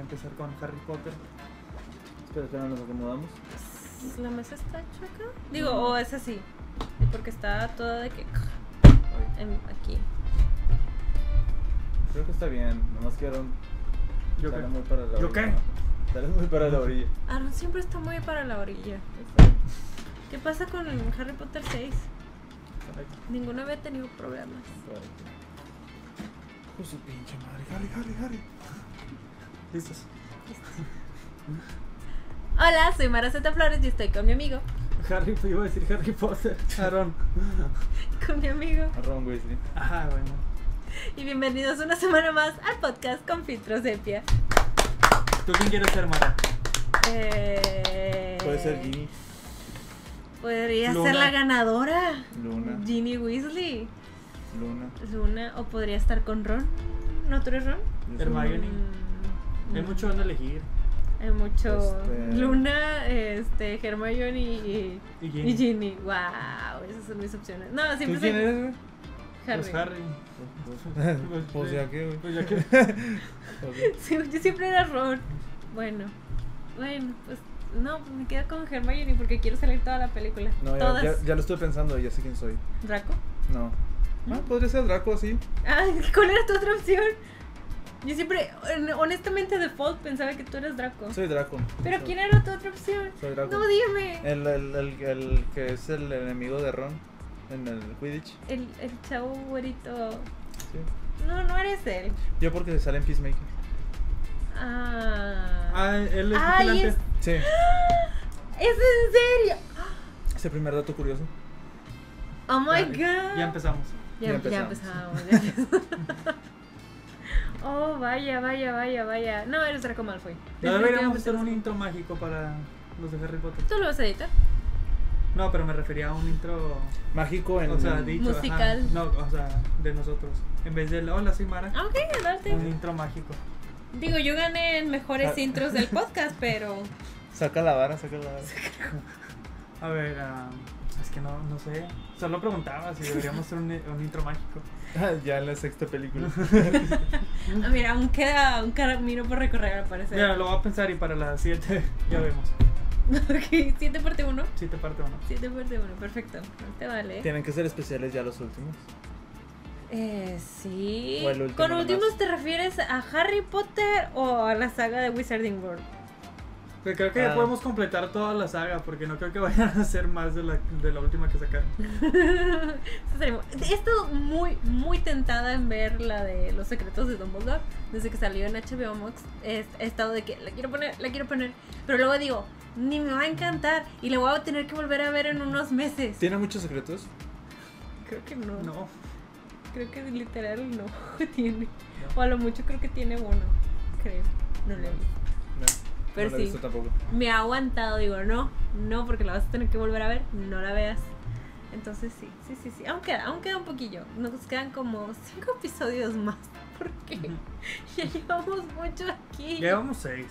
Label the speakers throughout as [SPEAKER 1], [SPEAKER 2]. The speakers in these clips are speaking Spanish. [SPEAKER 1] empezar con Harry Potter. Espero que no nos acomodamos.
[SPEAKER 2] Pues, ¿La mesa está chueca? Digo, o es así. Porque está toda de que.
[SPEAKER 1] Ay,
[SPEAKER 2] en- aquí.
[SPEAKER 1] creo que está bien. Nomás quiero.
[SPEAKER 3] ¿Yo
[SPEAKER 1] sale
[SPEAKER 3] qué?
[SPEAKER 1] muy para la
[SPEAKER 3] ¿Yo
[SPEAKER 1] orilla,
[SPEAKER 3] qué?
[SPEAKER 1] ¿no? Sale muy para la orilla.
[SPEAKER 2] Aaron siempre está muy para la orilla. ¿Qué pasa con Harry Potter 6? Ninguno había tenido problemas.
[SPEAKER 3] Pues su pinche madre. Harry, Harry, Harry. Listos.
[SPEAKER 2] Hola, soy Maraceta Flores y estoy con mi amigo.
[SPEAKER 3] Harry, pues iba a decir Harry Potter. Aaron.
[SPEAKER 2] Con mi amigo.
[SPEAKER 1] A Ron Weasley.
[SPEAKER 3] Ah, bueno.
[SPEAKER 2] Y bienvenidos una semana más al podcast con Filtro Sepia.
[SPEAKER 3] ¿Tú quién quieres ser, Mara?
[SPEAKER 2] Eh,
[SPEAKER 1] Puede ser Ginny.
[SPEAKER 2] Podría
[SPEAKER 3] Luna.
[SPEAKER 2] ser la ganadora.
[SPEAKER 1] Luna.
[SPEAKER 2] Ginny Weasley.
[SPEAKER 1] Luna.
[SPEAKER 2] Luna. O podría estar con Ron. ¿No tú eres Ron?
[SPEAKER 1] Yo soy
[SPEAKER 3] Hermione. Ginny.
[SPEAKER 2] Mm,
[SPEAKER 3] Hay
[SPEAKER 2] mm.
[SPEAKER 3] mucho donde elegir.
[SPEAKER 2] Hay mucho.
[SPEAKER 1] Este-
[SPEAKER 2] Luna, este, Hermione y,
[SPEAKER 3] Y
[SPEAKER 2] y
[SPEAKER 3] Ginny.
[SPEAKER 2] Ginny. Wow, esas son mis opciones. No,
[SPEAKER 1] ¿Tú
[SPEAKER 2] siempre
[SPEAKER 1] quién
[SPEAKER 2] soy-
[SPEAKER 1] eres, güey?
[SPEAKER 2] Harry.
[SPEAKER 3] Pues Harry.
[SPEAKER 1] Pues- Pues ya que, güey.
[SPEAKER 3] Pues ya que.
[SPEAKER 2] Sí, yo siempre era Ron. Bueno, bueno, pues no, pues me quedo con Hermione porque quiero salir toda la película.
[SPEAKER 1] No, ya,
[SPEAKER 2] Todas.
[SPEAKER 1] ya, ya lo estoy pensando, ya sé quién soy.
[SPEAKER 2] ¿Draco?
[SPEAKER 1] No.
[SPEAKER 2] Mm.
[SPEAKER 1] Ah, podría ser Draco, sí.
[SPEAKER 2] Ah, ¿cuál era tu otra opción? Yo siempre, hon- honestamente, default pensaba que tú eras Draco.
[SPEAKER 1] Soy Draco.
[SPEAKER 2] Pero
[SPEAKER 1] Soy-
[SPEAKER 2] ¿quién era tu otra opción?
[SPEAKER 1] Soy Draco.
[SPEAKER 2] No, dime.
[SPEAKER 1] El, el, el, el que es el enemigo de Ron en el Quidditch.
[SPEAKER 2] El, el chavo güerito.
[SPEAKER 1] Sí.
[SPEAKER 2] No, no eres él.
[SPEAKER 1] Yo porque sale en Peacemaker.
[SPEAKER 2] Ah.
[SPEAKER 3] Ah, él es
[SPEAKER 2] Ay,
[SPEAKER 3] vigilante.
[SPEAKER 2] es-
[SPEAKER 1] Sí.
[SPEAKER 2] ¡Ah! ¿Es en serio? ¡Ah!
[SPEAKER 1] Ese primer dato curioso.
[SPEAKER 2] Oh my
[SPEAKER 3] Ya-
[SPEAKER 2] god.
[SPEAKER 3] Ya empezamos.
[SPEAKER 2] Ya,
[SPEAKER 1] Ya
[SPEAKER 2] ya
[SPEAKER 1] empezamos.
[SPEAKER 2] empezamos. ya empezamos. oh, vaya, vaya, vaya, vaya. No, eres Draco Malfoy.
[SPEAKER 3] No deberíamos hacer un
[SPEAKER 2] Definitivamente
[SPEAKER 3] intro mágico para los de Harry Potter.
[SPEAKER 2] eres- ¿Tú lo vas a editar?
[SPEAKER 3] No, pero me refería a un intro.
[SPEAKER 1] Mágico en.
[SPEAKER 3] O sea, dicho. ajá,
[SPEAKER 2] Musical.
[SPEAKER 3] no, o sea, de nosotros. En vez de hola, soy Mara.
[SPEAKER 2] Ah, Ok, adelante.
[SPEAKER 3] Un intro mágico.
[SPEAKER 2] Digo, yo gané en mejores
[SPEAKER 1] Ah.
[SPEAKER 2] intros del podcast, pero.
[SPEAKER 1] Saca la vara, saca la vara.
[SPEAKER 3] A ver, ah, es que no, no sé. Solo preguntaba si deberíamos hacer un, un intro mágico.
[SPEAKER 1] Ah, ya en la sexta película.
[SPEAKER 2] Ah, mira, aún queda un camino por recorrer, al parecer.
[SPEAKER 3] Mira, lo voy a pensar y para las 7 ya vemos.
[SPEAKER 2] ok, 7 parte 1.
[SPEAKER 3] Si te parte o no.
[SPEAKER 2] 7 parte 1, perfecto. No te vale.
[SPEAKER 1] Tienen que ser especiales ya los últimos.
[SPEAKER 2] Eh, sí.
[SPEAKER 1] O el último
[SPEAKER 2] ¿Con
[SPEAKER 1] nomás.
[SPEAKER 2] últimos te refieres a Harry Potter o a la saga de Wizarding World?
[SPEAKER 3] Pero creo que
[SPEAKER 1] Ah.
[SPEAKER 3] ya podemos completar toda la saga porque no creo que vayan a hacer más de la, de la última que sacaron.
[SPEAKER 2] Esta sería mu- He estado muy, muy tentada en ver la de Los Secretos de Dumbledore. Desde que salió en HBO Max, he he estado de que la quiero poner, la quiero poner. Pero luego digo, ni me va a encantar y la voy a tener que volver a ver en unos meses.
[SPEAKER 1] ¿Tiene muchos secretos?
[SPEAKER 2] Creo que no.
[SPEAKER 3] No.
[SPEAKER 2] Creo que literal no tiene. O a lo mucho creo que tiene uno. Creo. No lo he visto.
[SPEAKER 1] No.
[SPEAKER 2] Pero
[SPEAKER 1] no lo
[SPEAKER 2] sí.
[SPEAKER 1] he visto tampoco.
[SPEAKER 2] Me ha aguantado, digo, no, no, porque la vas a tener que volver a ver, no la veas. Entonces sí, sí, sí, sí. Aún queda, aún queda un poquillo. Nos quedan como cinco episodios más. Porque ya llevamos mucho aquí.
[SPEAKER 3] Llevamos 6.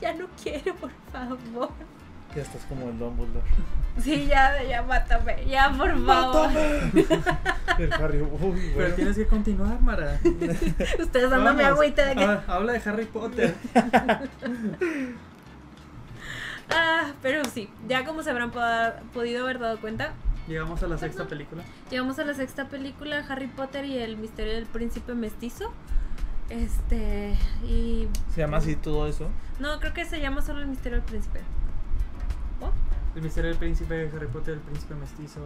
[SPEAKER 2] Ya no quiero, por favor.
[SPEAKER 1] Ya estás como el Dumbledore.
[SPEAKER 2] Sí, ya, ya mátame. Ya, por favor.
[SPEAKER 1] El Harry. Uy,
[SPEAKER 3] Pero
[SPEAKER 1] güey.
[SPEAKER 3] tienes que continuar, Mara.
[SPEAKER 2] Ustedes dándome
[SPEAKER 3] Vamos.
[SPEAKER 2] agüita de que.
[SPEAKER 3] Ah, habla de Harry Potter.
[SPEAKER 2] Ah, pero sí, ya como se habrán poda- podido haber dado cuenta,
[SPEAKER 3] Llegamos a la sexta película.
[SPEAKER 2] Llegamos a la sexta película, Harry Potter y el misterio del príncipe mestizo. Este, y...
[SPEAKER 1] Se llama así todo eso.
[SPEAKER 2] No, creo que se llama solo el misterio del príncipe. ¿O?
[SPEAKER 3] El misterio del príncipe, Harry Potter, el príncipe mestizo.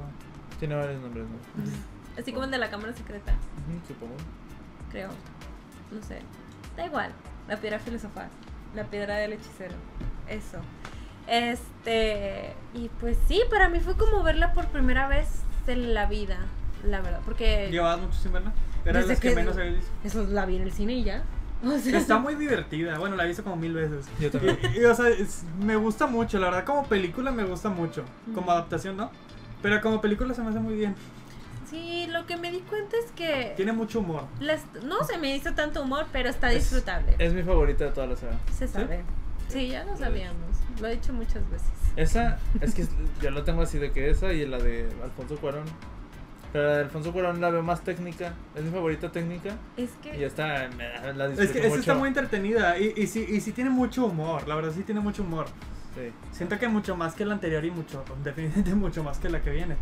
[SPEAKER 1] Tiene varios nombres, ¿no?
[SPEAKER 2] Así como el de la cámara secreta,
[SPEAKER 1] Ujú, Supongo.
[SPEAKER 2] creo. No sé. Da igual. La piedra filosofal. La piedra del hechicero. Eso. Este, y pues sí, para mí fue como verla por primera vez en la vida, la verdad. Porque...
[SPEAKER 3] Llevabas mucho sin verla. Era de
[SPEAKER 2] Desde
[SPEAKER 3] las que,
[SPEAKER 2] que-
[SPEAKER 3] menos había visto.
[SPEAKER 2] Eso la vi en el cine y ya. O sea,
[SPEAKER 3] Está muy divertida. Bueno, la he visto como mil veces.
[SPEAKER 1] Yo también.
[SPEAKER 3] Y- y, o sea, es- me gusta mucho, la verdad. Como película me gusta mucho.
[SPEAKER 2] Ujú.
[SPEAKER 3] Como adaptación, ¿no? Pero como película se me hace muy bien.
[SPEAKER 2] Sí, lo que me di cuenta es que...
[SPEAKER 3] Tiene mucho humor.
[SPEAKER 2] Las- no se me hizo tanto humor, pero está
[SPEAKER 1] Es-
[SPEAKER 2] disfrutable.
[SPEAKER 1] Es mi favorita de toda la saga.
[SPEAKER 2] se sabe. Sí, ya lo sabíamos. Lo he dicho muchas veces.
[SPEAKER 1] Esa, es que yo lo tengo así de que esa y la de Alfonso Cuarón. Pero la de Alfonso Cuarón la veo más técnica. Es mi favorita técnica.
[SPEAKER 2] Es
[SPEAKER 1] Y
[SPEAKER 2] que.
[SPEAKER 1] esta me- ah, la disfruto
[SPEAKER 3] Es que esa
[SPEAKER 1] mucho.
[SPEAKER 3] está muy entretenida y, y, sí, y sí tiene mucho humor, la verdad sí tiene mucho humor.
[SPEAKER 1] Sí,
[SPEAKER 3] Siento que mucho más que la anterior y mucho, definitivamente mucho más que la que viene.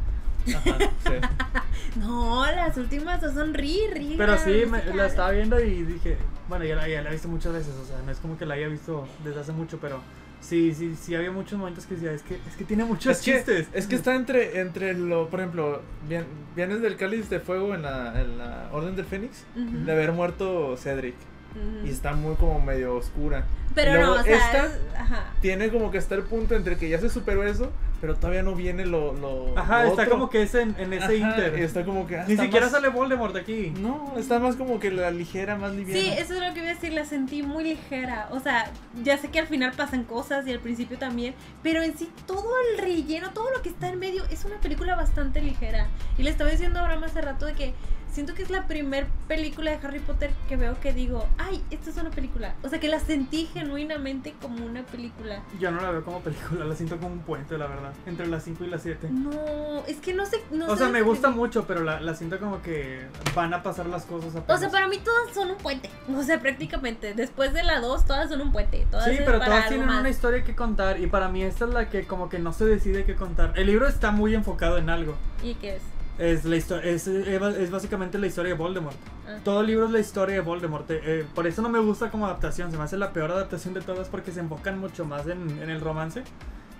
[SPEAKER 1] ajá, sí.
[SPEAKER 2] No, las últimas dos son ri, ri.
[SPEAKER 3] Pero
[SPEAKER 2] la
[SPEAKER 3] sí, me-
[SPEAKER 2] música.
[SPEAKER 3] la estaba viendo y dije, bueno, ya la, ya la he visto muchas veces, o sea, no es como que la haya visto desde hace mucho, pero sí, sí, sí había muchos momentos que decía, es que, es que tiene muchos
[SPEAKER 1] Es que,
[SPEAKER 3] chistes.
[SPEAKER 1] es que está entre, entre lo, por ejemplo, bien- vienes del cáliz de fuego en la, en la Orden del Fénix,
[SPEAKER 2] Ujú,
[SPEAKER 1] de haber muerto Cedric.
[SPEAKER 2] ujú.
[SPEAKER 1] Y está muy como medio oscura.
[SPEAKER 2] Pero
[SPEAKER 1] luego
[SPEAKER 2] no, o sea.
[SPEAKER 1] esta-
[SPEAKER 2] es- Ajá.
[SPEAKER 1] Tiene como que está el punto entre que ya se superó eso, pero todavía no viene lo. lo
[SPEAKER 3] Ajá,
[SPEAKER 1] lo
[SPEAKER 3] está
[SPEAKER 1] otro.
[SPEAKER 3] como que es en, en ese
[SPEAKER 1] Ajá,
[SPEAKER 3] inter.
[SPEAKER 1] y está como que. ah,
[SPEAKER 3] Ni
[SPEAKER 1] está
[SPEAKER 3] siquiera
[SPEAKER 1] más-
[SPEAKER 3] sale Voldemort aquí.
[SPEAKER 1] No, está más como que la ligera, más liviana.
[SPEAKER 2] Sí, eso es lo que iba a decir, la sentí muy ligera. O sea, ya sé que al final pasan cosas y al principio también, pero en sí todo el relleno, todo lo que está en medio, es una película bastante ligera. Y le estaba diciendo a Abraham hace rato de que siento que es la primer película de Harry Potter que veo que digo, ay, esta es una película. O sea, que la sentí genuinamente como una película.
[SPEAKER 3] Yo no la veo como película, la siento como un puente, la verdad, entre las 5 y las 7.
[SPEAKER 2] No, es que no sé... No
[SPEAKER 3] O
[SPEAKER 2] sé
[SPEAKER 3] sea, me gusta
[SPEAKER 2] describir.
[SPEAKER 3] mucho, pero la, la siento como que van a pasar las cosas
[SPEAKER 2] O
[SPEAKER 3] apenas.
[SPEAKER 2] sea, para mí todas son un puente. O sea, prácticamente. Después de la 2, todas son un puente. Todas
[SPEAKER 3] Sí,
[SPEAKER 2] es
[SPEAKER 3] pero
[SPEAKER 2] para
[SPEAKER 3] todas
[SPEAKER 2] algo
[SPEAKER 3] tienen
[SPEAKER 2] más.
[SPEAKER 3] una historia que contar y para mí esta es la que como que no se decide qué contar. El libro está muy enfocado en algo.
[SPEAKER 2] ¿Y qué es?
[SPEAKER 3] Es, la histo- es, es básicamente la historia de Voldemort.
[SPEAKER 2] Ah.
[SPEAKER 3] Todo el libro es la historia de Voldemort. eh, eh, por eso no me gusta como adaptación. Se me hace la peor adaptación de todas porque se enfocan mucho más en, en el romance.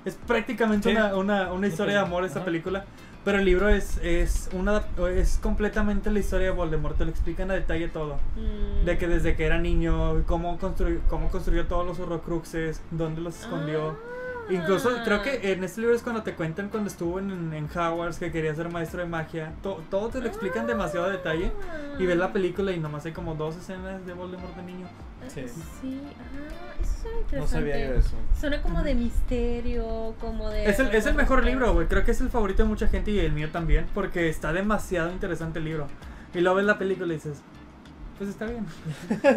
[SPEAKER 3] Es prácticamente
[SPEAKER 1] Sí.
[SPEAKER 3] una, una- una historia de
[SPEAKER 1] peli-
[SPEAKER 3] amor esta
[SPEAKER 1] ajá.
[SPEAKER 3] película. Pero el libro es, es, una, adap- es completamente la historia de Voldemort. Te lo explican a detalle todo.
[SPEAKER 2] Mm.
[SPEAKER 3] De que desde que era niño, cómo construyó, cómo construyó todos los horrocruxes, dónde los escondió.
[SPEAKER 2] Ah.
[SPEAKER 3] Incluso creo que en este libro es cuando te cuentan cuando estuvo en, en Hogwarts que quería ser maestro de magia. To- todo te lo explican demasiado a detalle. Y ves la película y nomás hay como dos escenas de Voldemort de niño.
[SPEAKER 2] Ah,
[SPEAKER 1] Sí.
[SPEAKER 2] Sí, ah, eso suena interesante.
[SPEAKER 1] No sabía yo eso.
[SPEAKER 2] Suena como de misterio, como de.
[SPEAKER 3] Es el, es el mejor libro, güey. Creo que es el favorito de mucha gente y el mío también. Porque está demasiado interesante el libro. Y luego ves la película y dices, pues está bien.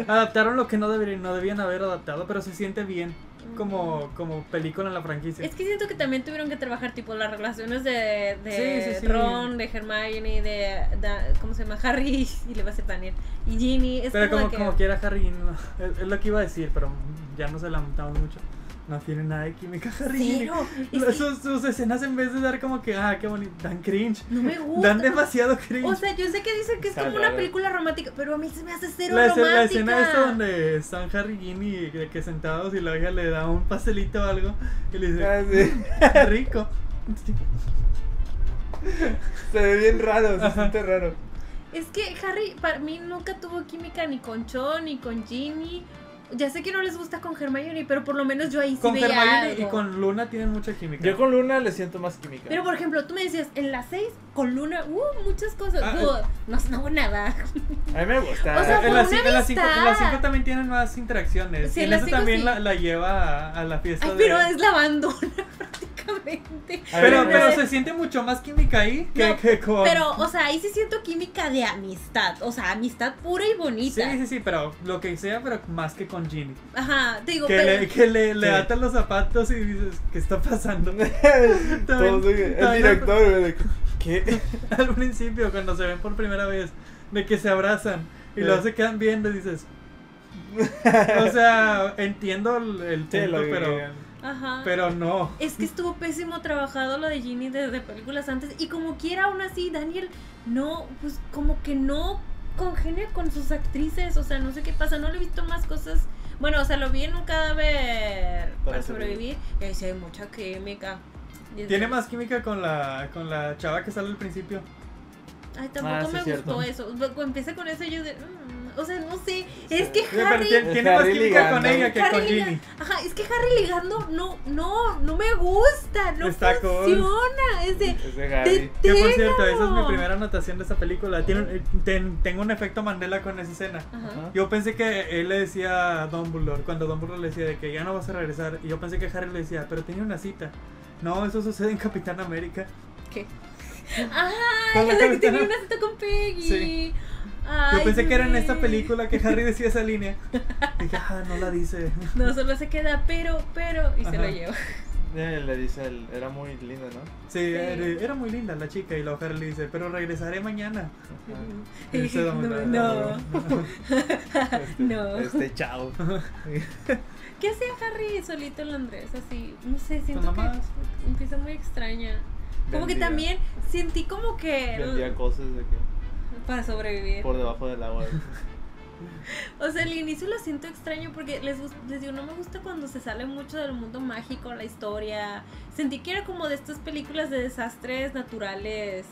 [SPEAKER 3] Adaptaron lo que no deberían, no debían haber adaptado, pero se siente bien. Como, como película en la franquicia.
[SPEAKER 2] Es que siento que también tuvieron que trabajar, tipo, las relaciones de, de
[SPEAKER 3] Sí, sí, sí.
[SPEAKER 2] Ron, de Hermione, de, da- ¿Cómo se llama? Harry, y le va a ser Daniel. Y Ginny. Es
[SPEAKER 3] Pero como,
[SPEAKER 2] de que-
[SPEAKER 3] como quiera Harry, no, es, es lo que iba a decir, pero ya no se lamentamos mucho. No tiene nada de química Harry.
[SPEAKER 2] Cero. Es que
[SPEAKER 3] Sus, sus escenas en vez de dar como que, ah, qué bonito, dan cringe.
[SPEAKER 2] no me gusta.
[SPEAKER 3] Dan demasiado cringe.
[SPEAKER 2] O sea, yo sé que dicen que es como
[SPEAKER 1] Sale,
[SPEAKER 2] una
[SPEAKER 1] a ver.
[SPEAKER 2] película romántica, pero a mí se me hace cero
[SPEAKER 3] la, escena,
[SPEAKER 2] romántica.
[SPEAKER 3] la escena esta donde están Harry y Ginny de que sentados y la vieja le da un pastelito o algo y le dice,
[SPEAKER 1] Ah, sí.
[SPEAKER 3] rico.
[SPEAKER 1] Se ve bien raro, se
[SPEAKER 3] Ajá.
[SPEAKER 1] siente raro.
[SPEAKER 2] Es que Harry para mí nunca tuvo química ni con Cho ni con Ginny. Ya sé que no les gusta con Hermione, pero por lo menos yo ahí sí
[SPEAKER 3] Con
[SPEAKER 2] veía
[SPEAKER 3] Hermione y
[SPEAKER 2] algo.
[SPEAKER 3] con Luna tienen mucha química.
[SPEAKER 1] Yo con Luna le siento más química.
[SPEAKER 2] Pero por ejemplo, tú me decías, en las 6 con Luna, uh, muchas cosas.
[SPEAKER 3] Ah,
[SPEAKER 2] Uh, no, no hubo nada.
[SPEAKER 1] A mí me gusta.
[SPEAKER 2] O sea, fue
[SPEAKER 3] Eh, en las
[SPEAKER 2] una
[SPEAKER 3] 5
[SPEAKER 2] amistad.
[SPEAKER 3] también tienen más interacciones.
[SPEAKER 2] Sí,
[SPEAKER 3] y
[SPEAKER 2] en
[SPEAKER 3] en
[SPEAKER 2] las
[SPEAKER 3] eso
[SPEAKER 2] cinco
[SPEAKER 3] también
[SPEAKER 2] sí.
[SPEAKER 3] la, la lleva a, a la fiesta
[SPEAKER 2] Ay,
[SPEAKER 3] de...
[SPEAKER 2] pero es la abandona prácticamente.
[SPEAKER 1] A ver,
[SPEAKER 3] Pero,
[SPEAKER 1] no
[SPEAKER 3] pero
[SPEAKER 1] sé.
[SPEAKER 3] se siente mucho más química ahí que,
[SPEAKER 2] No,
[SPEAKER 3] que con.
[SPEAKER 2] Pero, o sea, ahí sí siento química de amistad. O sea, amistad pura y bonita.
[SPEAKER 3] Sí, sí, sí, pero lo que sea, pero más que con Ginny.
[SPEAKER 2] Ajá, te digo,
[SPEAKER 3] Que
[SPEAKER 2] pero.
[SPEAKER 3] le, que le, le
[SPEAKER 1] Sí.
[SPEAKER 3] atan los zapatos y dices, ¿qué está pasando?
[SPEAKER 1] Todos de que- el director, güey, de que, ¿qué?
[SPEAKER 3] Al principio, cuando se ven por primera vez, de que se abrazan y
[SPEAKER 1] Sí.
[SPEAKER 3] luego se quedan viendo y dices. O sea, entiendo el, el
[SPEAKER 1] Sí,
[SPEAKER 3] punto,
[SPEAKER 1] lo que-
[SPEAKER 3] pero,
[SPEAKER 2] Ajá.
[SPEAKER 3] pero no.
[SPEAKER 2] Es que estuvo pésimo trabajado lo de Ginny desde películas antes. Y como quiera, aún así, Daniel no, pues como que no congenia con sus actrices. O sea, no sé qué pasa. No le he visto más cosas. Bueno, o sea, lo vi en un cadáver para,
[SPEAKER 1] Para
[SPEAKER 2] sobrevivir. Y ahí sí hay mucha química. Y es-
[SPEAKER 3] Tiene más química con la, con la chava que sale al principio.
[SPEAKER 2] Ay, tampoco
[SPEAKER 1] Ah, sí,
[SPEAKER 2] me
[SPEAKER 1] cierto.
[SPEAKER 2] gustó eso. Cuando empieza con eso, yo de. mm, o sea, no sé. Es
[SPEAKER 1] Sí.
[SPEAKER 2] que
[SPEAKER 3] Sí, pero
[SPEAKER 2] Harry.
[SPEAKER 3] tiene, tiene más
[SPEAKER 1] Harry
[SPEAKER 3] química con
[SPEAKER 1] ligando.
[SPEAKER 3] ella que con
[SPEAKER 2] Harry liga-
[SPEAKER 3] Ginny.
[SPEAKER 2] Ajá, es que Harry ligando no, no, no me gusta. No
[SPEAKER 3] Está cool.
[SPEAKER 2] funciona. Es de.
[SPEAKER 1] Es de Gaby.
[SPEAKER 2] Deténgalo.
[SPEAKER 3] Que por cierto, esa es mi primera anotación de esta película. Tiene, eh, ten- tengo un efecto Mandela con esa escena.
[SPEAKER 2] Ajá.
[SPEAKER 1] Ajá.
[SPEAKER 3] Yo pensé que él le decía a Dumbledore, cuando Dumbledore le decía de que ya no vas a regresar, y yo pensé que Harry le decía, pero tenía una cita. No, eso sucede en Capitán América.
[SPEAKER 2] ¿Qué? Ajá,
[SPEAKER 3] Con la
[SPEAKER 2] es la que
[SPEAKER 3] cabeza.
[SPEAKER 2] tenía una cita con Peggy.
[SPEAKER 3] Sí.
[SPEAKER 2] Ay,
[SPEAKER 3] Yo pensé que era en
[SPEAKER 2] güey.
[SPEAKER 3] esta película que Harry decía esa línea. Dije, ah, no la dice.
[SPEAKER 2] No, solo se queda, pero, pero, y se
[SPEAKER 3] Ajá.
[SPEAKER 2] lo lleva.
[SPEAKER 1] Eh, le dice, él, era muy linda, ¿no?
[SPEAKER 3] Sí, Era, era muy linda la chica y la mujer le dice, pero regresaré mañana. Y él se da
[SPEAKER 2] No,
[SPEAKER 3] una-
[SPEAKER 2] no.
[SPEAKER 1] Ajá. Este,
[SPEAKER 2] No.
[SPEAKER 1] Este chao.
[SPEAKER 2] ¿Qué hacía Harry solito en Londres? Así, no sé,
[SPEAKER 3] Con
[SPEAKER 2] siento que
[SPEAKER 3] mamás.
[SPEAKER 2] empieza muy extraña. Como que
[SPEAKER 1] Vendía-
[SPEAKER 2] también sentí como que
[SPEAKER 1] Vendía cosas de que
[SPEAKER 2] para sobrevivir.
[SPEAKER 1] por debajo del agua.
[SPEAKER 2] O sea, al inicio lo siento extraño porque les, gus- les digo, no me gusta cuando se sale mucho del mundo mágico, la historia. Sentí que era como de estas películas de desastres naturales,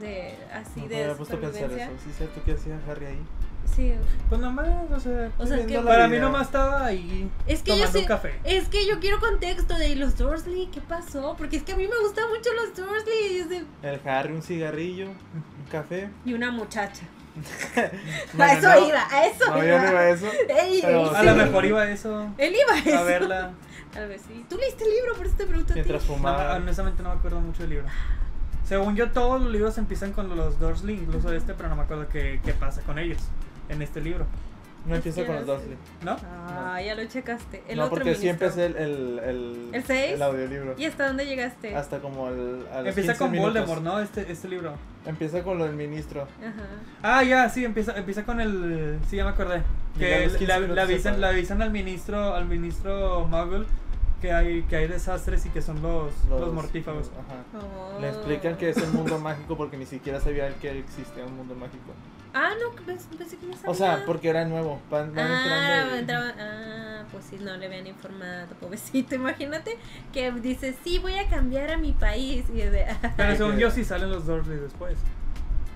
[SPEAKER 2] de así
[SPEAKER 1] No me
[SPEAKER 2] de
[SPEAKER 1] había puesto a pensar
[SPEAKER 2] supervivencia.
[SPEAKER 1] eso. Sí, cierto que hacía Harry ahí.
[SPEAKER 2] Sí.
[SPEAKER 3] Pues nomás, o sea,
[SPEAKER 2] O sea, es que-
[SPEAKER 1] Viendo la
[SPEAKER 3] para mí
[SPEAKER 1] vida.
[SPEAKER 3] nomás estaba ahí
[SPEAKER 2] Es que yo
[SPEAKER 3] tomando
[SPEAKER 2] sí-
[SPEAKER 3] un café.
[SPEAKER 2] Es que yo quiero contexto de los Dursley, ¿qué pasó? Porque es que a mí me gustan mucho los Dursley y, es de-
[SPEAKER 1] El Harry, un cigarrillo, un café.
[SPEAKER 2] y una muchacha. a
[SPEAKER 1] Bueno,
[SPEAKER 2] eso
[SPEAKER 1] no,
[SPEAKER 2] iba, a eso
[SPEAKER 1] No, yo
[SPEAKER 2] iba.
[SPEAKER 1] no iba a eso.
[SPEAKER 2] Él,
[SPEAKER 1] Pero-
[SPEAKER 3] A
[SPEAKER 1] Sí.
[SPEAKER 3] lo mejor iba a eso,
[SPEAKER 2] él iba a eso.
[SPEAKER 3] a verla.
[SPEAKER 2] Tal vez sí. Tú leíste el libro, por eso te pregunto a ti.
[SPEAKER 1] Mientras
[SPEAKER 3] No,
[SPEAKER 1] fumaba.
[SPEAKER 3] honestamente no me acuerdo mucho del libro. Según yo, todos los libros empiezan con los Dursley, incluso este, pero no me acuerdo qué, qué pasa con ellos en este libro,
[SPEAKER 1] No empiezo con los Dursley.
[SPEAKER 3] ¿no?
[SPEAKER 2] Ah, ya lo checaste. El
[SPEAKER 1] no,
[SPEAKER 2] otro
[SPEAKER 1] porque sí
[SPEAKER 2] ministro.
[SPEAKER 1] empecé el, el, el,
[SPEAKER 2] ¿El seis?
[SPEAKER 1] el audiolibro.
[SPEAKER 2] ¿Y este. hasta dónde llegaste?
[SPEAKER 1] Hasta como el, a los
[SPEAKER 3] Empieza
[SPEAKER 1] 15
[SPEAKER 3] con
[SPEAKER 1] minutos.
[SPEAKER 3] Voldemort, ¿no? Este, este libro.
[SPEAKER 1] Empieza con lo del ministro.
[SPEAKER 2] Ajá.
[SPEAKER 3] Ah, ya, sí, empieza, empieza con el. Sí, ya me acordé.
[SPEAKER 1] Llegar
[SPEAKER 3] Que
[SPEAKER 1] los 15
[SPEAKER 3] le, le
[SPEAKER 1] minutos
[SPEAKER 3] avisan,
[SPEAKER 1] al-
[SPEAKER 3] le avisan al ministro, al ministro Muggle que hay, que hay desastres y que son los, los, mortífagos.
[SPEAKER 1] Ajá.
[SPEAKER 2] Oh.
[SPEAKER 1] Le explican que es un mundo mágico porque ni siquiera sabía él que existía un mundo mágico.
[SPEAKER 2] Ah, no, que pens- pensé que no sabía.
[SPEAKER 1] O sea, porque era nuevo. Van, van entrando
[SPEAKER 2] Ah,
[SPEAKER 1] y-
[SPEAKER 2] entraba- ah, pues sí, no le habían informado, pobrecito. Imagínate que dice, sí, voy a cambiar a mi país. Y es de, ah,
[SPEAKER 3] Pero
[SPEAKER 1] Ay,
[SPEAKER 3] según
[SPEAKER 1] qué-
[SPEAKER 3] yo, sí salen los Dursley después.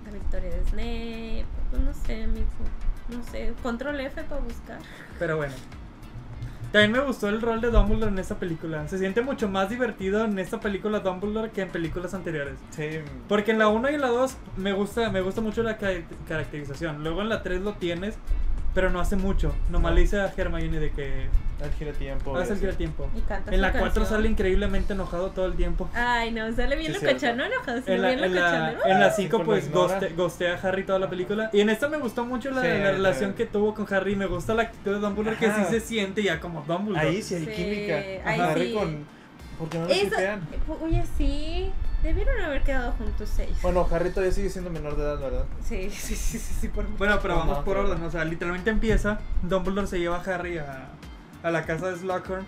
[SPEAKER 2] la victoria de Snape. pues, No sé, mi No sé, control F para buscar.
[SPEAKER 3] Pero bueno. También me gustó el rol de Dumbledore en esta película. Se siente mucho más divertido en esta película Dumbledore que en películas anteriores.
[SPEAKER 1] Sí.
[SPEAKER 3] Porque en la 1 y en la 2 me gusta, me gusta mucho la ca- caracterización. Luego en la 3 lo tienes, pero no hace mucho. Nomás le dice a Hermione de que
[SPEAKER 1] Al giratiempo.
[SPEAKER 3] hace el
[SPEAKER 1] y así.
[SPEAKER 3] tiempo.
[SPEAKER 2] Y canta
[SPEAKER 3] En
[SPEAKER 2] su
[SPEAKER 3] la 4
[SPEAKER 2] canción.
[SPEAKER 3] sale increíblenmente enojado todo el tiempo.
[SPEAKER 2] Ay, no, sale bien
[SPEAKER 1] Sí,
[SPEAKER 2] lo
[SPEAKER 1] cierto.
[SPEAKER 2] cachón, no enojado, sino
[SPEAKER 3] En la,
[SPEAKER 2] Ah, bien lo
[SPEAKER 3] en la,
[SPEAKER 2] cachón.
[SPEAKER 3] en la
[SPEAKER 1] Ah,
[SPEAKER 3] cinco,
[SPEAKER 1] cinco lo
[SPEAKER 3] pues
[SPEAKER 1] ignora.
[SPEAKER 3] goste- gostea a Harry toda la película. Y en esta me gustó mucho la,
[SPEAKER 1] Sí,
[SPEAKER 3] la relación
[SPEAKER 1] sí.
[SPEAKER 3] que tuvo con Harry. Me gusta la actitud de Dumbledore
[SPEAKER 1] Ajá.
[SPEAKER 3] que sí se siente ya como Dumbledore.
[SPEAKER 1] Ahí sí hay
[SPEAKER 2] Sí,
[SPEAKER 1] química.
[SPEAKER 2] ahí
[SPEAKER 1] Harry
[SPEAKER 2] sí.
[SPEAKER 1] con. Porque no lo
[SPEAKER 2] Eso-
[SPEAKER 1] shipean.
[SPEAKER 2] Oye, sí, debieron haber quedado juntos ellos.
[SPEAKER 1] Bueno, Harry todavía sigue siendo menor de edad, ¿verdad?
[SPEAKER 2] Sí, sí, sí, sí, sí, por
[SPEAKER 3] Bueno, pero
[SPEAKER 1] No,
[SPEAKER 3] vamos
[SPEAKER 1] no,
[SPEAKER 3] por
[SPEAKER 1] pero-
[SPEAKER 3] orden. O sea, literalmente empieza. Dumbledore se lleva a Harry a, a la casa de Slughorn.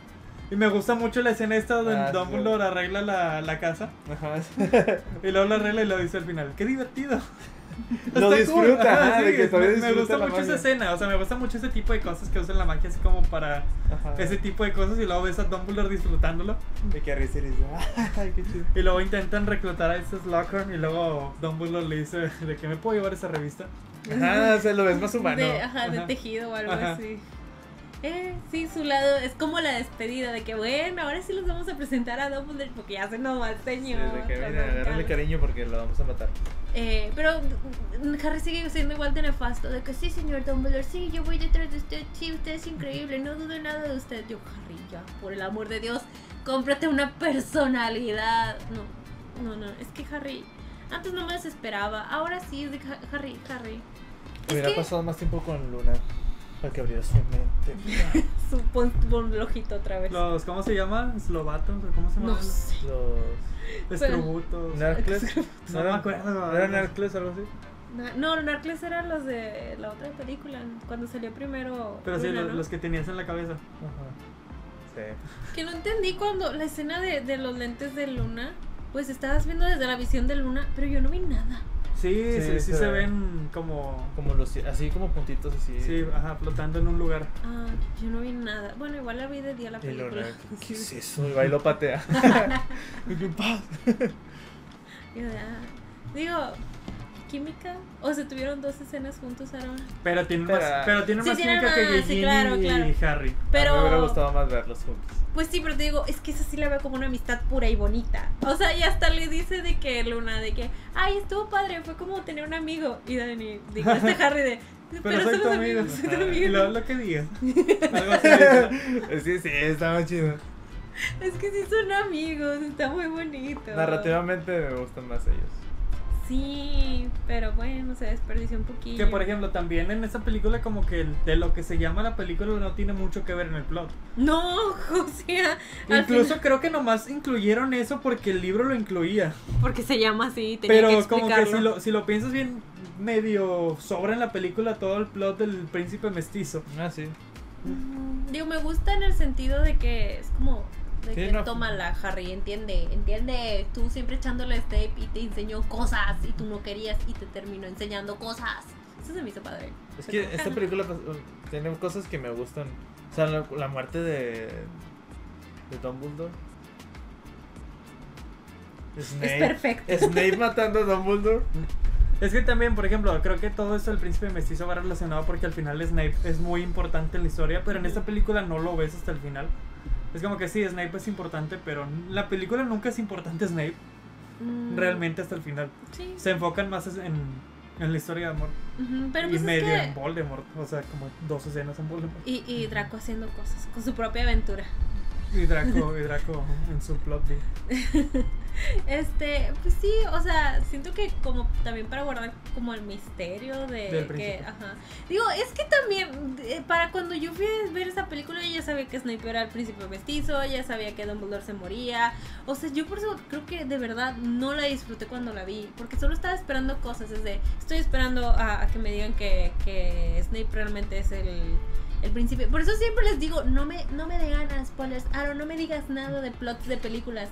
[SPEAKER 3] Y me gusta mucho la escena esta donde
[SPEAKER 1] Ah, sí.
[SPEAKER 3] Dumbledore arregla la, la casa.
[SPEAKER 1] Ajá.
[SPEAKER 3] Y luego la arregla y lo dice al final. ¡Qué divertido!
[SPEAKER 1] Lo
[SPEAKER 3] Está cool.
[SPEAKER 1] disfruta,
[SPEAKER 3] Ajá,
[SPEAKER 1] ajá, de
[SPEAKER 3] sí,
[SPEAKER 1] que todavía
[SPEAKER 3] me, me
[SPEAKER 1] disfruta
[SPEAKER 3] gusta
[SPEAKER 1] la
[SPEAKER 3] mucho esa
[SPEAKER 1] magia.
[SPEAKER 3] escena. O sea, me gusta mucho ese tipo de cosas que usan la magia así como para
[SPEAKER 1] Ajá.
[SPEAKER 3] ese tipo de cosas. Y luego ves a Dumbledore disfrutándolo.
[SPEAKER 1] De que Harry se le dice. Ay, qué chido.
[SPEAKER 3] Y luego intentan reclutar a ese Slughorn. Y luego Dumbledore le dice: ¿De qué me puedo llevar esa revista?
[SPEAKER 1] Ajá, se lo ves más humano.
[SPEAKER 2] De, ajá, de
[SPEAKER 3] Ajá.
[SPEAKER 2] tejido o algo
[SPEAKER 3] Ajá.
[SPEAKER 2] así. Eh, sí, su lado es como la despedida de que bueno, ahora sí los vamos a presentar a Dumbledore porque ya se nos va el
[SPEAKER 1] Sí,
[SPEAKER 2] señor.
[SPEAKER 1] de que,
[SPEAKER 2] cuando
[SPEAKER 1] mira, agárrale
[SPEAKER 2] Carlos-
[SPEAKER 1] cariño porque lo vamos a matar.
[SPEAKER 2] Eh, pero mm, Harry sigue siendo igual de nefasto, de que sí, señor Dumbledore, sí, yo voy detrás de usted, sí, usted es increíble, no dudo nada de usted. Yo, Harry, ya, por el amor de Dios, cómprate una personalidad. No, no, no, es que Harry, antes no me desesperaba, ahora sí es de que, "Ha- Harry, Harry. Es
[SPEAKER 1] Hubiera
[SPEAKER 2] que-
[SPEAKER 1] pasado más tiempo con Luna para que abriera su mente.
[SPEAKER 2] Su pon, pon el ojito otra vez.
[SPEAKER 3] Los, ¿Cómo se llama? ¿Slobatos? ¿O ¿Cómo se llama?
[SPEAKER 2] Pues No sé.
[SPEAKER 1] Los.
[SPEAKER 3] Estrobutos.
[SPEAKER 1] Narcles.
[SPEAKER 3] No me acuerdo.
[SPEAKER 1] ¿Eran Narcles o algo así?
[SPEAKER 2] Na- No, Narcles eran los de la otra película, cuando salió primero.
[SPEAKER 3] Pero sí,
[SPEAKER 2] Luna,
[SPEAKER 3] los,
[SPEAKER 2] ¿no?
[SPEAKER 3] los que tenías en la cabeza.
[SPEAKER 1] Ajá. Sí.
[SPEAKER 2] Que no entendí cuando la escena de, de los lentes de Luna, pues estabas viendo desde la visión de Luna, pero yo no vi nada.
[SPEAKER 3] Sí, sí,
[SPEAKER 1] Sí,
[SPEAKER 3] sí,
[SPEAKER 1] se
[SPEAKER 3] se
[SPEAKER 1] ve.
[SPEAKER 3] ven como...
[SPEAKER 1] Como los, así como puntitos así.
[SPEAKER 3] Sí, ajá, flotando en un lugar.
[SPEAKER 2] Ah, yo no vi nada. Bueno, igual la vi de día la
[SPEAKER 1] Y
[SPEAKER 2] película.
[SPEAKER 1] Luna, ¿qué es eso? Y va y lo patea. Y que, ¡pah!
[SPEAKER 2] Y yo de, ah. Digo, química. O se tuvieron dos escenas juntos ahora.
[SPEAKER 3] Pero tienen
[SPEAKER 1] Pero-
[SPEAKER 3] más, pero tienen
[SPEAKER 2] Sí,
[SPEAKER 3] más
[SPEAKER 2] tienen
[SPEAKER 3] química que
[SPEAKER 2] más, sí,
[SPEAKER 3] Gigi
[SPEAKER 2] claro,
[SPEAKER 3] y Harry.
[SPEAKER 2] Pero.
[SPEAKER 1] A mí me hubiera gustado más verlos juntos.
[SPEAKER 2] Pues sí, pero te digo, es que esa sí la veo como una amistad pura y bonita. O sea, y hasta le dice de que Luna, de que, ay, estuvo padre, fue como tener un amigo. Y Dani, digo, este Harry de, pero,
[SPEAKER 3] soy tu
[SPEAKER 2] somos
[SPEAKER 3] amigo".
[SPEAKER 2] amigos, soy tu
[SPEAKER 1] Ajá.
[SPEAKER 2] amigo".
[SPEAKER 3] Y luego lo que digas. Algo así.
[SPEAKER 1] Sí, sí, está más chido.
[SPEAKER 2] Es que sí son amigos, está muy bonito.
[SPEAKER 1] Narrativamente me gustan más ellos.
[SPEAKER 2] Sí, pero bueno, se desperdició un poquito.
[SPEAKER 3] Que por ejemplo, también en esa película, como que el- de lo que se llama la película no tiene mucho que ver en el plot.
[SPEAKER 2] No, o sea, al
[SPEAKER 3] Incluso
[SPEAKER 2] final-
[SPEAKER 3] creo que nomás incluyeron eso porque el libro lo incluía.
[SPEAKER 2] porque se llama así, y tenía
[SPEAKER 3] Pero
[SPEAKER 2] que
[SPEAKER 3] como
[SPEAKER 2] explicarlo.
[SPEAKER 3] que si lo, si lo piensas bien, medio sobra en la película todo el plot del príncipe mestizo.
[SPEAKER 1] Ah, sí.
[SPEAKER 2] Mm, Digo, me gusta en el sentido de que es como de
[SPEAKER 1] Sí,
[SPEAKER 2] que
[SPEAKER 1] no.
[SPEAKER 2] toma la Harry, entiende, entiende, tú siempre echándole tape y te enseñó cosas y tú no querías y te terminó enseñando cosas. Eso se me hizo padre.
[SPEAKER 1] Es
[SPEAKER 2] Fue
[SPEAKER 1] que
[SPEAKER 2] como,
[SPEAKER 1] esta
[SPEAKER 2] "Ah,
[SPEAKER 1] película pues, uh, tiene cosas que me gustan. O sea, la, la muerte de. de Dumbledore.
[SPEAKER 2] Es perfecto.
[SPEAKER 1] Snape matando a Dumbledore.
[SPEAKER 3] Es que también, por ejemplo, creo que todo eso del príncipe mestizo va relacionado porque al final Snape es muy importante en la historia, pero en esta película no lo ves hasta el final. Es como que sí, Snape es importante, pero en la película nunca es importante Snape
[SPEAKER 2] mm,
[SPEAKER 3] realmente hasta el final.
[SPEAKER 2] Sí.
[SPEAKER 3] Se enfocan más en, en la historia de amor
[SPEAKER 2] Ujú, pero
[SPEAKER 3] y
[SPEAKER 2] pues es
[SPEAKER 3] medio
[SPEAKER 2] que-
[SPEAKER 3] en Voldemort, o sea, como dos escenas en Voldemort.
[SPEAKER 2] y, y Draco haciendo cosas con su propia aventura.
[SPEAKER 3] Y Draco, y Draco en su plot. de-
[SPEAKER 2] Este, pues sí, o sea, siento que como también para guardar como el misterio de
[SPEAKER 3] Del
[SPEAKER 2] que,
[SPEAKER 3] príncipe.
[SPEAKER 2] ajá. Digo, es que también eh, para cuando yo fui a ver esa película yo ya sabía que Snape era el príncipe mestizo, ya sabía que Dumbledore se moría. O sea, yo por eso creo que de verdad no la disfruté cuando la vi, porque solo estaba esperando cosas, es de, estoy esperando a, a que me digan que, que Snape realmente es el el príncipe. Por eso siempre les digo, no me, no me digan spoilers. Aaron, no me digas nada de plots de películas.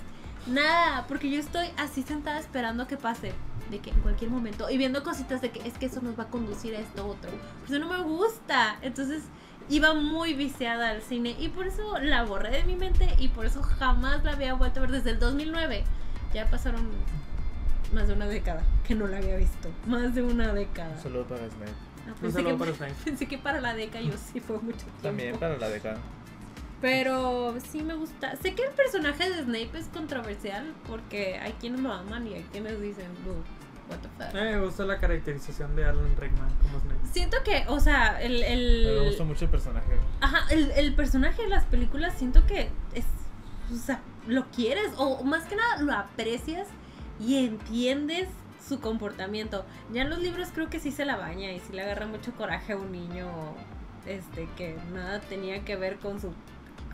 [SPEAKER 2] Nada, porque yo estoy así sentada esperando que pase. De que en cualquier momento. Y viendo cositas de que es que eso nos va a conducir a esto otro. Por eso no me gusta. Entonces iba muy viciada al cine. Y por eso la borré de mi mente. Y por eso jamás la había vuelto a ver desde el 2009. Ya pasaron más de una década que no la había visto. Más de una década.
[SPEAKER 1] Un saludo para Snape.
[SPEAKER 2] Ah,
[SPEAKER 3] Un
[SPEAKER 2] pensé
[SPEAKER 3] saludo
[SPEAKER 2] que-
[SPEAKER 3] para Snape.
[SPEAKER 2] Pensé que para la década yo sí fue mucho tiempo.
[SPEAKER 1] También para la década.
[SPEAKER 2] Pero sí me gusta. Sé que el personaje de Snape es controversial porque hay quienes lo aman y hay quienes dicen, "Boo, what the fuck.
[SPEAKER 3] Eh, me gustó la caracterización de Alan Rickman como Snape.
[SPEAKER 2] Siento que, o sea, el, el-
[SPEAKER 1] Pero me gusta mucho el personaje.
[SPEAKER 2] ajá, el, el personaje de las películas siento que es, o sea, lo quieres o más que nada lo aprecias y entiendes su comportamiento. Ya en los libros creo que sí se la baña y sí le agarra mucho coraje a un niño este que nada tenía que ver con su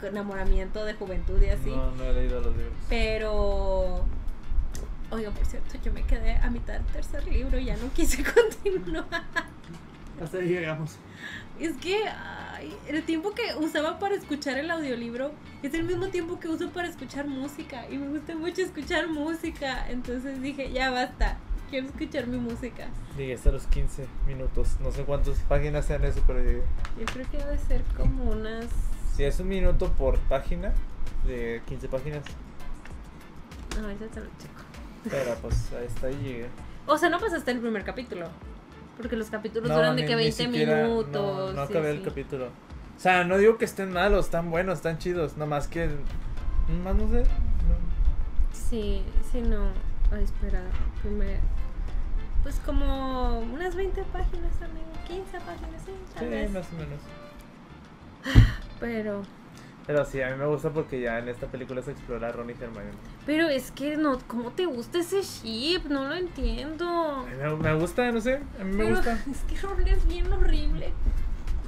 [SPEAKER 2] enamoramiento de juventud y así.
[SPEAKER 1] No, no he leído los libros.
[SPEAKER 2] Pero. Oiga, por cierto, yo me quedé a mitad del tercer libro y ya no quise continuar.
[SPEAKER 3] Hasta ahí llegamos.
[SPEAKER 2] Es que ay, el tiempo que usaba para escuchar el audiolibro es el mismo tiempo que uso para escuchar música. Y me gusta mucho escuchar música. Entonces dije, ya basta. Quiero escuchar mi música.
[SPEAKER 1] Llegué hasta los 15 minutos. No sé cuántas páginas sean eso, pero llegué.
[SPEAKER 2] Yo creo que debe ser como unas.
[SPEAKER 1] Si es un minuto por página, de 15 páginas.
[SPEAKER 2] No, ahorita te lo checo.
[SPEAKER 1] Pero pues ahí está, ahí llegué.
[SPEAKER 2] O sea, no pasaste el primer capítulo. Porque los capítulos
[SPEAKER 1] No,
[SPEAKER 2] duran de
[SPEAKER 1] ni-
[SPEAKER 2] que
[SPEAKER 1] ni
[SPEAKER 2] 20
[SPEAKER 1] siquiera- no,
[SPEAKER 2] minutos.
[SPEAKER 1] No,
[SPEAKER 2] y
[SPEAKER 1] acabé el
[SPEAKER 2] así.
[SPEAKER 1] capítulo. O sea, no digo que estén malos, están buenos, están chidos. Nada más que. Más no sé. no.
[SPEAKER 2] Sí, sí, no. Ay, espera. Primero. Pues como unas 20 páginas, amigo. 15 páginas, sí, tal
[SPEAKER 1] Sí,
[SPEAKER 2] vez.
[SPEAKER 1] más o menos.
[SPEAKER 2] Pero.
[SPEAKER 1] Pero sí, a mí me gusta porque ya en esta película se explora a Ron y Hermione.
[SPEAKER 2] Pero es que no, ¿cómo te gusta ese ship? No lo entiendo.
[SPEAKER 1] A mí Me, me gusta, no sé. A mí me
[SPEAKER 2] Pero
[SPEAKER 1] gusta.
[SPEAKER 2] Es que Ron es bien horrible.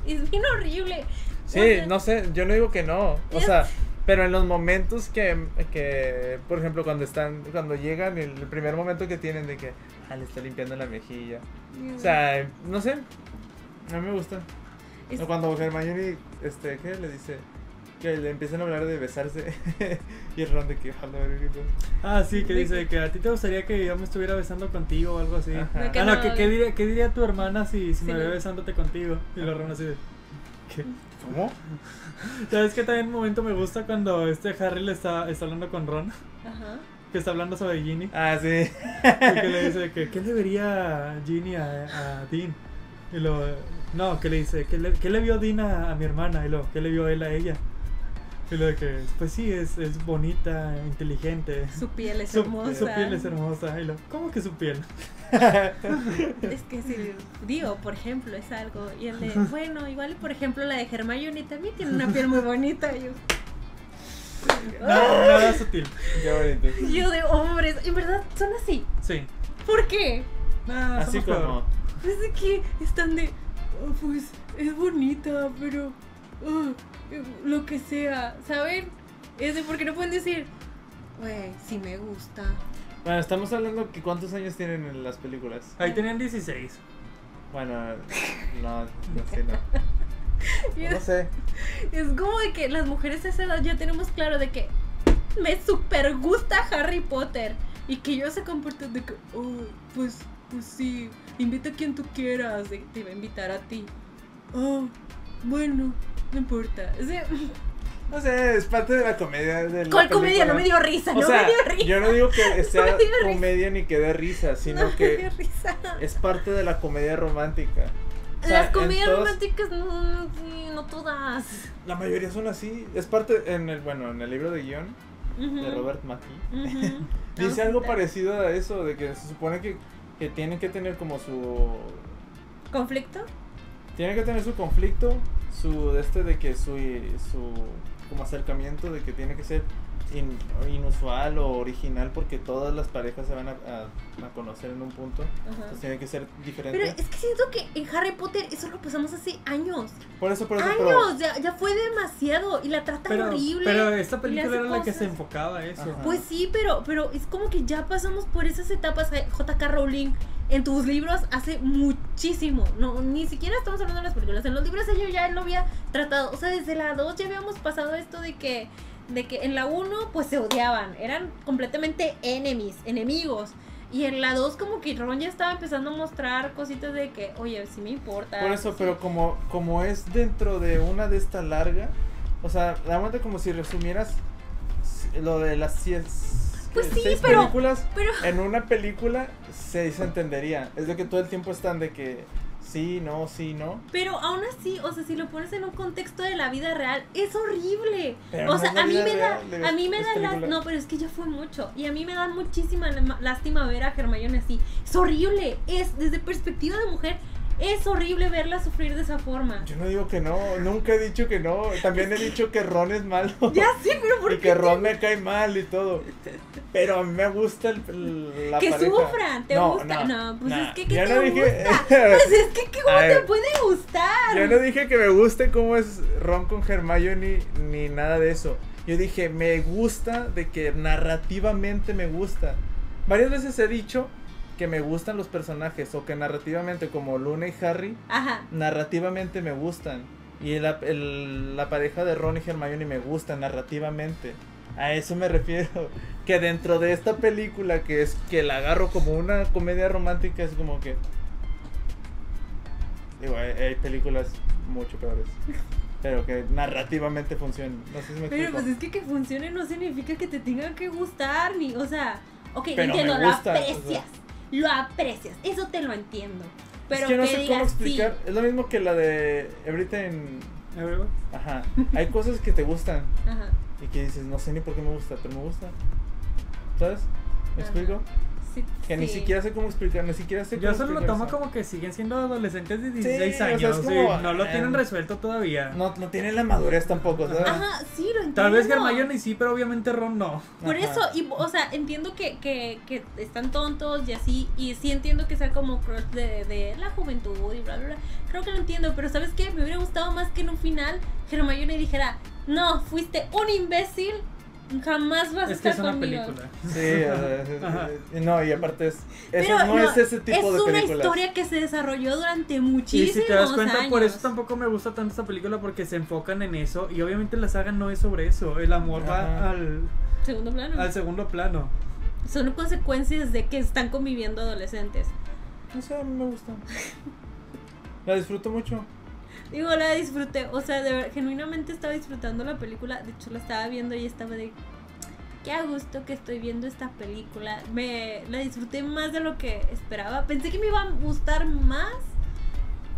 [SPEAKER 2] Es bien horrible. O
[SPEAKER 1] Sí,
[SPEAKER 2] sea,
[SPEAKER 1] no sé, yo no digo que no. O sea, pero en los momentos que, que, por ejemplo, cuando están, cuando llegan, el primer momento que tienen de que, ah, le está limpiando la mejilla. O sea, no sé, a mí me gusta.
[SPEAKER 2] es-
[SPEAKER 1] O Cuando Hermione, este, ¿qué le dice? Que le empiezan a hablar de besarse y el Ron de que, "Ah, la verga, qué pedo".
[SPEAKER 3] Ah, sí, que
[SPEAKER 2] De
[SPEAKER 3] dice que a ti te gustaría que yo me estuviera besando contigo o algo así.
[SPEAKER 1] Ajá.
[SPEAKER 2] de que
[SPEAKER 3] ah, no,
[SPEAKER 2] no-
[SPEAKER 3] que, ¿qué, diría, qué diría tu hermana si, si
[SPEAKER 2] Sí,
[SPEAKER 3] me ve
[SPEAKER 2] no.
[SPEAKER 3] besándote contigo? Y lo Ron así de... ¿qué?
[SPEAKER 1] ¿Cómo?
[SPEAKER 3] ¿Sabes que también un momento me gusta cuando este Harry le está, está hablando con Ron?
[SPEAKER 2] Ajá.
[SPEAKER 3] Que está hablando sobre Ginny.
[SPEAKER 1] Ah, sí.
[SPEAKER 3] Y que le dice que ¿qué le vería Ginny a, a Dean? Y lo... No, que le dice, ¿qué le, qué le vio Dean a, a mi hermana? Y lo, ¿qué le vio él a ella? Y lo de que, pues sí, es, es bonita, inteligente.
[SPEAKER 2] Su piel es
[SPEAKER 3] Su-
[SPEAKER 2] hermosa.
[SPEAKER 3] Su piel es hermosa. Y lo, ¿Cómo que su piel?
[SPEAKER 2] Es que si digo, por ejemplo, es algo. Y el de, bueno, igual, por ejemplo, la de Hermione también tiene una piel muy bonita. Y yo, ¡Ah!
[SPEAKER 3] Nada, nada sutil.
[SPEAKER 1] Qué bonito.
[SPEAKER 2] yo de hombres, en verdad son así.
[SPEAKER 3] Sí.
[SPEAKER 2] ¿Por qué?
[SPEAKER 3] Nah,
[SPEAKER 1] Así
[SPEAKER 3] somos
[SPEAKER 1] como.
[SPEAKER 3] peor.
[SPEAKER 2] Desde que están de. "Oh, pues es bonita, pero. ah, eh, lo que sea, ¿saben? Es de porque no pueden decir. Güey, sí me gusta.
[SPEAKER 1] Bueno, estamos hablando que cuántos años tienen en las películas.
[SPEAKER 3] Ahí tenían 16.
[SPEAKER 1] Bueno, no, no sé, no.
[SPEAKER 2] Y
[SPEAKER 1] No
[SPEAKER 2] es,
[SPEAKER 1] sé.
[SPEAKER 2] es como de que las mujeres a esa edad ya tenemos claro de que. Me super gusta Harry Potter. Y que yo se comportan de que. Oh, pues, pues sí. Invita a quien tú quieras. de que te va a invitar a ti. Oh, bueno, no importa. O sea,
[SPEAKER 1] No sé, es parte de la comedia. De la
[SPEAKER 2] ¿Cuál comedia? No me
[SPEAKER 1] película.
[SPEAKER 2] dio risa,
[SPEAKER 1] O
[SPEAKER 2] no
[SPEAKER 1] sea,
[SPEAKER 2] me dio risa.
[SPEAKER 1] yo no digo que sea
[SPEAKER 2] me dio risa.
[SPEAKER 1] comedia ni que dé risa, sino
[SPEAKER 2] no me
[SPEAKER 1] que
[SPEAKER 2] dio risa.
[SPEAKER 1] es parte de la comedia romántica. O sea,
[SPEAKER 2] Las comedias
[SPEAKER 1] en todas-
[SPEAKER 2] románticas no, sí, no todas.
[SPEAKER 1] La mayoría son así. Es parte en el bueno, en el libro de guión de
[SPEAKER 2] Ujú,
[SPEAKER 1] Robert Mackey.
[SPEAKER 2] ujú.
[SPEAKER 1] Dice
[SPEAKER 2] No,
[SPEAKER 1] algo
[SPEAKER 2] sí,
[SPEAKER 1] parecido a eso, de que se supone que, que tienen que tener como su...
[SPEAKER 2] ¿Conflicto?
[SPEAKER 1] Tienen que tener su conflicto, su de este de que su, su como acercamiento de que tiene que ser in- inusual o original porque todas las parejas se van a, a- a conocer en un punto.
[SPEAKER 2] Ajá.
[SPEAKER 1] Entonces tiene que ser diferente.
[SPEAKER 2] Ah. Pero es que siento que en Harry Potter eso lo pasamos hace años.
[SPEAKER 1] por eso, por eso, pero-
[SPEAKER 2] Años, ya, ya fue demasiado y la tratan
[SPEAKER 3] Pero,
[SPEAKER 2] horrible.
[SPEAKER 3] pero esta
[SPEAKER 2] y le
[SPEAKER 3] película
[SPEAKER 2] hace
[SPEAKER 3] era la que
[SPEAKER 2] cosas.
[SPEAKER 3] se enfocaba a eso.
[SPEAKER 1] Ajá.
[SPEAKER 2] Pues sí, pero, pero es como que ya pasamos por esas etapas. eh, J.K. Rowling en tus libros hace muchísimo. No, ni siquiera estamos hablando de las películas. En los libros ella ya lo había tratado. O sea, desde la 2 ya habíamos pasado esto de que, de que en la 1 pues se odiaban. Eran completamente enemies, enemigos. Y en la 2 como que Ron ya estaba empezando a mostrar cositas de que, oye, Ah, sí me importa.
[SPEAKER 1] Por eso, pero como, como es dentro de una de esta larga, o sea, realmente como si resumieras s- lo de las seis,
[SPEAKER 2] Pues
[SPEAKER 1] eh,
[SPEAKER 2] sí,
[SPEAKER 1] seis
[SPEAKER 2] pero-
[SPEAKER 1] películas
[SPEAKER 2] pero-
[SPEAKER 1] en una película se, se entendería. Es de que todo el tiempo están de que sí, no, sí, no.
[SPEAKER 2] Pero aún así, o sea, si lo pones en un contexto de la vida real, es horrible.
[SPEAKER 1] Pero
[SPEAKER 2] o
[SPEAKER 1] no
[SPEAKER 2] sea,
[SPEAKER 1] es la
[SPEAKER 2] a mí
[SPEAKER 1] vida
[SPEAKER 2] me da,
[SPEAKER 1] real, le-
[SPEAKER 2] a mí me
[SPEAKER 1] es
[SPEAKER 2] da la-
[SPEAKER 1] película.
[SPEAKER 2] no, pero es que ya fue mucho y a mí me da muchísima lema- lástima ver a Hermione así. Es horrible, es desde perspectiva de mujer es horrible verla sufrir de esa forma.
[SPEAKER 1] Yo no digo que no, nunca he dicho que no. También he dicho que Ron es malo.
[SPEAKER 2] Ya sé, pero ¿por
[SPEAKER 1] Y
[SPEAKER 2] qué?
[SPEAKER 1] que Ron me cae mal y todo. Pero a mí me gusta el, la
[SPEAKER 2] Que
[SPEAKER 1] pareja.
[SPEAKER 2] sufran, te
[SPEAKER 1] No,
[SPEAKER 2] gusta.
[SPEAKER 1] no,
[SPEAKER 2] No, pues
[SPEAKER 1] no.
[SPEAKER 2] es que ¿qué
[SPEAKER 1] Yo
[SPEAKER 2] te
[SPEAKER 1] no dije-
[SPEAKER 2] gusta? Pues es que ¿qué- ¿cómo
[SPEAKER 1] A
[SPEAKER 2] te
[SPEAKER 1] ver.
[SPEAKER 2] puede gustar?
[SPEAKER 1] Yo no dije que me guste cómo es Ron con Hermione ni, ni nada de eso. Yo dije, me gusta de que narrativamente me gusta. Varias veces he dicho que me gustan los personajes o que narrativamente, como Luna y Harry,
[SPEAKER 2] Ajá.
[SPEAKER 1] narrativamente me gustan. Y la, el- la pareja de Ron y Hermione me gusta narrativamente. A eso me refiero. Que dentro de esta película, que es que la agarro como una comedia romántica, es como que. Digo, hay, hay películas mucho peores. Pero que narrativamente funcionen. No sé si me
[SPEAKER 2] Pero
[SPEAKER 1] explico.
[SPEAKER 2] pues es que que funcione no significa que te tenga que gustar, ni, o sea, ok,
[SPEAKER 1] Pero
[SPEAKER 2] entiendo,
[SPEAKER 1] me
[SPEAKER 2] lo
[SPEAKER 1] gusta, o sea.
[SPEAKER 2] aprecias, lo aprecias, eso te lo entiendo.
[SPEAKER 1] Es
[SPEAKER 2] pues, Pero
[SPEAKER 1] que no
[SPEAKER 2] que
[SPEAKER 1] sé
[SPEAKER 2] digas,
[SPEAKER 1] cómo explicar. Es lo mismo que la de Everything.
[SPEAKER 3] A ver, güey.
[SPEAKER 1] Ajá. Hay cosas que te gustan.
[SPEAKER 2] sí. Ajá.
[SPEAKER 1] Y que dices, no sé ni por qué me gusta, pero me gusta. ¿Sabes? ¿Me
[SPEAKER 2] Ajá.
[SPEAKER 1] explico?
[SPEAKER 2] Sí,
[SPEAKER 1] Que ni
[SPEAKER 2] sí.
[SPEAKER 1] siquiera sé cómo explicar, ni siquiera sé cómo
[SPEAKER 3] Yo solo lo
[SPEAKER 1] explicar
[SPEAKER 3] tomo
[SPEAKER 1] eso.
[SPEAKER 3] como que siguen siendo adolescentes de
[SPEAKER 1] Sí,
[SPEAKER 3] 16
[SPEAKER 1] o sea, es
[SPEAKER 3] años
[SPEAKER 1] como,
[SPEAKER 3] y no lo tienen
[SPEAKER 1] eh,
[SPEAKER 3] resuelto todavía.
[SPEAKER 1] No, no tiene la madurez tampoco, ¿sabes?
[SPEAKER 2] Ajá, sí, lo entiendo.
[SPEAKER 3] Tal vez Hermione sí, pero obviamente Ron no.
[SPEAKER 2] Por
[SPEAKER 1] Ajá.
[SPEAKER 2] eso, y, o sea, entiendo que, que, que están tontos y así, y sí entiendo que sea como crush de, de la juventud y bla, bla, bla. Creo que lo entiendo, pero ¿sabes qué? Me hubiera gustado más que en un final Hermione dijera, no, fuiste un imbécil, jamás vas a
[SPEAKER 3] Es que
[SPEAKER 2] estar
[SPEAKER 3] es una
[SPEAKER 2] conmigo.
[SPEAKER 3] película.
[SPEAKER 1] Sí, o sea, es- es-
[SPEAKER 3] Ajá.
[SPEAKER 1] y no, y aparte es. Eso
[SPEAKER 2] Pero
[SPEAKER 1] no, es ese tipo
[SPEAKER 2] es
[SPEAKER 1] de
[SPEAKER 2] una
[SPEAKER 1] películas.
[SPEAKER 2] historia que se desarrolló durante
[SPEAKER 3] Y
[SPEAKER 2] muchísimos
[SPEAKER 3] si
[SPEAKER 2] años.
[SPEAKER 3] te das cuenta, por eso tampoco me gusta tanto esta película porque se enfocan en eso y obviamente la saga no es sobre eso. El amor
[SPEAKER 1] Ajá.
[SPEAKER 3] va al,
[SPEAKER 2] Segundo plano.
[SPEAKER 3] al segundo plano.
[SPEAKER 2] Son consecuencias de que están conviviendo adolescentes.
[SPEAKER 1] No sé, a mí me gusta. La disfruto mucho.
[SPEAKER 2] Digo, la disfruté. O sea, de ver- genuinamente estaba disfrutando la película. De hecho, la estaba viendo y estaba de. Qué a gusto que estoy viendo esta película. Me la disfruté más de lo que esperaba. Pensé que me iba a gustar más.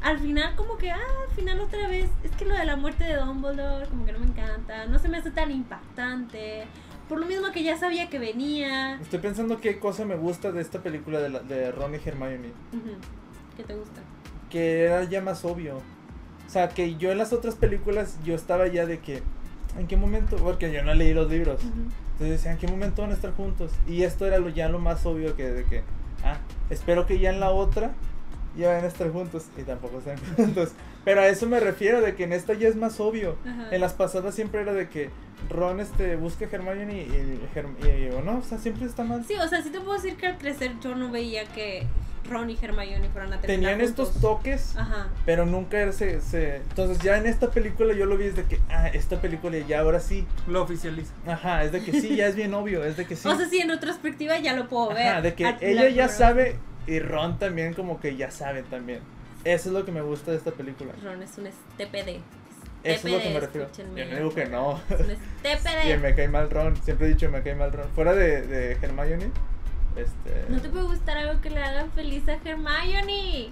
[SPEAKER 2] Al final, como que, ah, al final otra vez. Es que lo de la muerte de Dumbledore, como que no me encanta. No se me hace tan impactante. Por lo mismo que ya sabía que venía.
[SPEAKER 1] Estoy pensando qué cosa me gusta de esta película de, la- de Ron y Hermione.
[SPEAKER 2] Ujú. ¿Qué te gusta?
[SPEAKER 1] que era ya más obvio. O sea, que yo en las otras películas yo estaba ya de que, ¿en qué momento? Porque yo no leí los libros.
[SPEAKER 2] Ujú.
[SPEAKER 1] Entonces decía, ¿en qué momento van a estar juntos? Y esto era lo, ya lo más obvio que de que, ah, Espero que ya en la otra ya van a estar juntos y tampoco están juntos. Pero a eso me refiero, de que en esta ya es más obvio.
[SPEAKER 2] Ajá.
[SPEAKER 1] En las pasadas siempre era de que Ron este, busca a Hermione y, y, Herm- y- o no, o sea, siempre está mal.
[SPEAKER 2] Sí, o sea, sí te puedo decir que al crecer yo no veía que Ron y Hermione fueran a terminar
[SPEAKER 1] Tenían
[SPEAKER 2] juntos.
[SPEAKER 1] estos toques,
[SPEAKER 2] Ajá.
[SPEAKER 1] pero nunca era- se, se... Entonces ya en esta película yo lo vi desde que, ah, esta película ya ahora sí.
[SPEAKER 3] Lo oficializa.
[SPEAKER 1] Ajá, es de que sí, ya es bien obvio, es de que sí.
[SPEAKER 2] O sea, sí, en retrospectiva ya lo puedo ver.
[SPEAKER 1] Ajá, de que
[SPEAKER 2] At-
[SPEAKER 1] ella
[SPEAKER 2] la-
[SPEAKER 1] ya sabe y Ron también como que ya sabe también. Eso es lo que me gusta de esta película.
[SPEAKER 2] Ron es un TPD.
[SPEAKER 1] Eso es lo que me refiero. Yo no digo que no.
[SPEAKER 2] Es un
[SPEAKER 1] Y
[SPEAKER 2] TPD.
[SPEAKER 1] me cae mal Ron. Siempre he dicho me cae mal Ron. Fuera de, de Hermione. Este.
[SPEAKER 2] No te puede gustar algo que le hagan feliz a Hermione.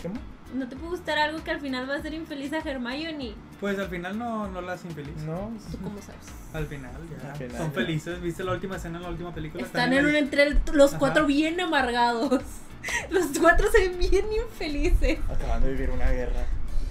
[SPEAKER 1] ¿Qué más?
[SPEAKER 2] No te puede gustar algo que al final va a ser infeliz a Hermione.
[SPEAKER 3] Pues al final no, no la hacen feliz.
[SPEAKER 1] No.
[SPEAKER 2] ¿Tú cómo sabes?
[SPEAKER 3] Al final, ya.
[SPEAKER 1] Al final,
[SPEAKER 3] Son
[SPEAKER 1] ya.
[SPEAKER 3] felices. ¿Viste la última escena en la última película?
[SPEAKER 2] Están en un entre los
[SPEAKER 3] Ajá.
[SPEAKER 2] cuatro bien amargados. Los cuatro se ven bien infelices.
[SPEAKER 1] Acabando de vivir una guerra.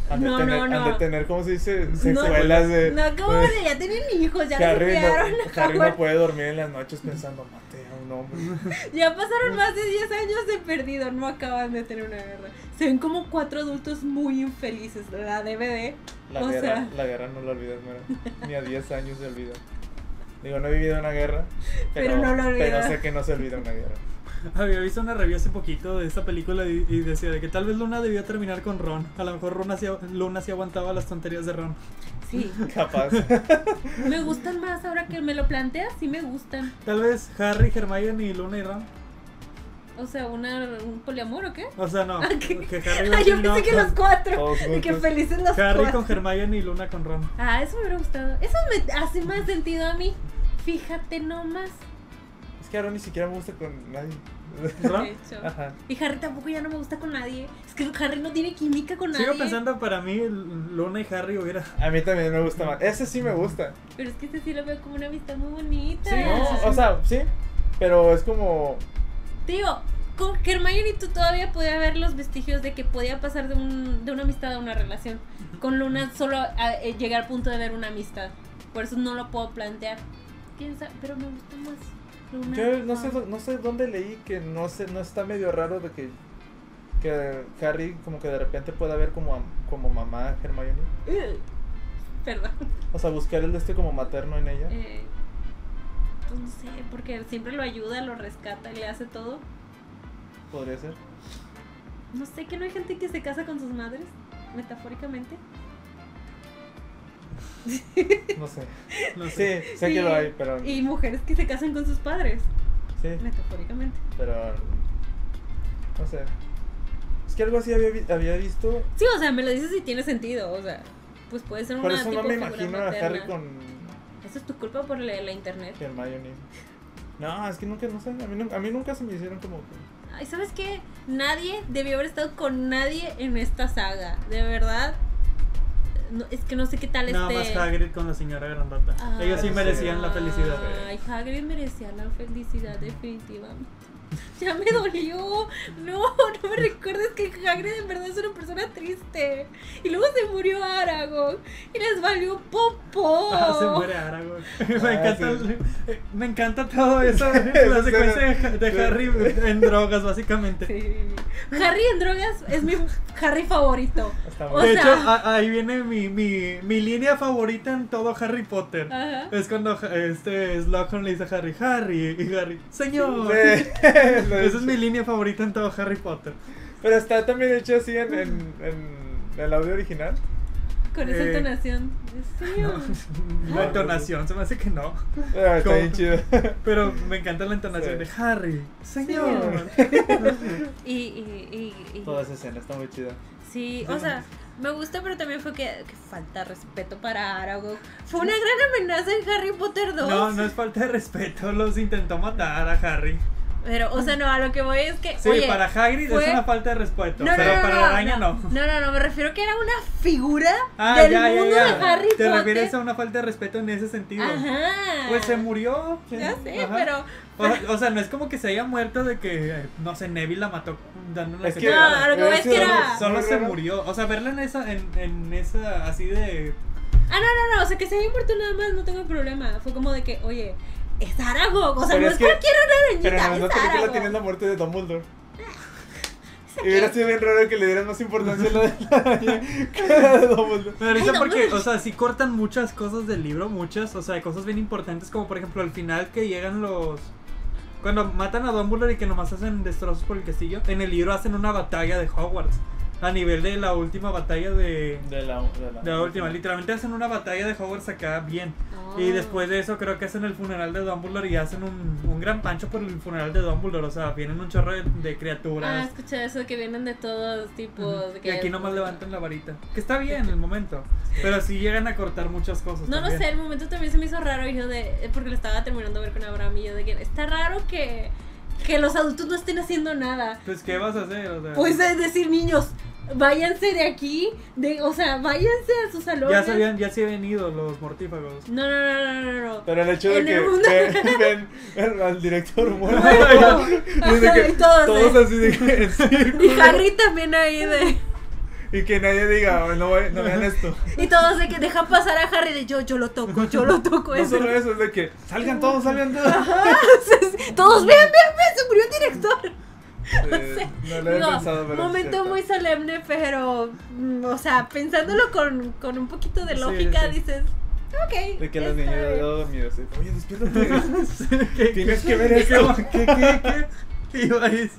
[SPEAKER 1] Han de
[SPEAKER 2] No,
[SPEAKER 1] tener,
[SPEAKER 2] no, no.
[SPEAKER 1] han de tener, ¿cómo se dice?
[SPEAKER 2] No,
[SPEAKER 1] Secuelas de.
[SPEAKER 2] No, ¿cómo
[SPEAKER 1] de-
[SPEAKER 2] que ya tienen hijos, ya los
[SPEAKER 1] Harry,
[SPEAKER 2] criaron
[SPEAKER 1] no,
[SPEAKER 2] a
[SPEAKER 1] Harry no
[SPEAKER 2] Howard.
[SPEAKER 1] puede dormir en las noches pensando, mate a un hombre.
[SPEAKER 2] Ya pasaron más de 10 años de perdido, no acaban de tener una guerra. Se ven como cuatro adultos muy infelices. La DVD.
[SPEAKER 1] La
[SPEAKER 2] O
[SPEAKER 1] guerra,
[SPEAKER 2] sea.
[SPEAKER 1] la guerra no la olvidas, mira. Ni a 10 años se olvida. Digo, no he vivido una guerra, pero,
[SPEAKER 2] Pero no la olvidas.
[SPEAKER 1] pero sé que no se olvida una guerra.
[SPEAKER 3] Había visto una review hace poquito de esta película y, y decía de que tal vez Luna debía terminar con Ron. A lo mejor Ron así- Luna sí aguantaba las tonterías de Ron.
[SPEAKER 2] Sí.
[SPEAKER 1] Capaz.
[SPEAKER 2] Me gustan más ahora que me lo planteas, sí me gustan.
[SPEAKER 3] Tal vez Harry, Hermione y Luna y Ron.
[SPEAKER 2] O sea, una, un poliamor o qué?
[SPEAKER 3] O sea, no.
[SPEAKER 2] Ah, ¿qué?
[SPEAKER 3] Que Harry,
[SPEAKER 2] Ay, yo
[SPEAKER 3] no,
[SPEAKER 2] pensé que los cuatro.
[SPEAKER 1] Todos
[SPEAKER 2] Y que
[SPEAKER 1] juntos.
[SPEAKER 2] felices los
[SPEAKER 3] Harry
[SPEAKER 2] cuatro.
[SPEAKER 3] con Hermione y Luna con Ron.
[SPEAKER 2] Ah, eso me hubiera gustado. Eso me hace más sentido a mí. Fíjate nomás.
[SPEAKER 1] Es que ahora ni siquiera me gusta con nadie.
[SPEAKER 3] ¿Ron?
[SPEAKER 2] De hecho.
[SPEAKER 3] Ah,
[SPEAKER 1] Ajá.
[SPEAKER 2] Y Harry tampoco ya no me gusta con nadie. Es que Harry no tiene química con nadie.
[SPEAKER 3] Sigo pensando para mí Luna y Harry hubiera...
[SPEAKER 1] A mí también me gusta más. Ese sí me gusta.
[SPEAKER 2] Pero es que este sí lo veo como una amistad muy bonita.
[SPEAKER 1] Sí, no, o sea, sí, pero es como
[SPEAKER 2] Te digo, con Hermione tú todavía podía ver los vestigios de que podía pasar de, un, de una amistad a una relación. Con Luna solo a- eh, llegué al punto de ver una amistad. Por eso no lo puedo plantear. ¿Quién sabe? Pero me gusta más Luna.
[SPEAKER 1] yo no sé
[SPEAKER 2] Ah.
[SPEAKER 1] dó- no sé dónde leí que no sé no está medio raro de que que Harry como que de repente pueda ver como a- como mamá a Hermione.
[SPEAKER 2] Ugh. Ah. Perdón.
[SPEAKER 1] O sea, buscar el este como materno en ella.
[SPEAKER 2] Eh, pues no sé, porque siempre lo ayuda, lo rescata, le hace todo.
[SPEAKER 1] Podría ser.
[SPEAKER 2] No sé, que no hay gente que se casa con sus madres, metafóricamente.
[SPEAKER 1] No sé.
[SPEAKER 3] No sé.
[SPEAKER 1] Sí, sé que lo hay, pero
[SPEAKER 2] Y mujeres que se casan con sus padres,
[SPEAKER 1] sí.
[SPEAKER 2] metafóricamente.
[SPEAKER 1] Pero. No sé. Es que algo así había, vi- había visto.
[SPEAKER 2] Sí, o sea, me lo dices si tiene sentido, o sea, pues puede ser una
[SPEAKER 1] Por eso
[SPEAKER 2] tipo
[SPEAKER 1] no me
[SPEAKER 2] figura
[SPEAKER 1] imagino a
[SPEAKER 2] materna.
[SPEAKER 1] Harry con
[SPEAKER 2] Eso es tu culpa por la, la internet.
[SPEAKER 1] Hermione. No, es que nunca, no sé. A mí, nu- a mí nunca se me hicieron como. que-
[SPEAKER 2] Ay, ¿sabes qué? Nadie debió haber estado con nadie en esta saga, de verdad. No, es que no sé qué tal
[SPEAKER 3] Nada
[SPEAKER 2] este...
[SPEAKER 3] más Hagrid con la señora Grandota.
[SPEAKER 2] Ah.
[SPEAKER 3] Ellos sí
[SPEAKER 1] Sí.
[SPEAKER 3] merecían la felicidad.
[SPEAKER 2] Ay, Hagrid merecía la felicidad definitivamente. Ya me dolió. No, no me recuerdes que Hagrid en verdad es una persona triste. Y luego se murió Aragorn y les valió popo.
[SPEAKER 3] Ah, se muere Aragorn. me,
[SPEAKER 1] Ah,
[SPEAKER 3] encanta,
[SPEAKER 1] sí.
[SPEAKER 3] eh, me encanta todo eso. eh, la secuencia de, Ha-
[SPEAKER 1] Sí.
[SPEAKER 3] de Harry en drogas, básicamente.
[SPEAKER 2] Sí. Harry en drogas es mi Harry favorito.
[SPEAKER 1] Hasta
[SPEAKER 2] O
[SPEAKER 1] ahora.
[SPEAKER 3] de
[SPEAKER 2] sea-
[SPEAKER 3] hecho, a- ahí viene mi, mi, mi línea favorita en todo Harry Potter.
[SPEAKER 2] Ajá.
[SPEAKER 3] Es cuando ja- este Slughorn le dice a Harry, Harry, y Harry, señor.
[SPEAKER 1] Sí. Lo he
[SPEAKER 3] Esa
[SPEAKER 1] dicho.
[SPEAKER 3] es mi línea favorita en todo Harry Potter.
[SPEAKER 1] Pero está también hecho así en, en, en el audio original.
[SPEAKER 2] Con esa
[SPEAKER 3] Eh.
[SPEAKER 2] entonación. Señor.
[SPEAKER 3] La entonación, se me hace que no.
[SPEAKER 1] Ah, está
[SPEAKER 3] ¿Cómo?
[SPEAKER 1] bien chido.
[SPEAKER 3] Pero me encanta la entonación
[SPEAKER 1] Sí.
[SPEAKER 3] de Harry, señor.
[SPEAKER 2] Y, y, y, y-
[SPEAKER 1] Toda esa escena está muy chida.
[SPEAKER 2] Sí, o sea, me gusta, pero también fue que, que falta de respeto para Aragorn. Fue una gran amenaza en Harry Potter 2.
[SPEAKER 3] No, no es falta de respeto, los intentó matar a Harry.
[SPEAKER 2] Pero, o sea, no, a lo que voy es que.
[SPEAKER 3] Sí,
[SPEAKER 2] oye,
[SPEAKER 3] para Hagrid
[SPEAKER 2] fue-
[SPEAKER 3] es una falta de respeto, pero para la araña no.
[SPEAKER 2] No, no, no, me refiero que era una figura
[SPEAKER 3] Ah,
[SPEAKER 2] del
[SPEAKER 3] ya, ya,
[SPEAKER 2] mundo
[SPEAKER 3] ya.
[SPEAKER 2] de Harry
[SPEAKER 3] ¿Te
[SPEAKER 2] Potter.
[SPEAKER 3] refieres a una falta de respeto en ese sentido?
[SPEAKER 2] Ajá.
[SPEAKER 3] Pues se murió.
[SPEAKER 2] Ya sé,
[SPEAKER 3] Ajá.
[SPEAKER 2] pero. ah,
[SPEAKER 3] O, sea- o sea, no es como que se haya muerto de que, eh, no sé, Neville la mató dándole
[SPEAKER 1] Es
[SPEAKER 3] una
[SPEAKER 1] que.
[SPEAKER 2] No, a lo que voy es que era-
[SPEAKER 3] Solo se
[SPEAKER 1] murió
[SPEAKER 3] murió. O sea, verla en esa, en, en esa, así de...
[SPEAKER 2] Ah, no, no, no, o sea, que se haya muerto nada más, no tengo problema. Fue como de que, oye, es Aragorn, o sea,
[SPEAKER 1] Pero
[SPEAKER 2] no es,
[SPEAKER 1] es que-
[SPEAKER 2] cualquier
[SPEAKER 1] Pero en
[SPEAKER 2] arañita,
[SPEAKER 1] la
[SPEAKER 2] es
[SPEAKER 1] película
[SPEAKER 2] Aragorn.
[SPEAKER 1] tienes la muerte de Dumbledore. Y hubiera sido bien raro que le dieran más importancia a lo de la araña que a la de Dumbledore.
[SPEAKER 3] Me da risa
[SPEAKER 2] Ay, no,
[SPEAKER 3] porque,
[SPEAKER 2] no.
[SPEAKER 3] o sea, sí cortan muchas cosas del libro, muchas, o sea, cosas bien importantes, como por ejemplo al final que llegan los. Cuando matan a Dumbledore y que nomás hacen destrozos por el castillo, en el libro hacen una batalla de Hogwarts, a nivel de la última batalla de.
[SPEAKER 1] De la, de la,
[SPEAKER 3] De la última, literalmente hacen una batalla de Hogwarts acá bien. Y
[SPEAKER 2] Ah.
[SPEAKER 3] después de eso creo que hacen el funeral de Dumbledore y hacen un, un gran pancho por el funeral de Dumbledore. O sea, vienen un chorro de, de
[SPEAKER 2] Ah,
[SPEAKER 3] criaturas.
[SPEAKER 2] escuché eso, que vienen de todos tipos.
[SPEAKER 3] Ujú.
[SPEAKER 2] Pues, que
[SPEAKER 3] Y aquí nomás levantan la varita. Que está bien en el momento.
[SPEAKER 1] Sí.
[SPEAKER 3] Pero sí llegan a cortar muchas
[SPEAKER 1] Pues
[SPEAKER 3] cosas.
[SPEAKER 2] No lo
[SPEAKER 3] también.
[SPEAKER 2] sé, el momento también se me hizo raro yo de eh, porque lo estaba terminando de ver con Abraham y yo de que está raro que, que los adultos no estén haciendo nada.
[SPEAKER 3] Pues, ¿qué vas a hacer? O
[SPEAKER 1] Ah.
[SPEAKER 3] sea,
[SPEAKER 2] Pues es decir, niños, váyanse de aquí, de, o sea, váyanse a sus salones.
[SPEAKER 3] ya, se habían, ya se habían ido los mortífagos.
[SPEAKER 2] No, no, no, no, no, no.
[SPEAKER 1] Pero el hecho de
[SPEAKER 2] En
[SPEAKER 1] que
[SPEAKER 2] el mundo-
[SPEAKER 1] ven, ven al- al director muerto.
[SPEAKER 2] Muerto.
[SPEAKER 1] Desde
[SPEAKER 2] Ajá,
[SPEAKER 1] que
[SPEAKER 2] y todos,
[SPEAKER 1] todos
[SPEAKER 2] eh.
[SPEAKER 1] así de que en
[SPEAKER 2] Y
[SPEAKER 1] círculo.
[SPEAKER 2] Harry también ahí de...
[SPEAKER 1] Y que nadie diga, "Oh, no, ve- no vean esto.
[SPEAKER 2] Y todos de que dejan pasar a Harry de yo, yo lo toco, yo lo toco.
[SPEAKER 1] No
[SPEAKER 2] eso.
[SPEAKER 1] solo eso, es de que salgan todos, salgan todos.
[SPEAKER 2] Todos, vean, vean, vean, se murió el director.
[SPEAKER 1] Eh, no lo he
[SPEAKER 2] Digo,
[SPEAKER 1] pensado, pero.
[SPEAKER 2] momento muy solemne, pero, mm, o sea, pensándolo con, con un poquito de
[SPEAKER 3] Sí,
[SPEAKER 2] lógica,
[SPEAKER 3] sí.
[SPEAKER 2] dices, ok.
[SPEAKER 1] De que
[SPEAKER 2] está
[SPEAKER 1] los niños
[SPEAKER 2] bien.
[SPEAKER 1] de dormidos. eh, Oye, despiértate.
[SPEAKER 3] ¿Qué-
[SPEAKER 1] Tienes
[SPEAKER 3] qué-
[SPEAKER 1] que ver esto.
[SPEAKER 3] ¿Qué, qué, qué? Y vais.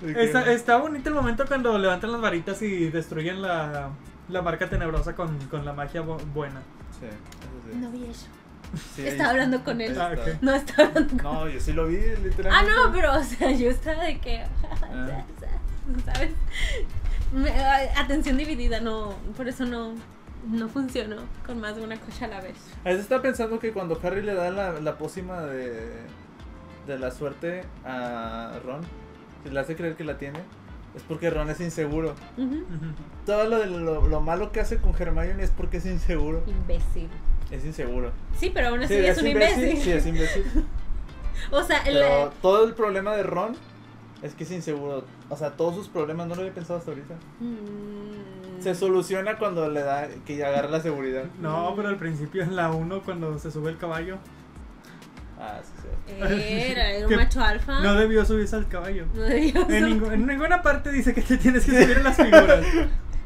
[SPEAKER 1] De que-
[SPEAKER 3] Está, está bonito el momento cuando levantan las varitas y destruyen la, la marca tenebrosa con, con la magia bu- buena.
[SPEAKER 1] Sí, eso sí.
[SPEAKER 2] No vi eso.
[SPEAKER 1] Sí,
[SPEAKER 2] Estaba
[SPEAKER 1] ahí-
[SPEAKER 2] hablando con él.
[SPEAKER 1] ahí
[SPEAKER 3] Ah,
[SPEAKER 1] está.
[SPEAKER 3] ok.
[SPEAKER 2] No estaba hablando con-
[SPEAKER 1] No, yo sí lo vi,
[SPEAKER 2] Ah,
[SPEAKER 1] literalmente.
[SPEAKER 2] no, pero, o sea, yo estaba de que,
[SPEAKER 1] Ah.
[SPEAKER 2] ¿sabes? Me- ay, atención dividida, no, por eso no, no funcionó con más de una cosa a la vez.
[SPEAKER 1] A veces estaba pensando que cuando Harry le da la, la pócima de, de la suerte a Ron, que le hace creer que la tiene, es porque Ron es inseguro.
[SPEAKER 2] Ujú.
[SPEAKER 3] Ujú.
[SPEAKER 1] Todo lo, de- lo, lo malo que hace con Hermione es porque es inseguro.
[SPEAKER 2] Imbécil.
[SPEAKER 1] Es inseguro.
[SPEAKER 2] Sí, pero aún así es un imbécil.
[SPEAKER 1] Sí, es imbécil.
[SPEAKER 2] O sea, el-
[SPEAKER 1] Pero todo el problema de Ron es que es inseguro. O sea, todos sus problemas, no lo había pensado hasta ahorita.
[SPEAKER 2] Mm.
[SPEAKER 1] Se soluciona cuando le da, que ya agarra la seguridad.
[SPEAKER 3] No, pero al principio en la 1 cuando se sube el caballo.
[SPEAKER 1] Ah, sí, sí.
[SPEAKER 2] Era, era un
[SPEAKER 3] Que-
[SPEAKER 2] macho alfa.
[SPEAKER 3] No debió subirse al caballo.
[SPEAKER 2] No debió
[SPEAKER 3] En,
[SPEAKER 2] ser-
[SPEAKER 3] ningú- en ninguna parte dice que te tienes que subir a las figuras.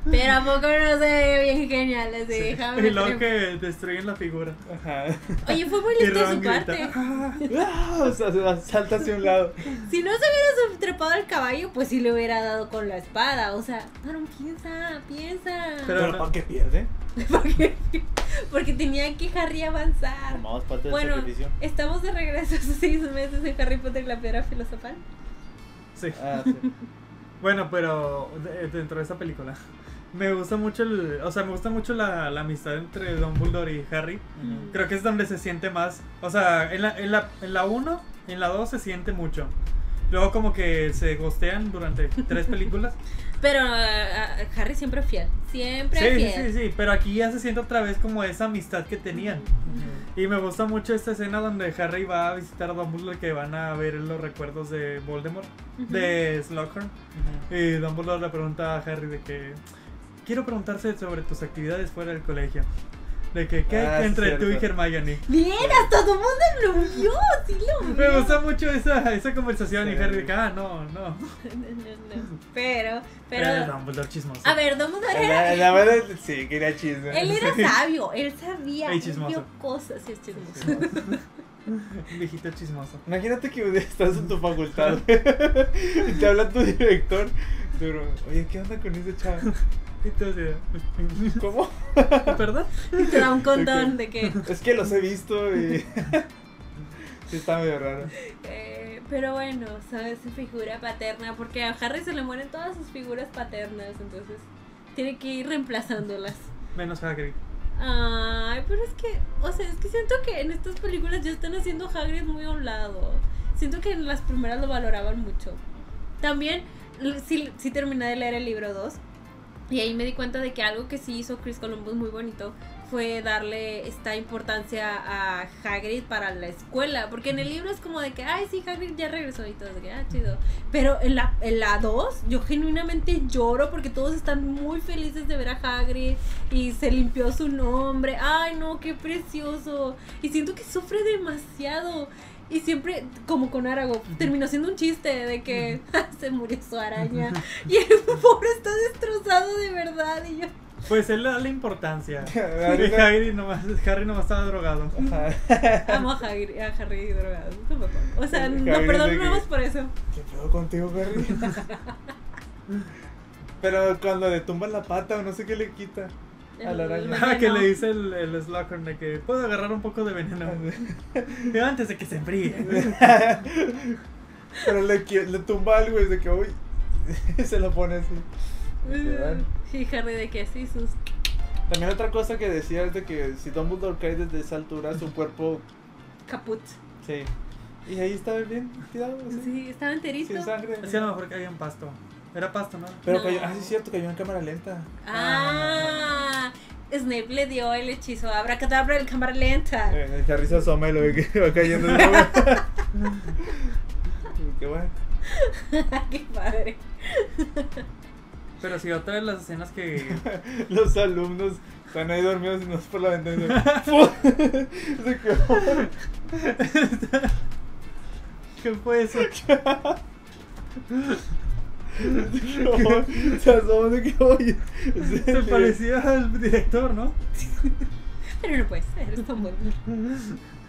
[SPEAKER 2] Pero a poco no se ve bien genial. así, déjame
[SPEAKER 3] Y luego
[SPEAKER 2] trem-
[SPEAKER 3] que destruyen la figura.
[SPEAKER 1] Ajá.
[SPEAKER 2] Oye, fue muy
[SPEAKER 3] Y
[SPEAKER 2] listo de
[SPEAKER 3] Ron
[SPEAKER 2] su
[SPEAKER 3] grita,
[SPEAKER 2] parte.
[SPEAKER 3] "Ah".
[SPEAKER 1] Ah, o sea, se va- salta hacia un lado.
[SPEAKER 2] Si no se hubiera sub- trepado al caballo, pues sí le hubiera dado con la espada. O sea, Aaron, piensa, piensa.
[SPEAKER 3] Pero
[SPEAKER 1] Pero
[SPEAKER 3] no-
[SPEAKER 1] ¿para qué pierde?
[SPEAKER 2] porque, porque tenía que Harry avanzar.
[SPEAKER 1] Formamos parte del
[SPEAKER 2] Ah. Bueno,
[SPEAKER 1] sacrificio.
[SPEAKER 2] estamos de regreso hace seis meses en Harry Potter y la piedra filosofal.
[SPEAKER 3] Sí.
[SPEAKER 1] Ah, sí.
[SPEAKER 3] Bueno, pero de- dentro de esa película. Me gusta mucho el, o sea, me gusta mucho la, la amistad entre Dumbledore y Harry.
[SPEAKER 1] Ujú.
[SPEAKER 3] Creo que es donde se siente más. O sea, en la, en la, en la 1, en la 2 se siente mucho. Luego como que se gostean durante tres películas.
[SPEAKER 2] Pero ah, ah, Harry siempre fiel. Siempre
[SPEAKER 3] sí, sí,
[SPEAKER 2] fiel.
[SPEAKER 3] sí, sí. Pero aquí ya se siente otra vez como esa amistad que tenían. Y me gusta mucho esta escena donde Harry va a visitar a Dumbledore que van a ver los recuerdos de Voldemort,
[SPEAKER 2] Ujú.
[SPEAKER 3] de Slughorn. Y Dumbledore le pregunta a Harry de que quiero preguntarse sobre tus actividades fuera del colegio. De que qué hay
[SPEAKER 1] Ah, sí,
[SPEAKER 3] entre tú y
[SPEAKER 1] cierto.
[SPEAKER 3] Hermione.
[SPEAKER 2] Bien, hasta todo el mundo lo vio, sí lo vio.
[SPEAKER 3] Me gusta mucho esa, esa conversación y
[SPEAKER 1] Sí.
[SPEAKER 3] Harry de que ah, no, no.
[SPEAKER 2] No, no, no. Pero,
[SPEAKER 3] Pero
[SPEAKER 2] pero.
[SPEAKER 3] Dumbledore chismoso.
[SPEAKER 2] A ver, Dumbledore
[SPEAKER 1] La,
[SPEAKER 2] era.
[SPEAKER 1] la verdad, sí, quería chisme.
[SPEAKER 2] Él era sabio, él sabía,
[SPEAKER 3] Y
[SPEAKER 2] él
[SPEAKER 3] chismoso.
[SPEAKER 2] vio cosas y es chismoso.
[SPEAKER 3] Viejito chismoso.
[SPEAKER 1] Imagínate que estás en tu facultad y te habla tu director. Pero, oye, ¿qué onda con ese chavo?
[SPEAKER 3] Y tú así de,
[SPEAKER 1] ¿Cómo?
[SPEAKER 3] ¿Perdón?
[SPEAKER 2] Y te da un condón de que.
[SPEAKER 1] Es que los he visto y. Sí, está medio raro.
[SPEAKER 2] eh, pero bueno, ¿sabes? Su figura paterna, porque a Harry se le mueren todas sus figuras paternas, entonces tiene que ir reemplazándolas.
[SPEAKER 3] Menos Hagrid.
[SPEAKER 2] Ay, pero es que, o sea, es que siento que en estas películas ya están haciendo a Hagrid muy a un lado. Siento que en las primeras lo valoraban mucho. También, l- sí, sí terminé de leer el libro 2 y ahí me di cuenta de que algo que sí hizo Chris Columbus muy bonito fue darle esta importancia a Hagrid para la escuela. Porque en el libro es como de que, ay, sí, Hagrid ya regresó y todo, de que, ah, chido. Pero en la, en la 2 yo genuinamente lloro porque todos están muy felices de ver a Hagrid y se limpió su nombre. Ay, no, qué precioso. Y siento que sufre demasiado. Y siempre, como con Arago, terminó siendo un chiste de que "Ah, se murió su araña. Y el pobre está destrozado de verdad. Y yo,
[SPEAKER 3] Pues él le da la importancia. Y
[SPEAKER 1] Ahorita-
[SPEAKER 3] Harry nomás, Harry nomás estaba drogado.
[SPEAKER 1] Ajá.
[SPEAKER 2] amo a Harry, a Harry drogado. tampoco. O sea,
[SPEAKER 1] Harry
[SPEAKER 2] no
[SPEAKER 1] de
[SPEAKER 2] perdonamos
[SPEAKER 1] que-
[SPEAKER 2] por eso.
[SPEAKER 1] ¿Qué pedo contigo, Harry? Pero cuando le tumban la pata o no sé qué le quita. A la araña.
[SPEAKER 2] El
[SPEAKER 3] que
[SPEAKER 2] veneno.
[SPEAKER 3] le dice el, el Slughorn de que puedo agarrar un poco de veneno Pero antes de que se enfríe.
[SPEAKER 1] Pero le, qui- le tumba algo y de que, uy, se lo pone así.
[SPEAKER 2] Y Harry de que sí, sus.
[SPEAKER 1] También otra cosa que decía es de que si Dumbledore cae desde esa altura, su cuerpo,
[SPEAKER 2] Caput.
[SPEAKER 1] sí. Y ahí estaba bien tirado, así,
[SPEAKER 2] Sí, estaba enterito.
[SPEAKER 1] sin sangre.
[SPEAKER 3] Así a lo mejor caía en pasto. Era pasto, ¿no?
[SPEAKER 1] Pero
[SPEAKER 2] No.
[SPEAKER 1] cayó, ah, sí es cierto, cayó en cámara lenta.
[SPEAKER 2] Ah, Snape le dio el hechizo. Abracadabra en cámara lenta.
[SPEAKER 1] Eh, el Harry se asoma y lo ve que va cayendo. de nuevo. Y Qué bueno.
[SPEAKER 2] Qué padre.
[SPEAKER 3] Pero sí, otra de las escenas que.
[SPEAKER 1] Los alumnos están ahí dormidos y nos por la ventana. y dicen, "Fu". Se quedó.
[SPEAKER 3] ¿Qué fue eso?
[SPEAKER 1] Se asoma de que oye.
[SPEAKER 3] Se parecía al director, ¿no?
[SPEAKER 2] Pero no puede ser, es tan bueno.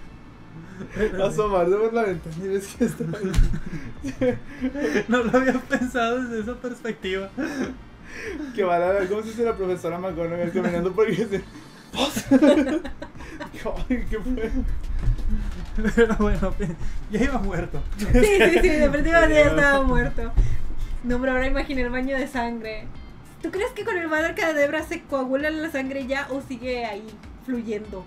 [SPEAKER 1] Asomarse por la ventana y ves que está ahí.
[SPEAKER 3] No lo había pensado desde esa perspectiva.
[SPEAKER 1] Que va a la, ¿cómo se dice la profesora McGonagall caminando por ahí? y dice, "Pos". Ay, qué fue.
[SPEAKER 3] Pero bueno, ya iba muerto.
[SPEAKER 2] Sí, sí, sí, definitivamente ya estaba muerto. No, pero ahora imagina el baño de sangre. ¿Tú crees que con el Madre Cadebra se coagula la sangre ya o sigue ahí fluyendo?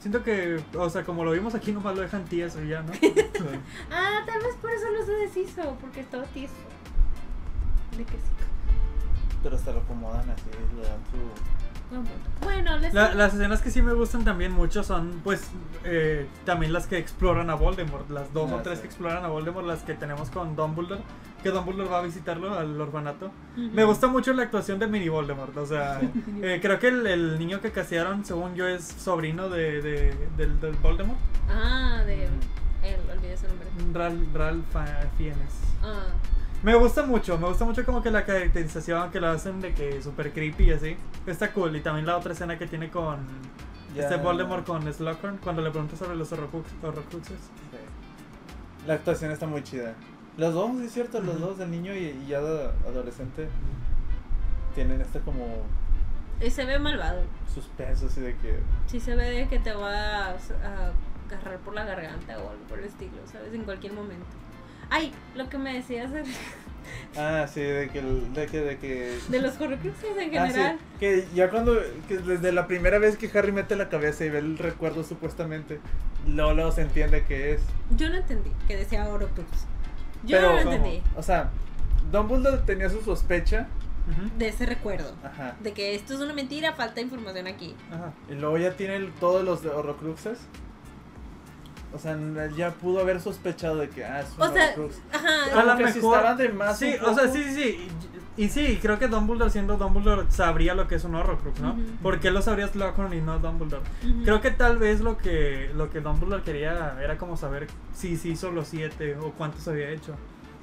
[SPEAKER 3] Siento que, o sea, como lo vimos aquí, nomás lo dejan tieso y ya, ¿no?
[SPEAKER 2] Ah, tal vez por eso no se deshizo, porque estaba tieso. De que sí.
[SPEAKER 1] Pero hasta lo acomodan así, le dan su.
[SPEAKER 2] Bueno, Bueno, les
[SPEAKER 3] La- las escenas que sí me gustan también mucho son, pues, eh, también las que exploran a Voldemort. Las dos
[SPEAKER 1] Ah,
[SPEAKER 3] o tres
[SPEAKER 1] sí.
[SPEAKER 3] que exploran a Voldemort, las que tenemos con Dumbledore. Que Dumbledore va a visitarlo al orfanato.
[SPEAKER 2] Ujú.
[SPEAKER 3] Me gusta mucho la actuación de Mini Voldemort. O sea, eh, creo que el, el niño que casearon, según yo, es sobrino de, de- del, del Voldemort.
[SPEAKER 2] Ah, de él, olvidé su nombre.
[SPEAKER 3] Ral- Ralph eh, Fiennes.
[SPEAKER 2] Ah,
[SPEAKER 3] Me gusta mucho, me gusta mucho como que la caracterización que lo hacen de que super creepy y así. Está cool. Y también la otra escena que tiene con
[SPEAKER 1] Ya-
[SPEAKER 3] Este Voldemort con Slughorn cuando le pregunta sobre los Horrocrux- Horrocruxes.
[SPEAKER 1] Sí. La actuación está muy chida. Los dos, sí es cierto, los
[SPEAKER 3] Ujú.
[SPEAKER 1] dos, el niño y, y ya de adolescente, tienen este como
[SPEAKER 2] y se ve malvado.
[SPEAKER 1] suspenso así de que.
[SPEAKER 2] Sí se ve de que te va a, a agarrar por la garganta o algo por el estilo, ¿sabes? En cualquier momento. Ay, lo que me decías de,
[SPEAKER 1] Ah, sí, de que. el- De que, de que
[SPEAKER 2] de los
[SPEAKER 1] Ah,
[SPEAKER 2] horrocruxes en
[SPEAKER 1] sí,
[SPEAKER 2] Este general.
[SPEAKER 1] que ya cuando, que desde la primera vez que Harry mete la cabeza y ve el recuerdo supuestamente, luego, luego se entiende que es.
[SPEAKER 2] Yo no entendí que decía horrocrux. Yo
[SPEAKER 1] Pero,
[SPEAKER 2] no lo
[SPEAKER 1] ¿cómo?
[SPEAKER 2] entendí
[SPEAKER 1] O sea, Dumbledore tenía su sospecha.
[SPEAKER 2] de ese recuerdo.
[SPEAKER 1] Ajá.
[SPEAKER 2] De que esto es una mentira, falta información aquí.
[SPEAKER 3] Ajá.
[SPEAKER 1] Y luego ya tiene el- todos los horrocruxes. O sea, n- ya pudo haber sospechado de que, ah, es un
[SPEAKER 2] O sea,
[SPEAKER 1] horrocrux.
[SPEAKER 2] ajá.
[SPEAKER 1] Como
[SPEAKER 3] A lo
[SPEAKER 1] que si
[SPEAKER 3] mejor-
[SPEAKER 1] estaban de más
[SPEAKER 3] Sí,
[SPEAKER 1] un
[SPEAKER 3] o sea,
[SPEAKER 1] poco.
[SPEAKER 3] sí, sí, sí. Y y sí, creo que Dumbledore siendo Dumbledore sabría lo que es un Horrocrux, ¿no?
[SPEAKER 2] Ujú.
[SPEAKER 3] ¿Por qué lo sabría Slughorn y no Dumbledore?
[SPEAKER 2] ujú.
[SPEAKER 3] Creo que tal vez lo que, lo que Dumbledore quería era como saber si se hizo los siete o cuántos había hecho.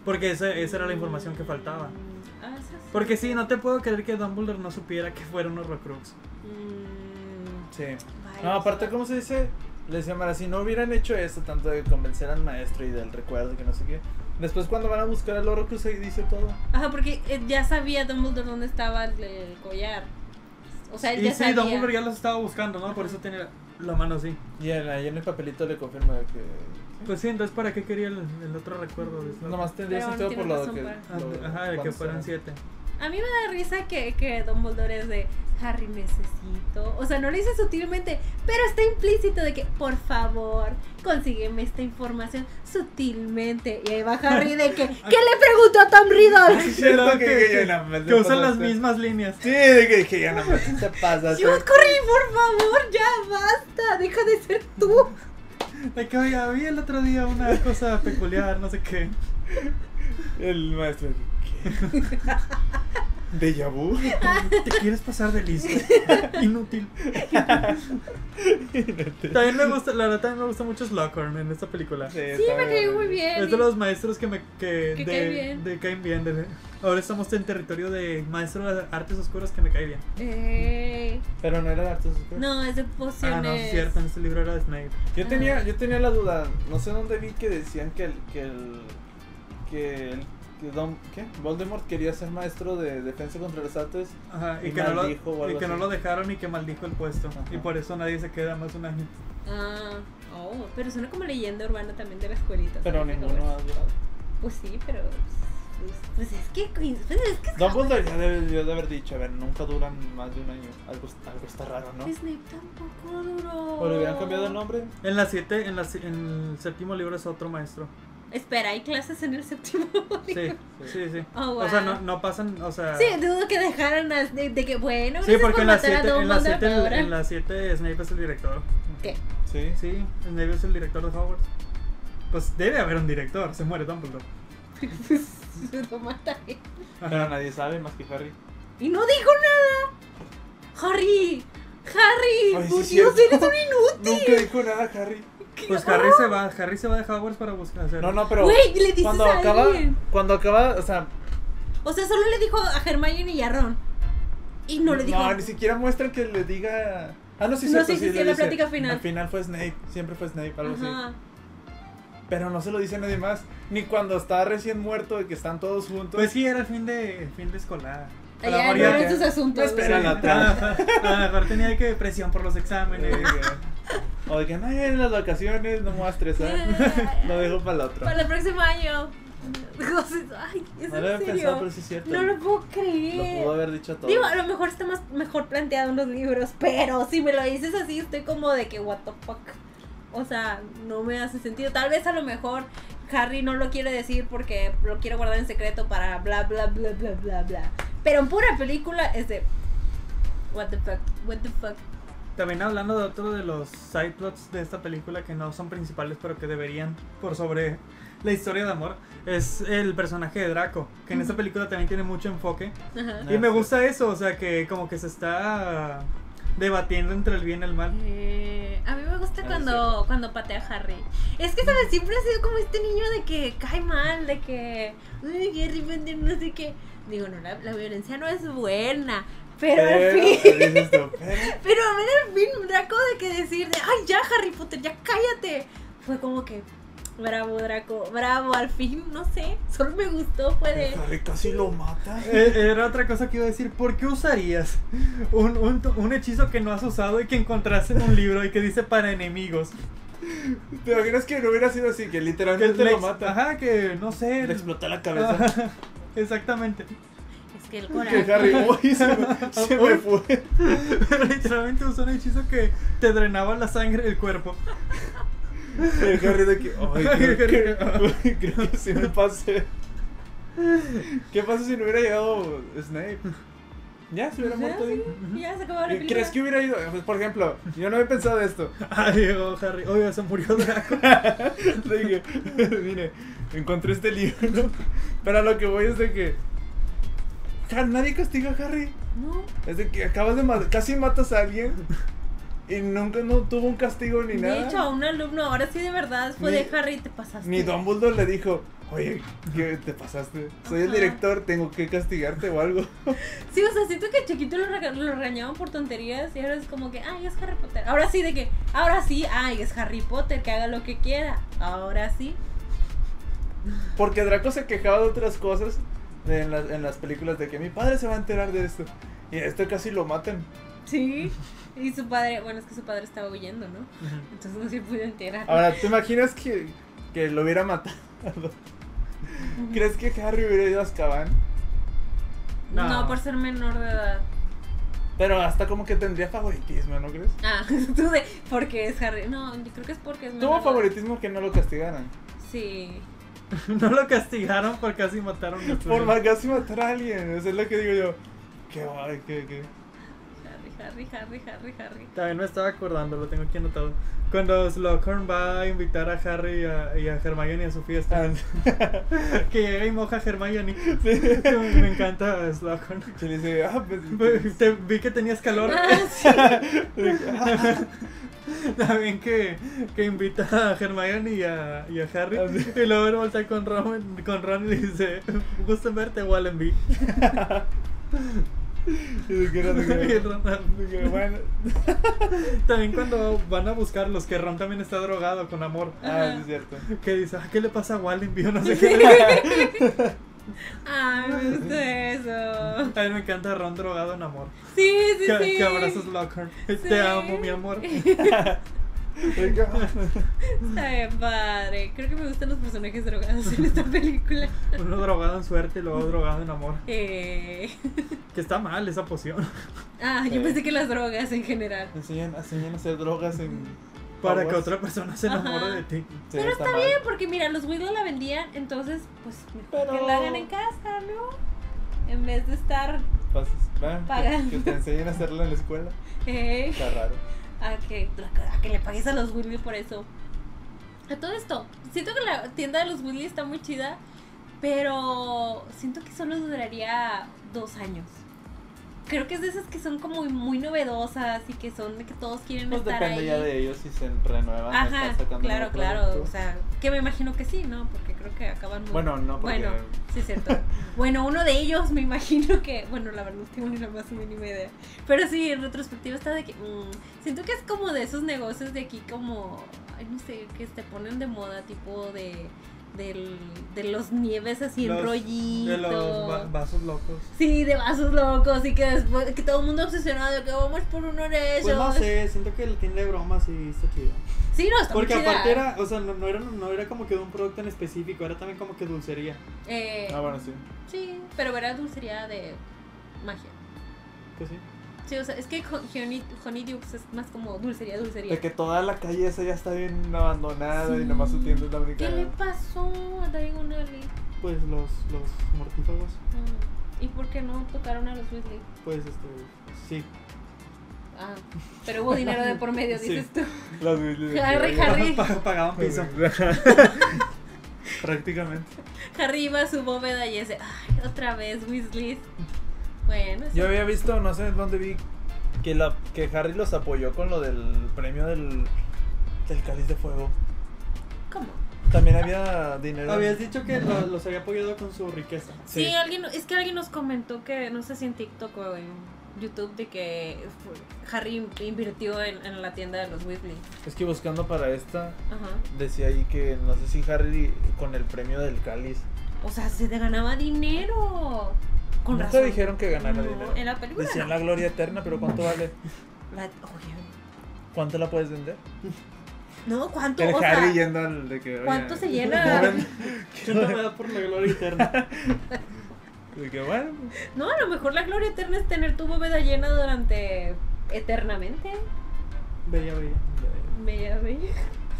[SPEAKER 3] Porque ese- esa era la información que faltaba.
[SPEAKER 2] Mm, ah, eso sí.
[SPEAKER 3] Porque sí, no te puedo creer que Dumbledore no supiera que fuera un Horrocrux.
[SPEAKER 2] Mm,
[SPEAKER 1] Sí.
[SPEAKER 2] vaya,
[SPEAKER 1] No, aparte,
[SPEAKER 2] chaval.
[SPEAKER 1] ¿cómo se dice? Les llamará, si no hubieran hecho eso, tanto de convencer al maestro y del recuerdo y que no sé qué. Después cuando van a buscar al horrocrux ahí dice todo.
[SPEAKER 2] Ajá, porque eh, ya sabía Dumbledore dónde estaba el, el collar. O sea, él
[SPEAKER 3] Y
[SPEAKER 2] ya
[SPEAKER 3] sí,
[SPEAKER 2] sabía.
[SPEAKER 3] Dumbledore ya los estaba buscando, ¿no? Por eso tiene la mano así.
[SPEAKER 1] Y en, ahí en el papelito le confirma que...
[SPEAKER 3] Pues sí, entonces ¿para qué quería el, el otro recuerdo?
[SPEAKER 4] pues,
[SPEAKER 3] de Snow? Ah,
[SPEAKER 1] Nomás tendría
[SPEAKER 2] Pero no
[SPEAKER 1] sentido por
[SPEAKER 2] tiene
[SPEAKER 1] lo
[SPEAKER 2] razón
[SPEAKER 1] que...
[SPEAKER 2] para-
[SPEAKER 1] lo-
[SPEAKER 3] Ajá, de que
[SPEAKER 1] cuando
[SPEAKER 3] fueran
[SPEAKER 1] sea.
[SPEAKER 3] siete.
[SPEAKER 2] A mí me da risa que, que Dumbledore es de Harry necesito. O sea, no lo dice sutilmente, pero está implícito de que, por favor, consígueme esta información sutilmente. Y ahí va Harry de que, ¿qué le preguntó a Tom Riddle?
[SPEAKER 1] Sí, cierto
[SPEAKER 3] Claro
[SPEAKER 1] que- que yo nada más
[SPEAKER 3] que
[SPEAKER 1] le
[SPEAKER 3] usan
[SPEAKER 1] pongo
[SPEAKER 3] las
[SPEAKER 1] este.
[SPEAKER 3] mismas líneas.
[SPEAKER 1] Sí, de que dije, ya nomás te pasas.
[SPEAKER 2] Hugh Curry, por favor, ya basta, deja de ser tú.
[SPEAKER 3] De que, oye, vi el otro día una cosa peculiar, no sé qué.
[SPEAKER 1] El maestro. ¿qué? Deja vu.
[SPEAKER 3] Te quieres pasar de listo. Inútil. También me gusta, la verdad también me gusta mucho Slughorn en esta película.
[SPEAKER 2] Sí, me cayó muy bien.
[SPEAKER 3] Es de los maestros que me que,
[SPEAKER 2] Que
[SPEAKER 3] de,
[SPEAKER 2] caen bien.
[SPEAKER 3] de caen bien. de- ahora estamos en territorio de maestro de artes oscuras que me cae bien.
[SPEAKER 2] Ey.
[SPEAKER 1] Pero no era de artes oscuras.
[SPEAKER 2] Eh, No, es de pociones.
[SPEAKER 3] Ah, no, es cierto, en este libro era de Snape.
[SPEAKER 2] Ah.
[SPEAKER 4] Yo tenía, yo tenía la duda, no sé dónde vi que decían que el, que el, que el, que Dom- ¿qué? Voldemort quería ser maestro de defensa contra las artes.
[SPEAKER 3] Ajá, y,
[SPEAKER 4] Y
[SPEAKER 3] que, no lo,
[SPEAKER 4] maldijo o algo
[SPEAKER 3] y que no
[SPEAKER 4] así.
[SPEAKER 3] lo dejaron y que maldijo el puesto.
[SPEAKER 4] Ajá.
[SPEAKER 3] Y por eso nadie se queda más un año.
[SPEAKER 2] Ah, oh, pero suena como leyenda urbana también de la escuelita.
[SPEAKER 4] Pero
[SPEAKER 2] ¿sabes?
[SPEAKER 4] ninguno ha durado.
[SPEAKER 2] Pues sí, pero. Pues, pues es que. Pues es que.
[SPEAKER 4] Dumbledore ya debió de haber dicho, a ver, nunca duran más de un año. Algo, algo está raro, ¿no?
[SPEAKER 2] Snape tampoco duró.
[SPEAKER 4] ¿O le hubieran cambiado el nombre?
[SPEAKER 3] En la siete, en, la, si- en el séptimo libro es otro maestro.
[SPEAKER 2] Espera, hay clases en el séptimo.
[SPEAKER 3] Sí, sí, sí.
[SPEAKER 2] Oh,
[SPEAKER 3] O sea,
[SPEAKER 2] wow.
[SPEAKER 3] no, no pasan, o sea...
[SPEAKER 2] Sí, dudo que dejaran a Snape de que bueno.
[SPEAKER 3] Sí,
[SPEAKER 2] gracias
[SPEAKER 3] porque
[SPEAKER 2] por
[SPEAKER 3] en la
[SPEAKER 2] matar
[SPEAKER 3] 7
[SPEAKER 2] a
[SPEAKER 3] en la
[SPEAKER 2] Dumbledore,
[SPEAKER 3] siete-
[SPEAKER 2] pero ahora-
[SPEAKER 3] en la siete Snape es el director.
[SPEAKER 2] ¿Qué?
[SPEAKER 4] Sí.
[SPEAKER 3] Sí, Snape es el director de Hogwarts. Pues debe haber un director, se muere Dumbledore.
[SPEAKER 2] Pues, lo mataré.
[SPEAKER 4] Pero nadie sabe más que Harry.
[SPEAKER 2] Y no dijo nada. Harry, Harry,
[SPEAKER 4] Ay, sí
[SPEAKER 2] por
[SPEAKER 4] es
[SPEAKER 2] Dios,
[SPEAKER 4] cierto.
[SPEAKER 2] eres un inútil.
[SPEAKER 4] Nunca dijo nada Harry.
[SPEAKER 3] Pues Harry se va, Harry se va de Hogwarts para buscar hacer.
[SPEAKER 1] No, no, pero.
[SPEAKER 2] Güey, le dices
[SPEAKER 1] cuando
[SPEAKER 2] a
[SPEAKER 1] acaba.
[SPEAKER 2] alguien.
[SPEAKER 1] Cuando acaba, o sea.
[SPEAKER 2] O sea, solo le dijo a Hermione y a Ron. Y no le dijo.
[SPEAKER 1] ni siquiera muestra que le diga. Ah, no, sí,
[SPEAKER 2] No,
[SPEAKER 1] cierto,
[SPEAKER 2] sí, sí,
[SPEAKER 1] le
[SPEAKER 2] sí, la
[SPEAKER 1] dice.
[SPEAKER 2] plática final.
[SPEAKER 1] Al final fue Snape, siempre fue Snape, algo así.
[SPEAKER 2] Ajá.
[SPEAKER 1] Pero no se lo dice a nadie más. Ni cuando está recién muerto, de que están todos juntos.
[SPEAKER 3] Pues sí, era el fin de, fin de escolar. A lo
[SPEAKER 2] Allá
[SPEAKER 3] mejor
[SPEAKER 2] no
[SPEAKER 3] ya-
[SPEAKER 2] eran sus asuntos.
[SPEAKER 1] No, espera,
[SPEAKER 2] güey.
[SPEAKER 3] Sí,
[SPEAKER 1] la
[SPEAKER 3] a a lo mejor tenía que presión por los exámenes.
[SPEAKER 1] O de que no, en las vacaciones no me voy a estresar.
[SPEAKER 2] Yeah.
[SPEAKER 1] lo dejo para la otra.
[SPEAKER 2] Para el próximo año. Ay, es
[SPEAKER 1] No
[SPEAKER 2] en
[SPEAKER 1] lo había
[SPEAKER 2] serio.
[SPEAKER 1] pensado, pero sí es cierto.
[SPEAKER 2] No lo puedo
[SPEAKER 1] Lo pudo
[SPEAKER 2] creer.
[SPEAKER 1] haber dicho todo.
[SPEAKER 2] Digo, a lo mejor está más mejor planteado en los libros, pero si me lo dices así, estoy como de que what the fuck. O sea, no me hace sentido. Tal vez a lo mejor Harry no lo quiere decir porque lo quiere guardar en secreto para bla bla bla bla bla bla. Pero en pura película es de what the fuck, what the fuck.
[SPEAKER 3] También hablando de otro de los side plots de esta película que no son principales pero que deberían por sobre la historia de amor, es el personaje de Draco, que en esta
[SPEAKER 2] Ujú.
[SPEAKER 3] película también tiene mucho enfoque.
[SPEAKER 2] Ajá.
[SPEAKER 1] No.
[SPEAKER 3] Y me gusta eso, o sea que como que se está debatiendo entre el bien y el mal.
[SPEAKER 2] Eh, a mí me gusta
[SPEAKER 1] Ah,
[SPEAKER 2] cuando, cuando patea a Harry. Es que, ¿sabes? Siempre ha sido como este niño de que cae mal, de que. Uy, que repente no sé qué. Digo, no, la, la violencia no es buena. Pero al fin.
[SPEAKER 1] dices tú, pero-
[SPEAKER 2] Pero a ver, al fin, Draco, de que decir de. ¡Ay, ya, Harry Potter, ya cállate! Fue como que. Bravo, Draco, bravo, al fin, no sé. Solo me gustó, fue de.
[SPEAKER 1] Harry casi lo mata.
[SPEAKER 3] Eh, Era otra cosa que iba a decir, ¿por qué usarías un, un- un hechizo que no has usado y que encontraste en un libro y que dice para enemigos?
[SPEAKER 1] ¿Te imaginas que no hubiera sido así? Que
[SPEAKER 3] Que
[SPEAKER 1] literalmente
[SPEAKER 3] le
[SPEAKER 1] lo
[SPEAKER 3] ex-
[SPEAKER 1] mata.
[SPEAKER 3] Ajá, que no sé.
[SPEAKER 1] Le explota la cabeza.
[SPEAKER 3] Exactamente.
[SPEAKER 2] Es que el
[SPEAKER 1] Que
[SPEAKER 2] coraje.
[SPEAKER 1] Harry, "Oh, uy, se me, se me fue.
[SPEAKER 3] Literalmente usó un hechizo que te drenaba la sangre del cuerpo.
[SPEAKER 1] El Harry de que, ay, creo que, creo que sí me pasé. ¿Qué pasa si no hubiera llegado Snape? Ya, se hubiera
[SPEAKER 2] Ya,
[SPEAKER 1] muerto ahí.
[SPEAKER 2] sí, ya se acabó la
[SPEAKER 1] ¿Y
[SPEAKER 2] película.
[SPEAKER 1] ¿Crees que hubiera ido? Eh, pues, Por ejemplo, yo no había pensado esto.
[SPEAKER 3] Adiós, Harry. Oye, se murió Draco.
[SPEAKER 1] Le dije, mire, encontré este libro. Pero a lo que voy es de que. ja, Nadie castiga a Harry.
[SPEAKER 2] No.
[SPEAKER 1] Es de que acabas de matar, casi matas a alguien. Y nunca no tuvo un castigo ni nada.
[SPEAKER 2] De hecho, a un alumno, ahora sí de verdad, fue
[SPEAKER 1] Ni-
[SPEAKER 2] de Harry, te pasaste.
[SPEAKER 1] Ni Dumbledore le dijo, oye, ¿qué te pasaste? Soy el
[SPEAKER 2] Ajá.
[SPEAKER 1] director, tengo que castigarte o algo.
[SPEAKER 2] Sí, o sea, siento que chiquito lo, rega- lo regañaban por tonterías y ahora es como que, ay, es Harry Potter. Ahora sí, de que, ahora sí, ay, es Harry Potter, que haga lo que quiera. Ahora sí.
[SPEAKER 1] Porque Draco se quejaba de otras cosas en las, en las películas de que mi padre se va a enterar de esto. Y a este casi lo matan.
[SPEAKER 2] Sí. Y su padre, bueno, es que su padre estaba huyendo, ¿no? Entonces no se pudo enterar.
[SPEAKER 1] Ahora, ¿te imaginas que, que lo hubiera matado? ¿Crees que Harry hubiera ido a Azkaban?
[SPEAKER 2] no.
[SPEAKER 3] No.
[SPEAKER 2] por ser menor de edad.
[SPEAKER 1] Pero hasta como que tendría favoritismo, ¿no crees?
[SPEAKER 2] Ah, tú de, porque es Harry. No, yo creo que es porque es menor. de
[SPEAKER 1] Tuvo
[SPEAKER 2] edad.
[SPEAKER 1] favoritismo que no lo castigaran.
[SPEAKER 2] Sí.
[SPEAKER 3] No lo castigaron por casi mataron a
[SPEAKER 1] Por
[SPEAKER 3] Draco.
[SPEAKER 1] ma- casi matar a alguien. Eso es lo que digo yo. Qué guay, qué, qué.
[SPEAKER 2] Harry. Harry, Harry, Harry, Harry.
[SPEAKER 3] También me estaba acordando, lo tengo aquí anotado. Cuando Slughorn va a invitar a Harry y a, y a Hermione a su fiesta. que llega y moja a Hermione. me encanta Slughorn.
[SPEAKER 1] Que le dice, ah, pues.
[SPEAKER 3] Te- vi que tenías calor.
[SPEAKER 2] Ah, sí.
[SPEAKER 3] También que, que invita a Hermione y a, y a Harry. Y luego él voltea con Ron, con Ron y le dice: Gusto en verte, Wallenby.
[SPEAKER 1] y se queda de que-
[SPEAKER 3] Y Ron, ah,
[SPEAKER 1] de que, bueno.
[SPEAKER 3] También cuando van a buscarlos, que Ron también está drogado con amor.
[SPEAKER 1] Ah, sí, es cierto.
[SPEAKER 3] Que dice: ah, ¿Qué le pasa a Wallenby? O no sé qué. le-
[SPEAKER 2] Ay, Ah, me gusta eso.
[SPEAKER 3] A mí me encanta Ron drogado en amor.
[SPEAKER 2] Sí, sí,
[SPEAKER 3] Que,
[SPEAKER 2] sí.
[SPEAKER 3] que abrazas Lockhart.
[SPEAKER 2] Sí.
[SPEAKER 3] Te amo, mi amor.
[SPEAKER 1] De que, ah,
[SPEAKER 2] Está bien padre. Creo que me gustan los personajes drogados en esta película.
[SPEAKER 3] Uno drogado en suerte y luego drogado en amor.
[SPEAKER 2] Eh,
[SPEAKER 3] Que está mal esa poción.
[SPEAKER 2] Ah,
[SPEAKER 1] Sí.
[SPEAKER 2] yo pensé que las drogas en general.
[SPEAKER 1] Enseñan, enseñan a hacer drogas en.
[SPEAKER 3] Para que
[SPEAKER 1] Hogwarts.
[SPEAKER 3] otra persona se enamore
[SPEAKER 2] Ajá.
[SPEAKER 3] de ti.
[SPEAKER 1] Sí,
[SPEAKER 2] Pero está
[SPEAKER 1] mal.
[SPEAKER 2] bien, porque mira, los Wiggles la vendían, entonces, pues, mejor
[SPEAKER 1] Pero-
[SPEAKER 2] que la hagan en casa, ¿no? En vez de estar,
[SPEAKER 1] Pases, va, que-
[SPEAKER 2] Pagan.
[SPEAKER 1] Que, te enseñen a hacerlo en la escuela.
[SPEAKER 2] eh,
[SPEAKER 1] Está raro.
[SPEAKER 2] a que, a que le pagues a los Weasley por eso. A todo esto, siento que la tienda de los Weasley está muy chida, pero siento que solo duraría dos años. Creo que es de esas que son como muy novedosas y que son de que todos quieren
[SPEAKER 1] Pues
[SPEAKER 2] estar
[SPEAKER 1] depende
[SPEAKER 2] ahí.
[SPEAKER 1] ya de ellos si se renuevan. o
[SPEAKER 2] Ajá,
[SPEAKER 1] están sacando
[SPEAKER 2] claro,
[SPEAKER 1] nuevos
[SPEAKER 2] claro. O
[SPEAKER 1] productos.
[SPEAKER 2] sea, que me imagino que sí, ¿no? Porque creo que acaban muy...
[SPEAKER 1] Bueno, no, porque.
[SPEAKER 2] Bueno, sí es cierto. Bueno, uno de ellos me imagino que, bueno, la verdad no tengo ni la más mínima idea. Pero sí, en retrospectiva está de que mm, siento que es como de esos negocios de aquí como, ay, no sé, que se ponen de moda, tipo de del- de los nieves así en
[SPEAKER 3] Los-
[SPEAKER 2] rollito.
[SPEAKER 3] De los va- vasos locos.
[SPEAKER 2] Sí, de vasos locos y que después que todo el mundo obsesionado de que vamos por uno de ellos.
[SPEAKER 5] Pues no sé, siento que la tienda de bromas sí está chida.
[SPEAKER 2] Sí, no, está muy
[SPEAKER 5] Porque
[SPEAKER 2] chida.
[SPEAKER 5] aparte era, o sea, no, no era, no era como que de un producto en específico, era también como que dulcería.
[SPEAKER 2] Eh,
[SPEAKER 1] Ah, bueno, sí.
[SPEAKER 2] Sí, pero era dulcería de magia.
[SPEAKER 5] Pues sí.
[SPEAKER 2] Sí, o sea, es que Ho- Honey, Honey Dukes es más como dulcería, dulcería.
[SPEAKER 1] De que toda la calle esa ya está bien abandonada y
[SPEAKER 2] Sí.
[SPEAKER 1] nomás su tienda es la única.
[SPEAKER 2] ¿Qué le pasó a Diagon Alley?
[SPEAKER 5] Pues los, los mortífagos,
[SPEAKER 2] Mm, ¿Y por qué no tocaron a los Weasley?
[SPEAKER 5] pues este, sí.
[SPEAKER 2] Ah, pero hubo dinero de por medio,
[SPEAKER 5] Sí.
[SPEAKER 2] dices tú.
[SPEAKER 1] Las Weasley de
[SPEAKER 2] Harry,
[SPEAKER 1] que-
[SPEAKER 2] Harry,
[SPEAKER 3] Pa- Pagaban piso.
[SPEAKER 1] Prácticamente.
[SPEAKER 2] Harry iba a su bóveda y ese, ay, otra vez Weasley. Bueno, sí.
[SPEAKER 1] Yo había visto, no sé en dónde vi, que, la, que Harry los apoyó con lo del premio del, del cáliz de fuego.
[SPEAKER 2] ¿cómo?
[SPEAKER 1] También había dinero.
[SPEAKER 5] Habías dicho que lo- los había apoyado con su riqueza.
[SPEAKER 2] Sí, alguien, es que alguien nos comentó que, no sé si en TikTok o en YouTube, de que fue- Harry invirtió en, en la tienda de los Weasley.
[SPEAKER 1] Es que buscando para esta,
[SPEAKER 2] Ajá.
[SPEAKER 1] decía ahí que no sé si Harry con el premio del cáliz.
[SPEAKER 2] O sea, se te ganaba dinero. Con
[SPEAKER 1] Nunca
[SPEAKER 2] razón.
[SPEAKER 1] dijeron que ganara
[SPEAKER 2] No,
[SPEAKER 1] dinero.
[SPEAKER 2] En la película.
[SPEAKER 1] Decían
[SPEAKER 2] no.
[SPEAKER 1] la gloria eterna, pero ¿cuánto vale?
[SPEAKER 2] La- oye,
[SPEAKER 1] ¿Cuánto la puedes vender?
[SPEAKER 2] no, ¿cuánto?
[SPEAKER 1] El
[SPEAKER 2] O sea,
[SPEAKER 1] Harry yendo al de que. oye, pues,
[SPEAKER 2] ¿cuánto se llena?
[SPEAKER 1] joven,
[SPEAKER 5] Yo no me da por la gloria eterna.
[SPEAKER 1] De que bueno. pues,
[SPEAKER 2] no, a lo mejor la gloria eterna es tener tu bóveda llena durante eternamente.
[SPEAKER 5] Bella, bella,
[SPEAKER 2] Bella, bella.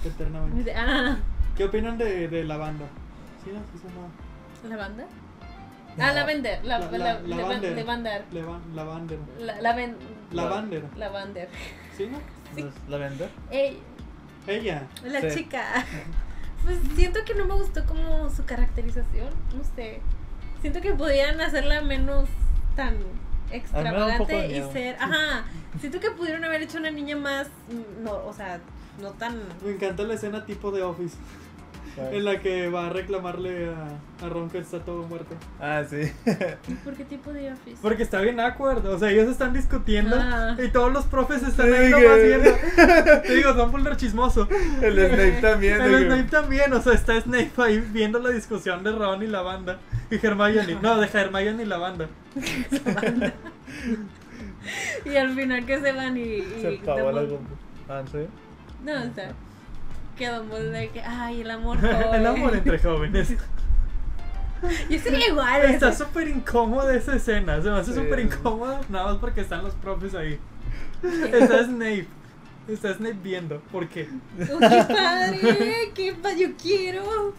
[SPEAKER 5] eternamente.
[SPEAKER 2] Ah,
[SPEAKER 5] ¿Qué opinan de, de la banda? Sí, no, sí, sí, no.
[SPEAKER 2] ¿la banda? Ah, la vender. La,
[SPEAKER 5] La- la-
[SPEAKER 2] la, la,
[SPEAKER 5] la
[SPEAKER 2] la-
[SPEAKER 5] bander.
[SPEAKER 2] la bander.
[SPEAKER 5] Levan- Lavander.
[SPEAKER 2] La, la, ven-
[SPEAKER 5] Lavander.
[SPEAKER 2] la bander.
[SPEAKER 5] ¿Sí, no?
[SPEAKER 1] Entonces, ¿La vender?
[SPEAKER 2] Ey,
[SPEAKER 5] Ella.
[SPEAKER 2] la
[SPEAKER 1] Sí.
[SPEAKER 2] chica. Pues siento que no me gustó como su caracterización. No sé. Siento que podían hacerla menos tan
[SPEAKER 1] da un poco de
[SPEAKER 2] extravagante y
[SPEAKER 1] miedo.
[SPEAKER 2] ser. Ajá. Siento que pudieron haber hecho una niña más. mm, No, o sea, no tan.
[SPEAKER 5] Me encanta la escena tipo de Office, en la que va a reclamarle a, a Ron que está todo muerto.
[SPEAKER 1] Ah, sí.
[SPEAKER 2] ¿Por qué tipo de office?
[SPEAKER 3] Porque está bien awkward. O sea, ellos están discutiendo
[SPEAKER 2] Ah.
[SPEAKER 3] y todos los profes están
[SPEAKER 1] Sí,
[SPEAKER 3] ahí
[SPEAKER 1] que-
[SPEAKER 3] nomás viendo. Te digo, Dumbledore chismoso.
[SPEAKER 1] El Snape también. de
[SPEAKER 3] El
[SPEAKER 1] que-
[SPEAKER 3] Snape también, o sea, está Snape ahí viendo la discusión de Ron y la banda. Y Hermione. No, de Hermione y la banda.
[SPEAKER 2] Y al final que se van y. y
[SPEAKER 1] Se pagó la
[SPEAKER 2] Dumbledore-
[SPEAKER 1] compu. Ah, ¿sí?
[SPEAKER 2] No, o sea. Quedó muy de que. Ay, el amor.
[SPEAKER 3] El
[SPEAKER 2] joven".
[SPEAKER 3] amor entre jóvenes.
[SPEAKER 2] Yo sería igual.
[SPEAKER 3] Está súper incómoda esa escena. Se me hace
[SPEAKER 1] Sí.
[SPEAKER 3] súper incómoda nada más porque están los profes ahí. Está Snape. Está Snape viendo. ¿Por qué?
[SPEAKER 2] Oh, ¡Qué padre! ¡Qué pa- ¡Yo quiero!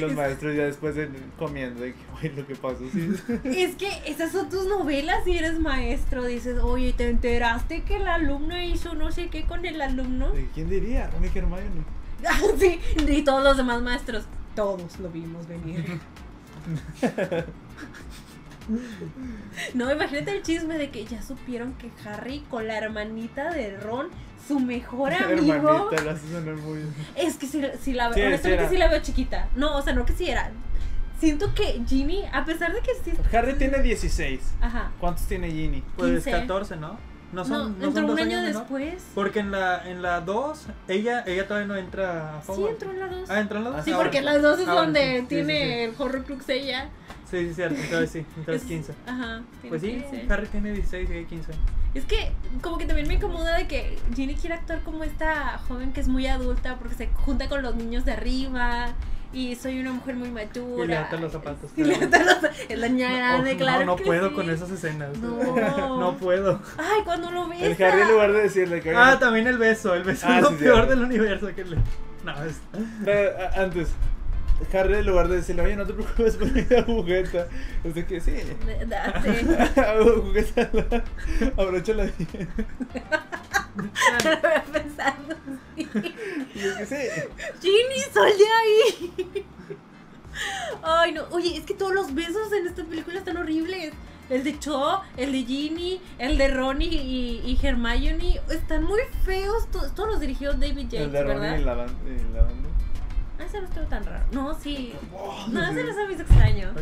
[SPEAKER 1] Los maestros ya después de- comiendo, de que, güey, lo que pasó, sí.
[SPEAKER 2] Es que esas son tus novelas y eres maestro. Dices, oye, ¿te enteraste que el alumno hizo no sé qué con el alumno?
[SPEAKER 1] ¿De ¿Quién diría? Ron y Hermione.
[SPEAKER 2] Ah, sí, y todos los demás maestros. Todos lo vimos venir. No, imagínate el chisme de que ya supieron que Harry con la hermanita de Ron, su mejor amigo.
[SPEAKER 1] Hermanita, lo hace sonar muy bien.
[SPEAKER 2] Es que si, si la
[SPEAKER 1] Sí,
[SPEAKER 2] veo,
[SPEAKER 1] sí
[SPEAKER 2] honestamente
[SPEAKER 1] era.
[SPEAKER 2] sí la veo chiquita. No, o sea, no que si era. Siento que Ginny, a pesar de que sí.
[SPEAKER 1] Harry tiene 16.
[SPEAKER 2] Ajá.
[SPEAKER 1] ¿Cuántos tiene Ginny?
[SPEAKER 3] Pues
[SPEAKER 2] 15.
[SPEAKER 3] 14, ¿no? No son, no,
[SPEAKER 2] entró
[SPEAKER 3] son dos
[SPEAKER 2] un año
[SPEAKER 3] años menor.
[SPEAKER 2] después.
[SPEAKER 3] Porque en la, en la 2, ella, ella todavía no entra a
[SPEAKER 2] Sí,
[SPEAKER 3] Hogwarts.
[SPEAKER 2] entró en la 2.
[SPEAKER 3] Ah, entró en la 2.
[SPEAKER 2] sí, porque las dos es
[SPEAKER 3] ahora sí,
[SPEAKER 2] donde
[SPEAKER 3] sí, sí,
[SPEAKER 2] tiene
[SPEAKER 3] sí.
[SPEAKER 2] el Horrocrux ella.
[SPEAKER 3] Sí, sí, cierto. Entonces sí, entonces
[SPEAKER 2] Es-
[SPEAKER 3] 15.
[SPEAKER 2] Ajá. tiene
[SPEAKER 3] Pues sí,
[SPEAKER 2] 15.
[SPEAKER 3] Harry tiene 16 y ella 15.
[SPEAKER 2] Es que como que también me incomoda de que Ginny quiere actuar como esta joven que es muy adulta porque se junta con los niños de arriba y soy una mujer muy madura.
[SPEAKER 3] Y le ata los zapatos.
[SPEAKER 2] Y le ata los Es la niña grande,
[SPEAKER 3] no,
[SPEAKER 2] claro.
[SPEAKER 3] no
[SPEAKER 2] que
[SPEAKER 3] puedo
[SPEAKER 2] sí.
[SPEAKER 3] con esas escenas.
[SPEAKER 2] No.
[SPEAKER 3] No puedo.
[SPEAKER 2] Ay, cuando lo ves.
[SPEAKER 1] El Harry en lugar de decirle que...
[SPEAKER 3] Ah, también el beso. El beso
[SPEAKER 1] Ah,
[SPEAKER 3] es lo
[SPEAKER 1] sí,
[SPEAKER 3] peor
[SPEAKER 1] cierto.
[SPEAKER 3] del universo. Que le... No, es...
[SPEAKER 1] Pero, a- antes, Harry en lugar de decirle, oye, no te preocupes por mi agujeta. Es de que sí.
[SPEAKER 2] Le- da- sí.
[SPEAKER 1] Agujeta, la- abróchala bien.
[SPEAKER 2] Lo había pensado. sí.
[SPEAKER 1] Y es que sí.
[SPEAKER 2] Ginny, sal de ahí. Ay, no. Oye, es que todos los besos en esta película están horribles. El de Cho, el de Ginny, el de Ronnie y, y Hermione. Están muy feos. to- Todos los dirigió David Yates,
[SPEAKER 1] El de
[SPEAKER 2] ¿verdad?
[SPEAKER 1] Ron y la ban- y la banda.
[SPEAKER 2] Ah, ese no estuvo tan raro. No, sí. No, ese no se me hizo extraño.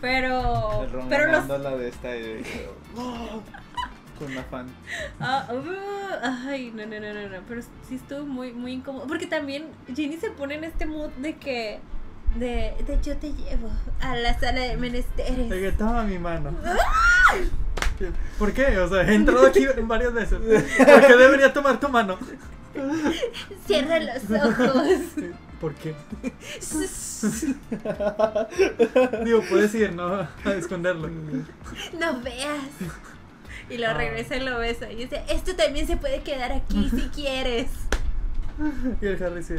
[SPEAKER 2] Pero.
[SPEAKER 1] El Ron
[SPEAKER 2] Pero los.
[SPEAKER 1] ganando la de esta y de- ¡Oh! Con afán.
[SPEAKER 2] Ah, uh, ay, no, no, no, no, no, pero sí estuvo muy, muy incómodo. Porque también Ginny se pone en este mood de que, de, de yo te llevo a la sala de
[SPEAKER 3] De
[SPEAKER 2] menesteres.
[SPEAKER 3] que toma mi mano. ¿Por qué? O sea, he entrado aquí varias veces. ¿Por qué debería tomar tu mano?
[SPEAKER 2] Cierra los ojos.
[SPEAKER 3] ¿Por qué? Digo, puedes ir, ¿no? A esconderlo.
[SPEAKER 2] no veas. Y lo regresa y lo besa. Y dice, esto también se puede quedar aquí si quieres.
[SPEAKER 3] Y el Harry sí.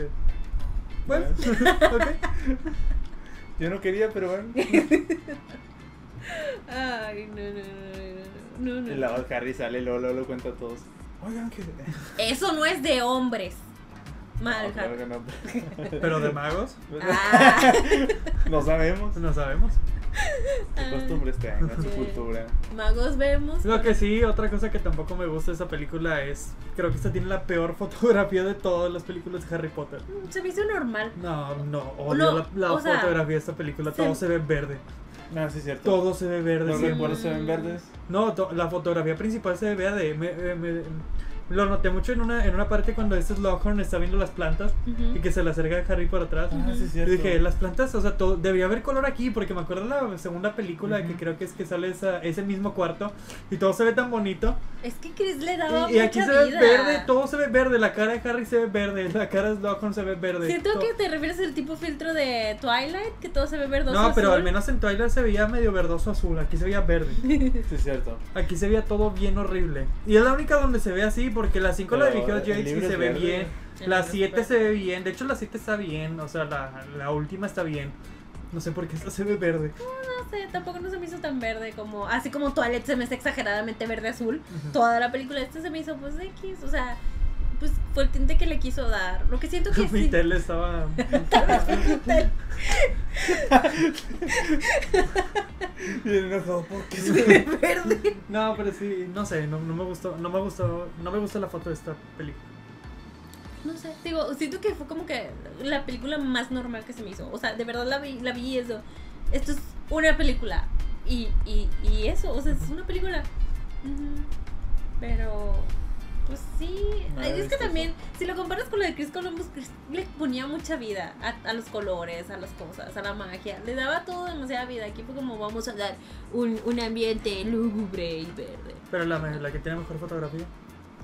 [SPEAKER 3] Bueno, ok.
[SPEAKER 1] Yo no quería, pero bueno.
[SPEAKER 2] Ay, no, no, no, no, no, no,
[SPEAKER 1] Y
[SPEAKER 2] no, no.
[SPEAKER 1] luego Harry sale y luego, luego lo cuenta a todos. Oigan que.
[SPEAKER 2] Eso no es de hombres. Mal,
[SPEAKER 1] No, claro que no.
[SPEAKER 3] Pero de magos,
[SPEAKER 2] Ah.
[SPEAKER 1] No sabemos.
[SPEAKER 3] no sabemos.
[SPEAKER 1] Qué costumbres tengan, su
[SPEAKER 2] Sí.
[SPEAKER 1] cultura.
[SPEAKER 2] Magos vemos.
[SPEAKER 3] Lo que sí, otra cosa que tampoco me gusta de esa película es. Creo que esta tiene la peor fotografía de todas las películas de Harry Potter.
[SPEAKER 2] Se me hizo normal.
[SPEAKER 3] No, no, odio
[SPEAKER 2] No,
[SPEAKER 3] la, la
[SPEAKER 2] o sea,
[SPEAKER 3] fotografía de esta película.
[SPEAKER 2] se-
[SPEAKER 3] Todo se ve verde.
[SPEAKER 1] No, sí es cierto.
[SPEAKER 3] Todo se ve verde.
[SPEAKER 1] Los
[SPEAKER 3] siempre.
[SPEAKER 1] recuerdos se ven verdes.
[SPEAKER 3] No, to- la fotografía principal se ve de. me- me- eh, me- lo noté mucho en una, en una parte cuando este Slughorn está viendo las plantas
[SPEAKER 2] Ujú.
[SPEAKER 3] y que se le acerca a Harry por atrás.
[SPEAKER 1] Ah, sí es
[SPEAKER 3] Yo
[SPEAKER 1] cierto.
[SPEAKER 3] dije, las plantas, o sea, todo, debería haber color aquí, porque me acuerdo la segunda película que creo que es que sale esa- ese mismo cuarto y todo se ve tan bonito.
[SPEAKER 2] Es que Chris le daba
[SPEAKER 3] Y, y aquí
[SPEAKER 2] mucha
[SPEAKER 3] se ve
[SPEAKER 2] vida.
[SPEAKER 3] verde, todo se ve verde, la cara de Harry se ve verde, la cara de Slughorn se ve verde.
[SPEAKER 2] Siento
[SPEAKER 3] todo.
[SPEAKER 2] que te refieres al tipo filtro de Twilight, que todo se ve verdoso.
[SPEAKER 3] No, pero
[SPEAKER 2] azul.
[SPEAKER 3] al menos en Twilight se veía medio verdoso azul, aquí se veía verde.
[SPEAKER 1] Sí es cierto.
[SPEAKER 3] Aquí se veía todo bien horrible. Y es la única donde se ve así, porque la 5 la
[SPEAKER 1] Pero
[SPEAKER 3] dirigió
[SPEAKER 1] el
[SPEAKER 3] James y
[SPEAKER 1] libro
[SPEAKER 3] se
[SPEAKER 1] es
[SPEAKER 3] ve
[SPEAKER 1] verde.
[SPEAKER 3] bien.
[SPEAKER 2] El
[SPEAKER 3] La
[SPEAKER 2] libro es
[SPEAKER 3] 7
[SPEAKER 2] verde.
[SPEAKER 3] se ve bien. De hecho, la 7 está bien. O sea, la, la última está bien. No sé por qué esta se ve verde.
[SPEAKER 2] No sé, tampoco no se me hizo tan verde como. Así como Twilight se me hace exageradamente verde-azul.
[SPEAKER 3] Ujú.
[SPEAKER 2] Toda la película este se me hizo, pues X. O sea, pues fue el tinte que le quiso dar. Lo que siento que
[SPEAKER 3] Mi
[SPEAKER 2] sí.
[SPEAKER 3] tele estaba.
[SPEAKER 1] Y el enojado, ¿por qué?
[SPEAKER 2] verde.
[SPEAKER 3] No, pero sí, no sé, no, no me gustó, no me gustó, no me gusta la foto de esta película.
[SPEAKER 2] No sé, digo, siento que fue como que la película más normal que se me hizo. O sea, de verdad la vi, la vi y eso. Esto es una película. Y, y, y eso, o sea, es una película. Ujú. Pero, pues sí.
[SPEAKER 1] No había
[SPEAKER 2] Ay, es que
[SPEAKER 1] visto
[SPEAKER 2] también, si lo comparas con la de Chris Columbus, Chris le ponía mucha vida a, a los colores, a las cosas, a la magia. Le daba todo demasiada vida. Aquí fue como vamos a dar un, un ambiente lúgubre y verde.
[SPEAKER 3] Pero la, me- la que tiene mejor fotografía.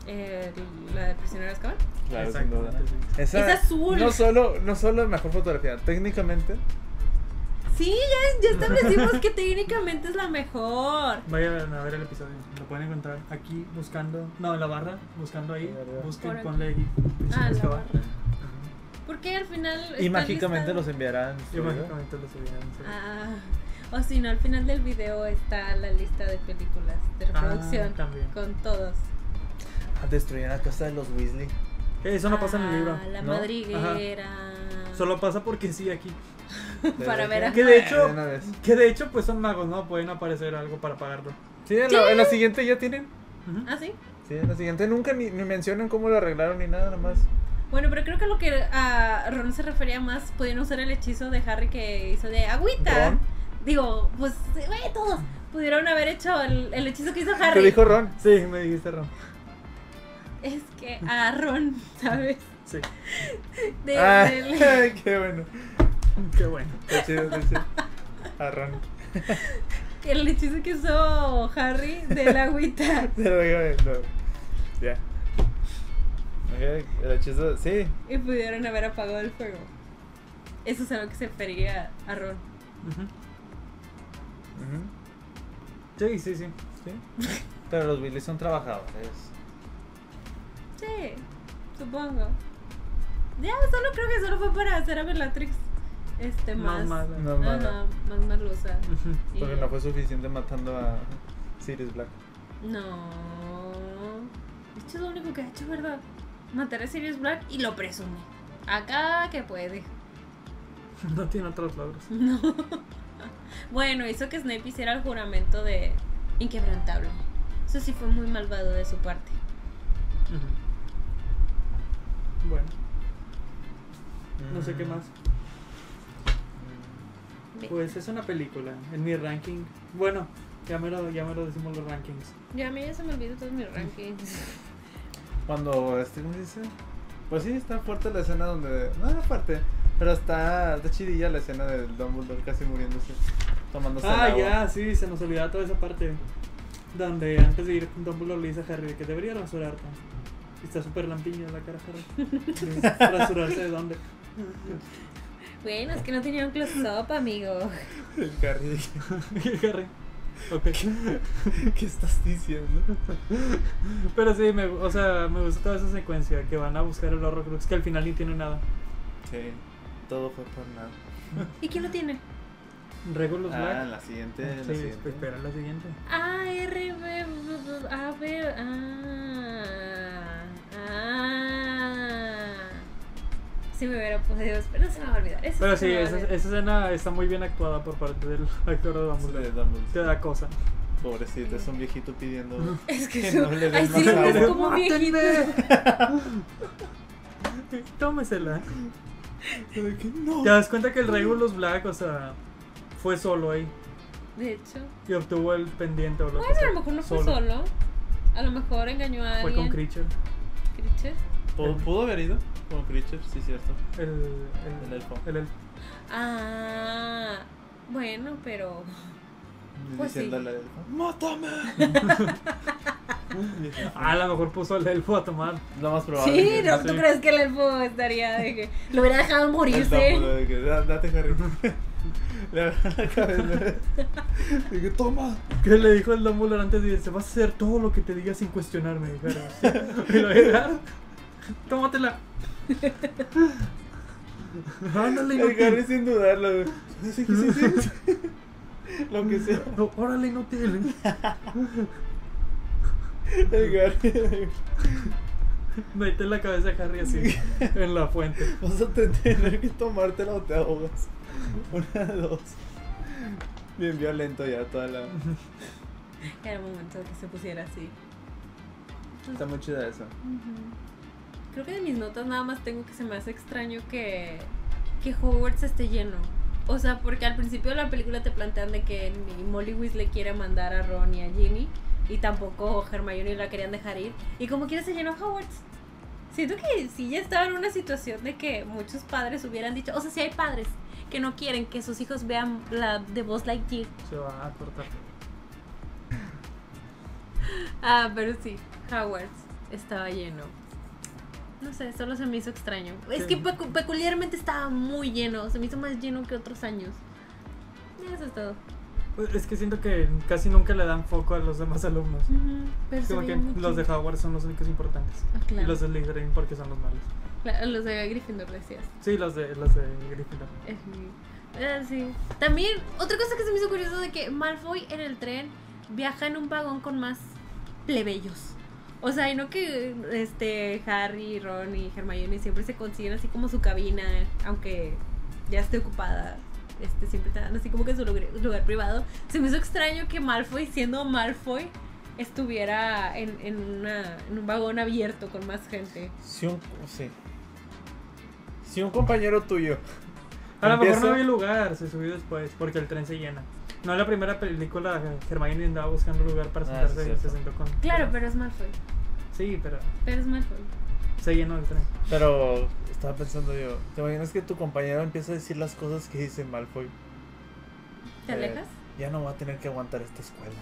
[SPEAKER 2] Eh, la de Prisionero de Azkaban.
[SPEAKER 1] Claro, sin duda.
[SPEAKER 3] Exactamente, sí.
[SPEAKER 2] Es azul.
[SPEAKER 1] No solo, no solo mejor fotografía, técnicamente.
[SPEAKER 2] Sí, ya, ya establecimos que técnicamente es la mejor.
[SPEAKER 3] Vayan a ver el episodio. Lo pueden encontrar aquí buscando. No, en la barra. Buscando ahí.
[SPEAKER 4] Ahí arriba.
[SPEAKER 2] Por
[SPEAKER 3] Busquen,
[SPEAKER 2] aquí.
[SPEAKER 3] ponle ahí.
[SPEAKER 2] Ah,
[SPEAKER 3] Príncipes
[SPEAKER 2] la
[SPEAKER 3] Escobar.
[SPEAKER 1] Pues
[SPEAKER 2] barra. ¿Por qué al final.?
[SPEAKER 1] Y
[SPEAKER 2] está
[SPEAKER 1] mágicamente
[SPEAKER 2] listado?
[SPEAKER 1] los enviarán.
[SPEAKER 3] Y mágicamente lo subirán.
[SPEAKER 2] Ah, o si no, al final del video está la lista de películas de
[SPEAKER 3] Ah,
[SPEAKER 2] reproducción
[SPEAKER 3] también.
[SPEAKER 2] con todos.
[SPEAKER 1] Destruyen la casa de los Weasley.
[SPEAKER 3] Eh, Eso no pasa en el libro.
[SPEAKER 2] Ah, La
[SPEAKER 1] ¿no?
[SPEAKER 2] madriguera.
[SPEAKER 3] Solo pasa porque sí aquí.
[SPEAKER 2] Para ver a
[SPEAKER 3] Que de hecho,
[SPEAKER 1] De una vez.
[SPEAKER 3] que de hecho pues son magos, ¿no? Pueden aparecer algo para pagarlo.
[SPEAKER 1] Sí, en la, en la siguiente ya tienen.
[SPEAKER 3] Ujú.
[SPEAKER 2] ¿Ah, sí?
[SPEAKER 1] Sí, en la siguiente nunca ni, ni mencionan cómo lo arreglaron ni nada, nada más.
[SPEAKER 2] Bueno, pero creo que lo que a Ron se refería más, podían usar el hechizo de Harry que hizo de agüita.
[SPEAKER 1] Ron.
[SPEAKER 2] Digo, pues, güey, todos pudieron haber hecho el, el hechizo que hizo Harry.
[SPEAKER 1] Te dijo Ron.
[SPEAKER 3] Sí, me dijiste Ron.
[SPEAKER 2] Es que a Ron, ¿sabes?
[SPEAKER 3] Sí.
[SPEAKER 2] De,
[SPEAKER 1] Ah,
[SPEAKER 2] del-
[SPEAKER 1] qué bueno.
[SPEAKER 3] Qué bueno.
[SPEAKER 1] Qué chido, qué chido. A Ron.
[SPEAKER 2] que el hechizo que hizo Harry del agüita.
[SPEAKER 1] Te lo digo eh, no. Ya. Ok, el hechizo. Sí.
[SPEAKER 2] y pudieron haber apagado el fuego. Eso es a lo que se refería a Ron.
[SPEAKER 3] Ujú.
[SPEAKER 1] Ujú.
[SPEAKER 3] Sí, sí, sí.
[SPEAKER 1] Sí. Pero los Weasley son trabajadores.
[SPEAKER 2] Sí, supongo. Ya, solo creo que solo fue para hacer a Bellatrix este, más.
[SPEAKER 3] Más
[SPEAKER 2] Más,
[SPEAKER 3] mala.
[SPEAKER 1] No mames.
[SPEAKER 2] ajá, más malusa.
[SPEAKER 3] Ujú.
[SPEAKER 2] Y-
[SPEAKER 1] Porque no fue suficiente matando a Sirius Black.
[SPEAKER 2] No. De hecho, es lo único que ha hecho, ¿verdad? Matar a Sirius Black y lo presume. Acá que puede.
[SPEAKER 3] No tiene otros logros.
[SPEAKER 2] No. Bueno, hizo que Snape hiciera el juramento de inquebrantable. Eso sí fue muy malvado de su parte.
[SPEAKER 3] Ujú. Bueno, no sé qué
[SPEAKER 1] Mm.
[SPEAKER 3] más.
[SPEAKER 2] Ve.
[SPEAKER 3] Pues es una película, en mi ranking. Bueno, ya me lo, ya me lo decimos los rankings.
[SPEAKER 2] Ya a mí ya se me olvidó todos mis rankings.
[SPEAKER 1] Cuando este, ¿cómo se dice? Pues sí, está fuerte la escena donde. No era fuerte, pero está, está chidilla la escena del Dumbledore casi muriéndose. Tomándose el
[SPEAKER 3] Ah,
[SPEAKER 1] agua.
[SPEAKER 3] ya, sí, se nos olvidaba toda esa parte. Donde antes de ir con Dumbledore le dice a Harry que debería rasurarte. Y está súper lampiña la cara Harry. Dice, ¿Rasurarse de dónde?
[SPEAKER 2] Bueno, es que no tenía un close-up, amigo.
[SPEAKER 1] El Harry, de que,
[SPEAKER 3] Y Harry. Ok.
[SPEAKER 1] ¿qué estás diciendo?
[SPEAKER 3] Pero sí, me, o sea, me gustó toda esa secuencia que van a buscar el Horrocrux que al final ni tiene nada.
[SPEAKER 1] Sí, todo fue por nada.
[SPEAKER 2] ¿Y quién lo tiene?
[SPEAKER 3] Regulus
[SPEAKER 1] Ah, en
[SPEAKER 3] Black.
[SPEAKER 1] la siguiente, en la
[SPEAKER 3] sí,
[SPEAKER 1] siguiente.
[SPEAKER 3] espera la siguiente.
[SPEAKER 2] Ah, R, B, B, B, A, B, Ah. Ah. Si me hubiera podido, pero se me va a olvidar. Eso
[SPEAKER 3] Pero
[SPEAKER 2] se
[SPEAKER 3] sí,
[SPEAKER 2] me va a
[SPEAKER 3] esa,
[SPEAKER 2] olvidar.
[SPEAKER 3] esa escena está muy bien actuada por parte del actor de
[SPEAKER 1] Sí,
[SPEAKER 3] Dumbledore.
[SPEAKER 1] de Dumbledore.
[SPEAKER 3] Te da cosa.
[SPEAKER 1] Pobrecito, es un viejito pidiendo.
[SPEAKER 2] Es que
[SPEAKER 1] que
[SPEAKER 2] su...
[SPEAKER 1] no le den
[SPEAKER 2] Ay,
[SPEAKER 1] más
[SPEAKER 2] sí, es
[SPEAKER 1] agua.
[SPEAKER 2] como un viejito.
[SPEAKER 3] Tómesela.
[SPEAKER 1] ¿De qué no?
[SPEAKER 3] Te das cuenta que el Regulus Black, o sea, fue solo ahí
[SPEAKER 2] De hecho,
[SPEAKER 3] y obtuvo el pendiente o lo que
[SPEAKER 2] bueno, a
[SPEAKER 3] sea.
[SPEAKER 2] lo mejor no fue solo. A lo mejor engañó a
[SPEAKER 3] Fue
[SPEAKER 2] alguien.
[SPEAKER 3] con Creature,
[SPEAKER 2] Creature.
[SPEAKER 4] ¿Pudo, pudo haber ido como Creature, sí, cierto.
[SPEAKER 3] el, el,
[SPEAKER 4] El elfo.
[SPEAKER 3] el elfo.
[SPEAKER 2] Ah, bueno, pero. Pues sí.
[SPEAKER 1] Diciéndole al elfo, ¡Mátame!
[SPEAKER 3] Ah, a lo mejor puso al elfo a tomar.
[SPEAKER 1] Lo más probable.
[SPEAKER 2] Sí,
[SPEAKER 1] que-
[SPEAKER 2] no, ¿tú
[SPEAKER 3] sí.
[SPEAKER 2] crees que el elfo estaría de que lo hubiera dejado
[SPEAKER 1] El
[SPEAKER 2] morirse?
[SPEAKER 1] Dumbledore de que, "Da- Date, Harry. Le agarra la cabeza. Dije, toma.
[SPEAKER 3] ¿Qué le dijo el Dumbledore antes de irse? Vas a hacer todo lo que te diga sin cuestionarme, dijeron. Y lo era. Tómatela. Ándale,
[SPEAKER 1] El Harry
[SPEAKER 3] inútil.
[SPEAKER 1] sin dudarlo. güey. Sí, sí, sí, sí, sí. Lo que sea.
[SPEAKER 3] No, Órale, inútil.
[SPEAKER 1] El Harry.
[SPEAKER 3] Mete la cabeza de Harry así en la fuente.
[SPEAKER 1] Vas a tener que tomártela o te ahogas. Una de dos. Bien violento ya toda la.
[SPEAKER 2] Era el momento de que se pusiera así.
[SPEAKER 1] Está muy chida esa.
[SPEAKER 2] Ujú. Creo que de mis notas nada más tengo que se me hace extraño que, que Hogwarts esté lleno. O sea, porque al principio de la película te plantean de que ni Molly Weasley quiere mandar a Ron y a Ginny y tampoco Hermione la querían dejar ir. Y como quiera se llenó Hogwarts. Siento que sí ya estaba en una situación de que muchos padres hubieran dicho, o sea, si hay padres que no quieren que sus hijos vean la de voz Lightyear.
[SPEAKER 3] Se va a cortar.
[SPEAKER 2] Ah, pero sí, Howard estaba lleno. No sé, solo se me hizo extraño. Es
[SPEAKER 3] Sí.
[SPEAKER 2] que pecu- peculiarmente estaba muy lleno, se me hizo más lleno que otros años. Eso es todo.
[SPEAKER 3] Pues, Es que siento que casi nunca le dan foco a los demás alumnos.
[SPEAKER 2] Ujú, Mm, Pero
[SPEAKER 3] Es
[SPEAKER 2] se
[SPEAKER 3] como que
[SPEAKER 2] veía muy
[SPEAKER 3] los de
[SPEAKER 2] chido.
[SPEAKER 3] Howard son los únicos importantes.
[SPEAKER 2] Ah, claro.
[SPEAKER 3] Y los de Slytherin porque son los malos.
[SPEAKER 2] Cla- Los de Gryffindor decías.
[SPEAKER 3] Sí, los de, los de Gryffindor.
[SPEAKER 2] Ujú. Ah, sí. También, otra cosa que se me hizo curioso de que Malfoy en el tren viaja en un vagón con más plebeyos. O sea, y no que este Harry, Ron y Hermione siempre se consiguen así como su cabina, aunque ya esté ocupada. Este, siempre están así como que en su lugar, lugar privado. Se me hizo extraño que Malfoy, siendo Malfoy, estuviera en, en una, en un vagón abierto con más gente.
[SPEAKER 1] Si un, sí. si un compañero tuyo.
[SPEAKER 3] A lo mejor
[SPEAKER 1] empieza-
[SPEAKER 3] no había lugar, se subió después porque el tren se llena. No en la primera película, Hermione andaba buscando lugar para
[SPEAKER 1] Ah, sí,
[SPEAKER 3] sentarse y
[SPEAKER 1] cierto.
[SPEAKER 3] se sentó con.
[SPEAKER 2] Claro, pero es Malfoy.
[SPEAKER 3] Sí, pero
[SPEAKER 2] Pero es Malfoy.
[SPEAKER 3] se llenó el tren.
[SPEAKER 1] Pero estaba pensando yo, ¿te imaginas que tu compañero empieza a decir las cosas que dice Malfoy?
[SPEAKER 2] ¿Te
[SPEAKER 1] Eh,
[SPEAKER 2] alejas?
[SPEAKER 1] Ya no va a tener que aguantar esta escuela.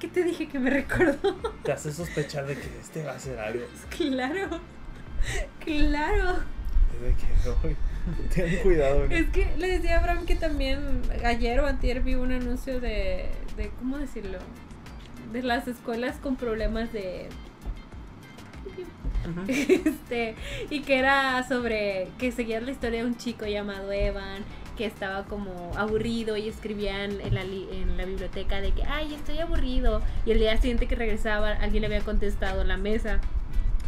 [SPEAKER 2] ¿Qué te dije que me recordó?
[SPEAKER 1] Te hace sospechar de que este va a hacer algo.
[SPEAKER 2] Claro. Claro.
[SPEAKER 1] Es de que, "Uy, ten cuidado. ¿no?".
[SPEAKER 2] Es que le decía a Abraham que también ayer o antier vi un anuncio de, de ¿cómo decirlo? De las escuelas con problemas de...
[SPEAKER 3] Ujú.
[SPEAKER 2] Este, y que era sobre que seguían la historia de un chico llamado Evan que estaba como aburrido y escribían en la, li- en la biblioteca de que, ay, estoy aburrido. Y el día siguiente que regresaba, alguien le había contestado en la mesa.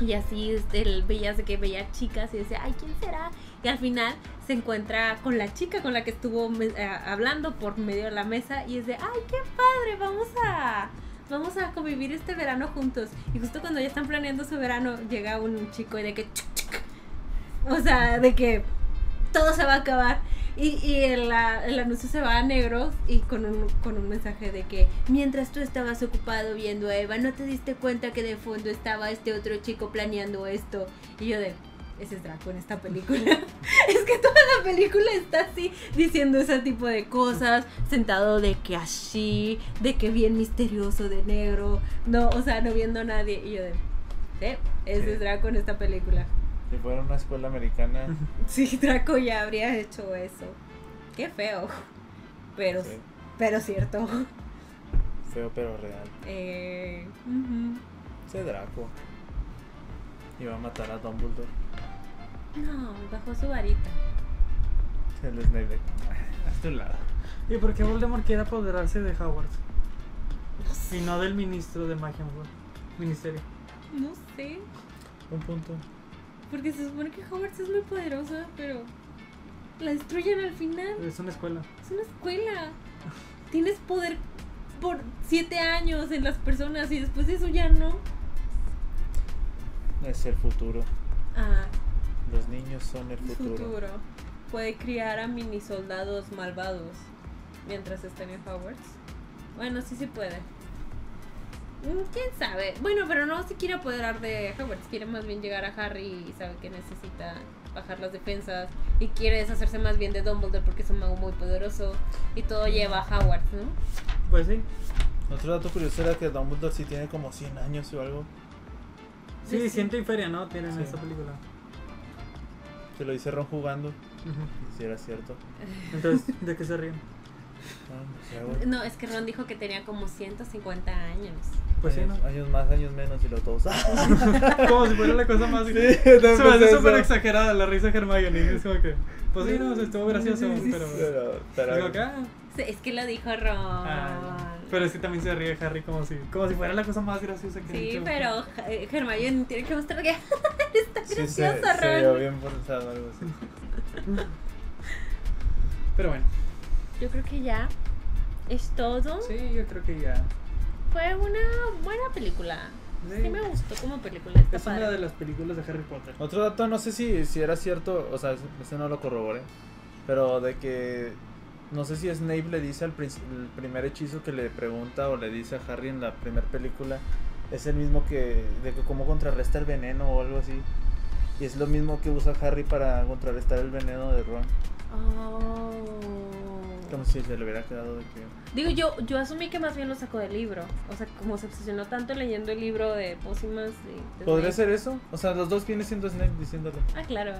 [SPEAKER 2] Y así este, él veía, de que veía chicas y decía, ay, ¿quién será? Y al final se encuentra con la chica con la que estuvo me- eh, hablando por medio de la mesa y es de, ay, qué padre, vamos a... Vamos a convivir este verano juntos. Y justo cuando ya están planeando su verano, llega un chico y de que... chuc, chuc. O sea, de que todo se va a acabar. Y, y el, ah, el anuncio se va a negros y con un, con un mensaje de que mientras tú estabas ocupado viendo a Eva, no te diste cuenta que de fondo estaba este otro chico planeando esto. Y yo de, ese es Draco en esta película. es que toda la película está así diciendo ese tipo de cosas, sentado de que así, de que bien misterioso de negro, no, o sea, no viendo a nadie. Y yo de, sí, ese
[SPEAKER 1] Sí.
[SPEAKER 2] es Draco en esta película.
[SPEAKER 1] Si fuera una escuela americana,
[SPEAKER 2] Sí, Draco ya habría hecho eso. Qué feo. Pero,
[SPEAKER 1] sí,
[SPEAKER 2] pero cierto.
[SPEAKER 1] feo pero real.
[SPEAKER 2] Eh, ujú.
[SPEAKER 1] Ese Draco. Iba a matar a Dumbledore.
[SPEAKER 2] No, bajó su varita.
[SPEAKER 1] El Snape. A tu lado.
[SPEAKER 3] ¿Y por qué Voldemort quiere apoderarse de Howard? Y no del ministro de magia, güey. Ministerio.
[SPEAKER 2] No sé.
[SPEAKER 1] Un punto.
[SPEAKER 2] Porque se supone que Hogwarts es muy poderosa, pero la destruyen al final.
[SPEAKER 3] Es una escuela.
[SPEAKER 2] Es una escuela. Tienes poder por siete años en las personas y después de eso ya no.
[SPEAKER 1] Es el futuro.
[SPEAKER 2] Ah,
[SPEAKER 1] Los niños son el futuro.
[SPEAKER 2] futuro. Puede criar a mini soldados malvados mientras estén en Hogwarts. Bueno, sí, sí puede. Mm, ¿Quién sabe? Bueno, pero no se quiere apoderar de Hogwarts. Quiere más bien llegar a Harry y sabe que necesita bajar las defensas. Y quiere deshacerse más bien de Dumbledore porque es un mago muy poderoso. Y todo lleva a Hogwarts, ¿no?
[SPEAKER 3] Pues sí.
[SPEAKER 1] Otro dato curioso era que Dumbledore sí tiene como 100 años o algo.
[SPEAKER 3] Sí,
[SPEAKER 2] Sí, sí.
[SPEAKER 3] Ciento y Feria, ¿no? Tienen
[SPEAKER 1] Sí.
[SPEAKER 3] esta película.
[SPEAKER 1] Se lo dice Ron jugando.
[SPEAKER 3] Ujú.
[SPEAKER 1] Y Si era cierto.
[SPEAKER 3] Entonces, ¿de qué se ríen?
[SPEAKER 1] Ah, no sé, güey.
[SPEAKER 2] No, es que Ron dijo que tenía como 150 años.
[SPEAKER 3] Pues sí, ¿no?
[SPEAKER 1] años, años más, años menos y los dos. ¡Ah!
[SPEAKER 3] Como si fuera la cosa más.
[SPEAKER 1] Sí,
[SPEAKER 3] se me hace
[SPEAKER 1] pensé
[SPEAKER 3] súper
[SPEAKER 1] eso.
[SPEAKER 3] exagerada la risa de Hermione. Es como que. Pues sí, no, o sea, estuvo gracioso, pero. es
[SPEAKER 1] Pero, pero-
[SPEAKER 3] como que, ah.
[SPEAKER 2] Sí, Es que lo dijo Ron.
[SPEAKER 3] Ah, pero es que también se ríe Harry como si, como si fuera la cosa más graciosa que ha
[SPEAKER 2] Sí,
[SPEAKER 3] hecho.
[SPEAKER 2] pero Ja- eh, Hermione tiene que mostrar que está
[SPEAKER 1] sí,
[SPEAKER 2] gracioso,
[SPEAKER 1] se, se vio
[SPEAKER 2] Ron.
[SPEAKER 1] bien forzado algo así.
[SPEAKER 3] Pero bueno,
[SPEAKER 2] Yo creo que ya es todo.
[SPEAKER 3] sí, yo creo que ya.
[SPEAKER 2] Fue una buena película.
[SPEAKER 3] Sí.
[SPEAKER 2] Sí, me gustó como película. Está
[SPEAKER 3] Es
[SPEAKER 2] padre.
[SPEAKER 3] una de las películas de Harry Potter.
[SPEAKER 1] Otro dato, no sé si, si era cierto, o sea, ese- ese no lo corroboré, pero de que no sé si Snape le dice al prin- el primer hechizo que le pregunta o le dice a Harry en la primera película, es el mismo que de que cómo contrarresta el veneno o algo así. Y es lo mismo que usa Harry para contrarrestar el veneno de Ron.
[SPEAKER 2] Oh.
[SPEAKER 1] Como si se le hubiera quedado de que...
[SPEAKER 2] Digo, yo, yo asumí que más bien lo sacó del libro. O sea, como se obsesionó tanto leyendo el libro de pócimas. y- de
[SPEAKER 1] ¿Podría
[SPEAKER 2] Snape.
[SPEAKER 1] ser eso? O sea, los dos vienen siendo Snape diciéndole.
[SPEAKER 2] Ah, claro.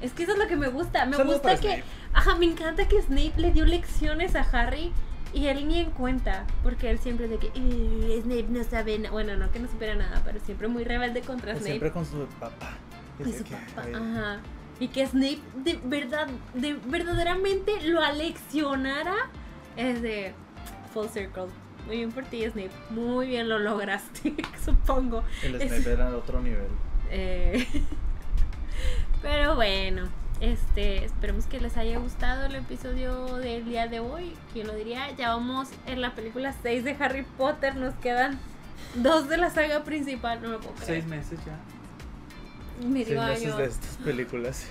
[SPEAKER 2] Es que eso es lo que me gusta. Me
[SPEAKER 1] Saludo
[SPEAKER 2] gusta
[SPEAKER 1] para
[SPEAKER 2] que.
[SPEAKER 1] Snape.
[SPEAKER 2] Ajá, me encanta que Snape le dio lecciones a Harry y él ni en cuenta. Porque él siempre es de que. "Eh, Snape no sabe. na-". Bueno, no que no supiera nada, pero siempre muy rebelde contra
[SPEAKER 1] Pues
[SPEAKER 2] Snape.
[SPEAKER 1] siempre con su papá.
[SPEAKER 2] Y
[SPEAKER 1] Dice
[SPEAKER 2] Pues su
[SPEAKER 1] que,
[SPEAKER 2] papá, Ah,
[SPEAKER 1] "Ay,
[SPEAKER 2] ajá. Y que Snape de verdad, de verdaderamente lo aleccionara es de full circle. Muy bien por ti, Snape. Muy bien lo lograste, supongo.
[SPEAKER 1] El
[SPEAKER 2] Es-
[SPEAKER 1] Snape era de otro nivel.
[SPEAKER 2] Eh, pero bueno, este, esperemos que les haya gustado el episodio del día de hoy. ¿Quién lo diría? Ya vamos en la película 6 de Harry Potter. Nos quedan dos de la saga principal. No lo puedo creer.
[SPEAKER 3] Seis meses ya.
[SPEAKER 2] Medio
[SPEAKER 1] Seis meses
[SPEAKER 2] año.
[SPEAKER 1] de estas películas.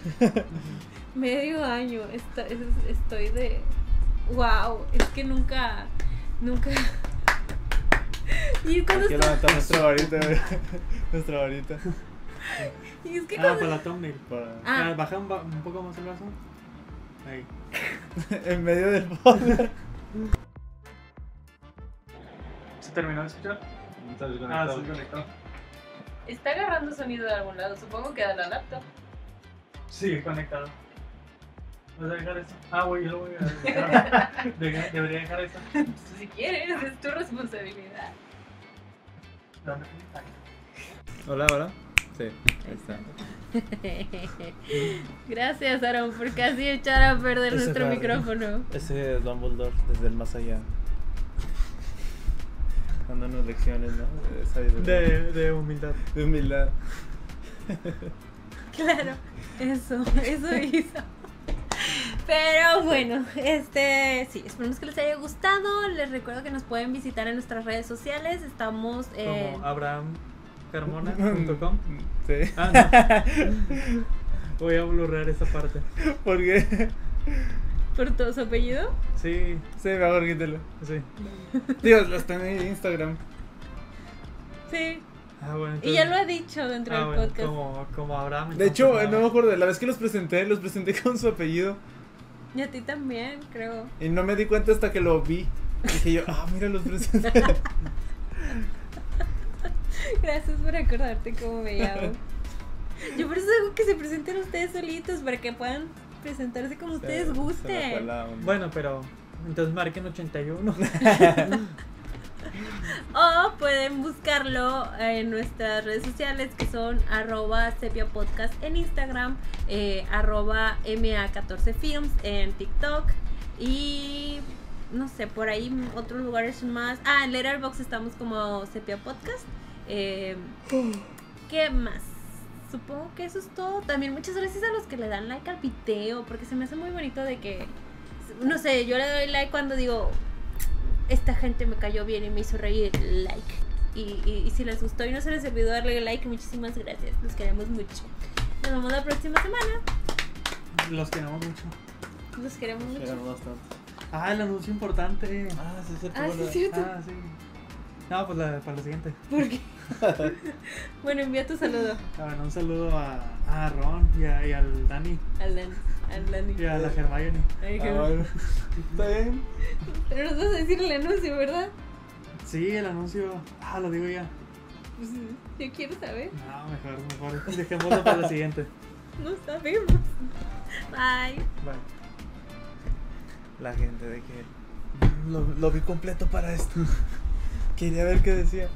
[SPEAKER 2] Medio año, esto- es- estoy de... ¡Wow! Es que nunca, nunca... Y, cuando
[SPEAKER 1] Hay que
[SPEAKER 2] está-
[SPEAKER 1] levantar nuestra varita, güey. Nuestra varita.
[SPEAKER 2] y es que
[SPEAKER 3] Ah,
[SPEAKER 2] cuando...
[SPEAKER 3] para la thumbnail.
[SPEAKER 1] Para-
[SPEAKER 2] Ah.
[SPEAKER 3] Ah, Baja un, ba- un poco más el brazo. Ahí.
[SPEAKER 1] En medio del podcast.
[SPEAKER 3] ¿Se terminó de escuchar? Ah, sí, conectado.
[SPEAKER 2] Está agarrando sonido de algún lado, supongo que de la laptop.
[SPEAKER 3] Sí, conectado. ¿Vas a dejar esto? Ah, güey, yo lo voy a dejar. Deja- Debería dejar esto.
[SPEAKER 2] Si quieres, es tu responsabilidad.
[SPEAKER 3] ¿Dónde? Ahí.
[SPEAKER 1] Hola, hola. Sí, ahí está.
[SPEAKER 2] Gracias, Aaron, por casi echar a perder
[SPEAKER 1] Ese
[SPEAKER 2] nuestro
[SPEAKER 1] fue Aaron.
[SPEAKER 2] micrófono.
[SPEAKER 1] Ese es Dumbledore desde el más allá. Dándonos lecciones, ¿no? De, sabiduría.
[SPEAKER 3] De, de humildad.
[SPEAKER 1] de humildad.
[SPEAKER 2] Claro, eso, eso hizo. Pero bueno, este, sí, esperemos que les haya gustado. Les recuerdo que nos pueden visitar en nuestras redes sociales. Estamos eh, en...
[SPEAKER 3] Como abrahamcarmona.com.
[SPEAKER 1] Sí.
[SPEAKER 3] Ah, no. Voy a blurrear esa parte.
[SPEAKER 1] Porque.
[SPEAKER 2] ¿Por todo su apellido?
[SPEAKER 3] Sí,
[SPEAKER 1] Sí, mejor quítelo.
[SPEAKER 3] sí.
[SPEAKER 1] Dios, los están en Instagram.
[SPEAKER 2] Sí.
[SPEAKER 3] Ah, bueno,
[SPEAKER 2] Y
[SPEAKER 3] entonces-
[SPEAKER 2] ya lo ha dicho dentro
[SPEAKER 3] ah,
[SPEAKER 2] del
[SPEAKER 3] bueno,
[SPEAKER 2] podcast.
[SPEAKER 3] Como, como Abraham.
[SPEAKER 1] De
[SPEAKER 3] entonces,
[SPEAKER 1] hecho,
[SPEAKER 3] ah,
[SPEAKER 1] no me acuerdo, la vez que los presenté, los presenté con su apellido.
[SPEAKER 2] Y a ti también, creo.
[SPEAKER 1] Y no me di cuenta hasta que lo vi. Dije yo, ah, mira, los presenté.
[SPEAKER 2] Gracias por acordarte cómo me llamo. Yo por eso digo que se presenten ustedes solitos para que puedan presentarse como
[SPEAKER 1] Se
[SPEAKER 2] ustedes
[SPEAKER 1] me fue
[SPEAKER 2] gusten.
[SPEAKER 1] la onda.
[SPEAKER 3] Bueno, pero. Entonces marquen 81.
[SPEAKER 2] O pueden buscarlo en nuestras redes sociales que son arroba sepiapodcast en Instagram, eh, arroba ma14films en TikTok y no sé, por ahí otros lugares más. Ah, en Letterboxd estamos como Sepia Podcast. Eh, ¿Qué más? Supongo que eso es todo. También muchas gracias a los que le dan like al video porque se me hace muy bonito de que, no sé, yo le doy like cuando digo, esta gente me cayó bien y me hizo reír, like. Y, y- y si les gustó y no se les olvidó darle like, muchísimas gracias. Los queremos mucho. Nos vemos la próxima semana.
[SPEAKER 3] Los queremos mucho.
[SPEAKER 2] Los queremos
[SPEAKER 1] Eran
[SPEAKER 2] mucho.
[SPEAKER 1] bastante.
[SPEAKER 3] Ah, el anuncio importante.
[SPEAKER 1] Ah, sí, es cierto,
[SPEAKER 2] Ah, sí,
[SPEAKER 1] bueno.
[SPEAKER 2] es cierto.
[SPEAKER 3] Ah, sí. No, pues la- para la siguiente.
[SPEAKER 2] ¿Por qué? bueno, envía tu saludo
[SPEAKER 3] Ah, bueno, un saludo a, a Ron y, a- y al Dani
[SPEAKER 2] al Dani. Al Dani.
[SPEAKER 3] y a la Hermione.
[SPEAKER 2] Ay, qué
[SPEAKER 1] Ah,
[SPEAKER 2] bueno.
[SPEAKER 1] bueno. Está bien.
[SPEAKER 2] Pero nos vas a decir el anuncio, ¿verdad?
[SPEAKER 3] Sí, el anuncio. Ah, lo digo ya.
[SPEAKER 2] Pues, yo quiero saber.
[SPEAKER 3] No, mejor, mejor. Dejémoslo para la siguiente.
[SPEAKER 2] No sabemos. Bye.
[SPEAKER 3] Bye.
[SPEAKER 1] La gente de que. "Mm, Lo, lo vi completo para esto. Quería ver qué decía.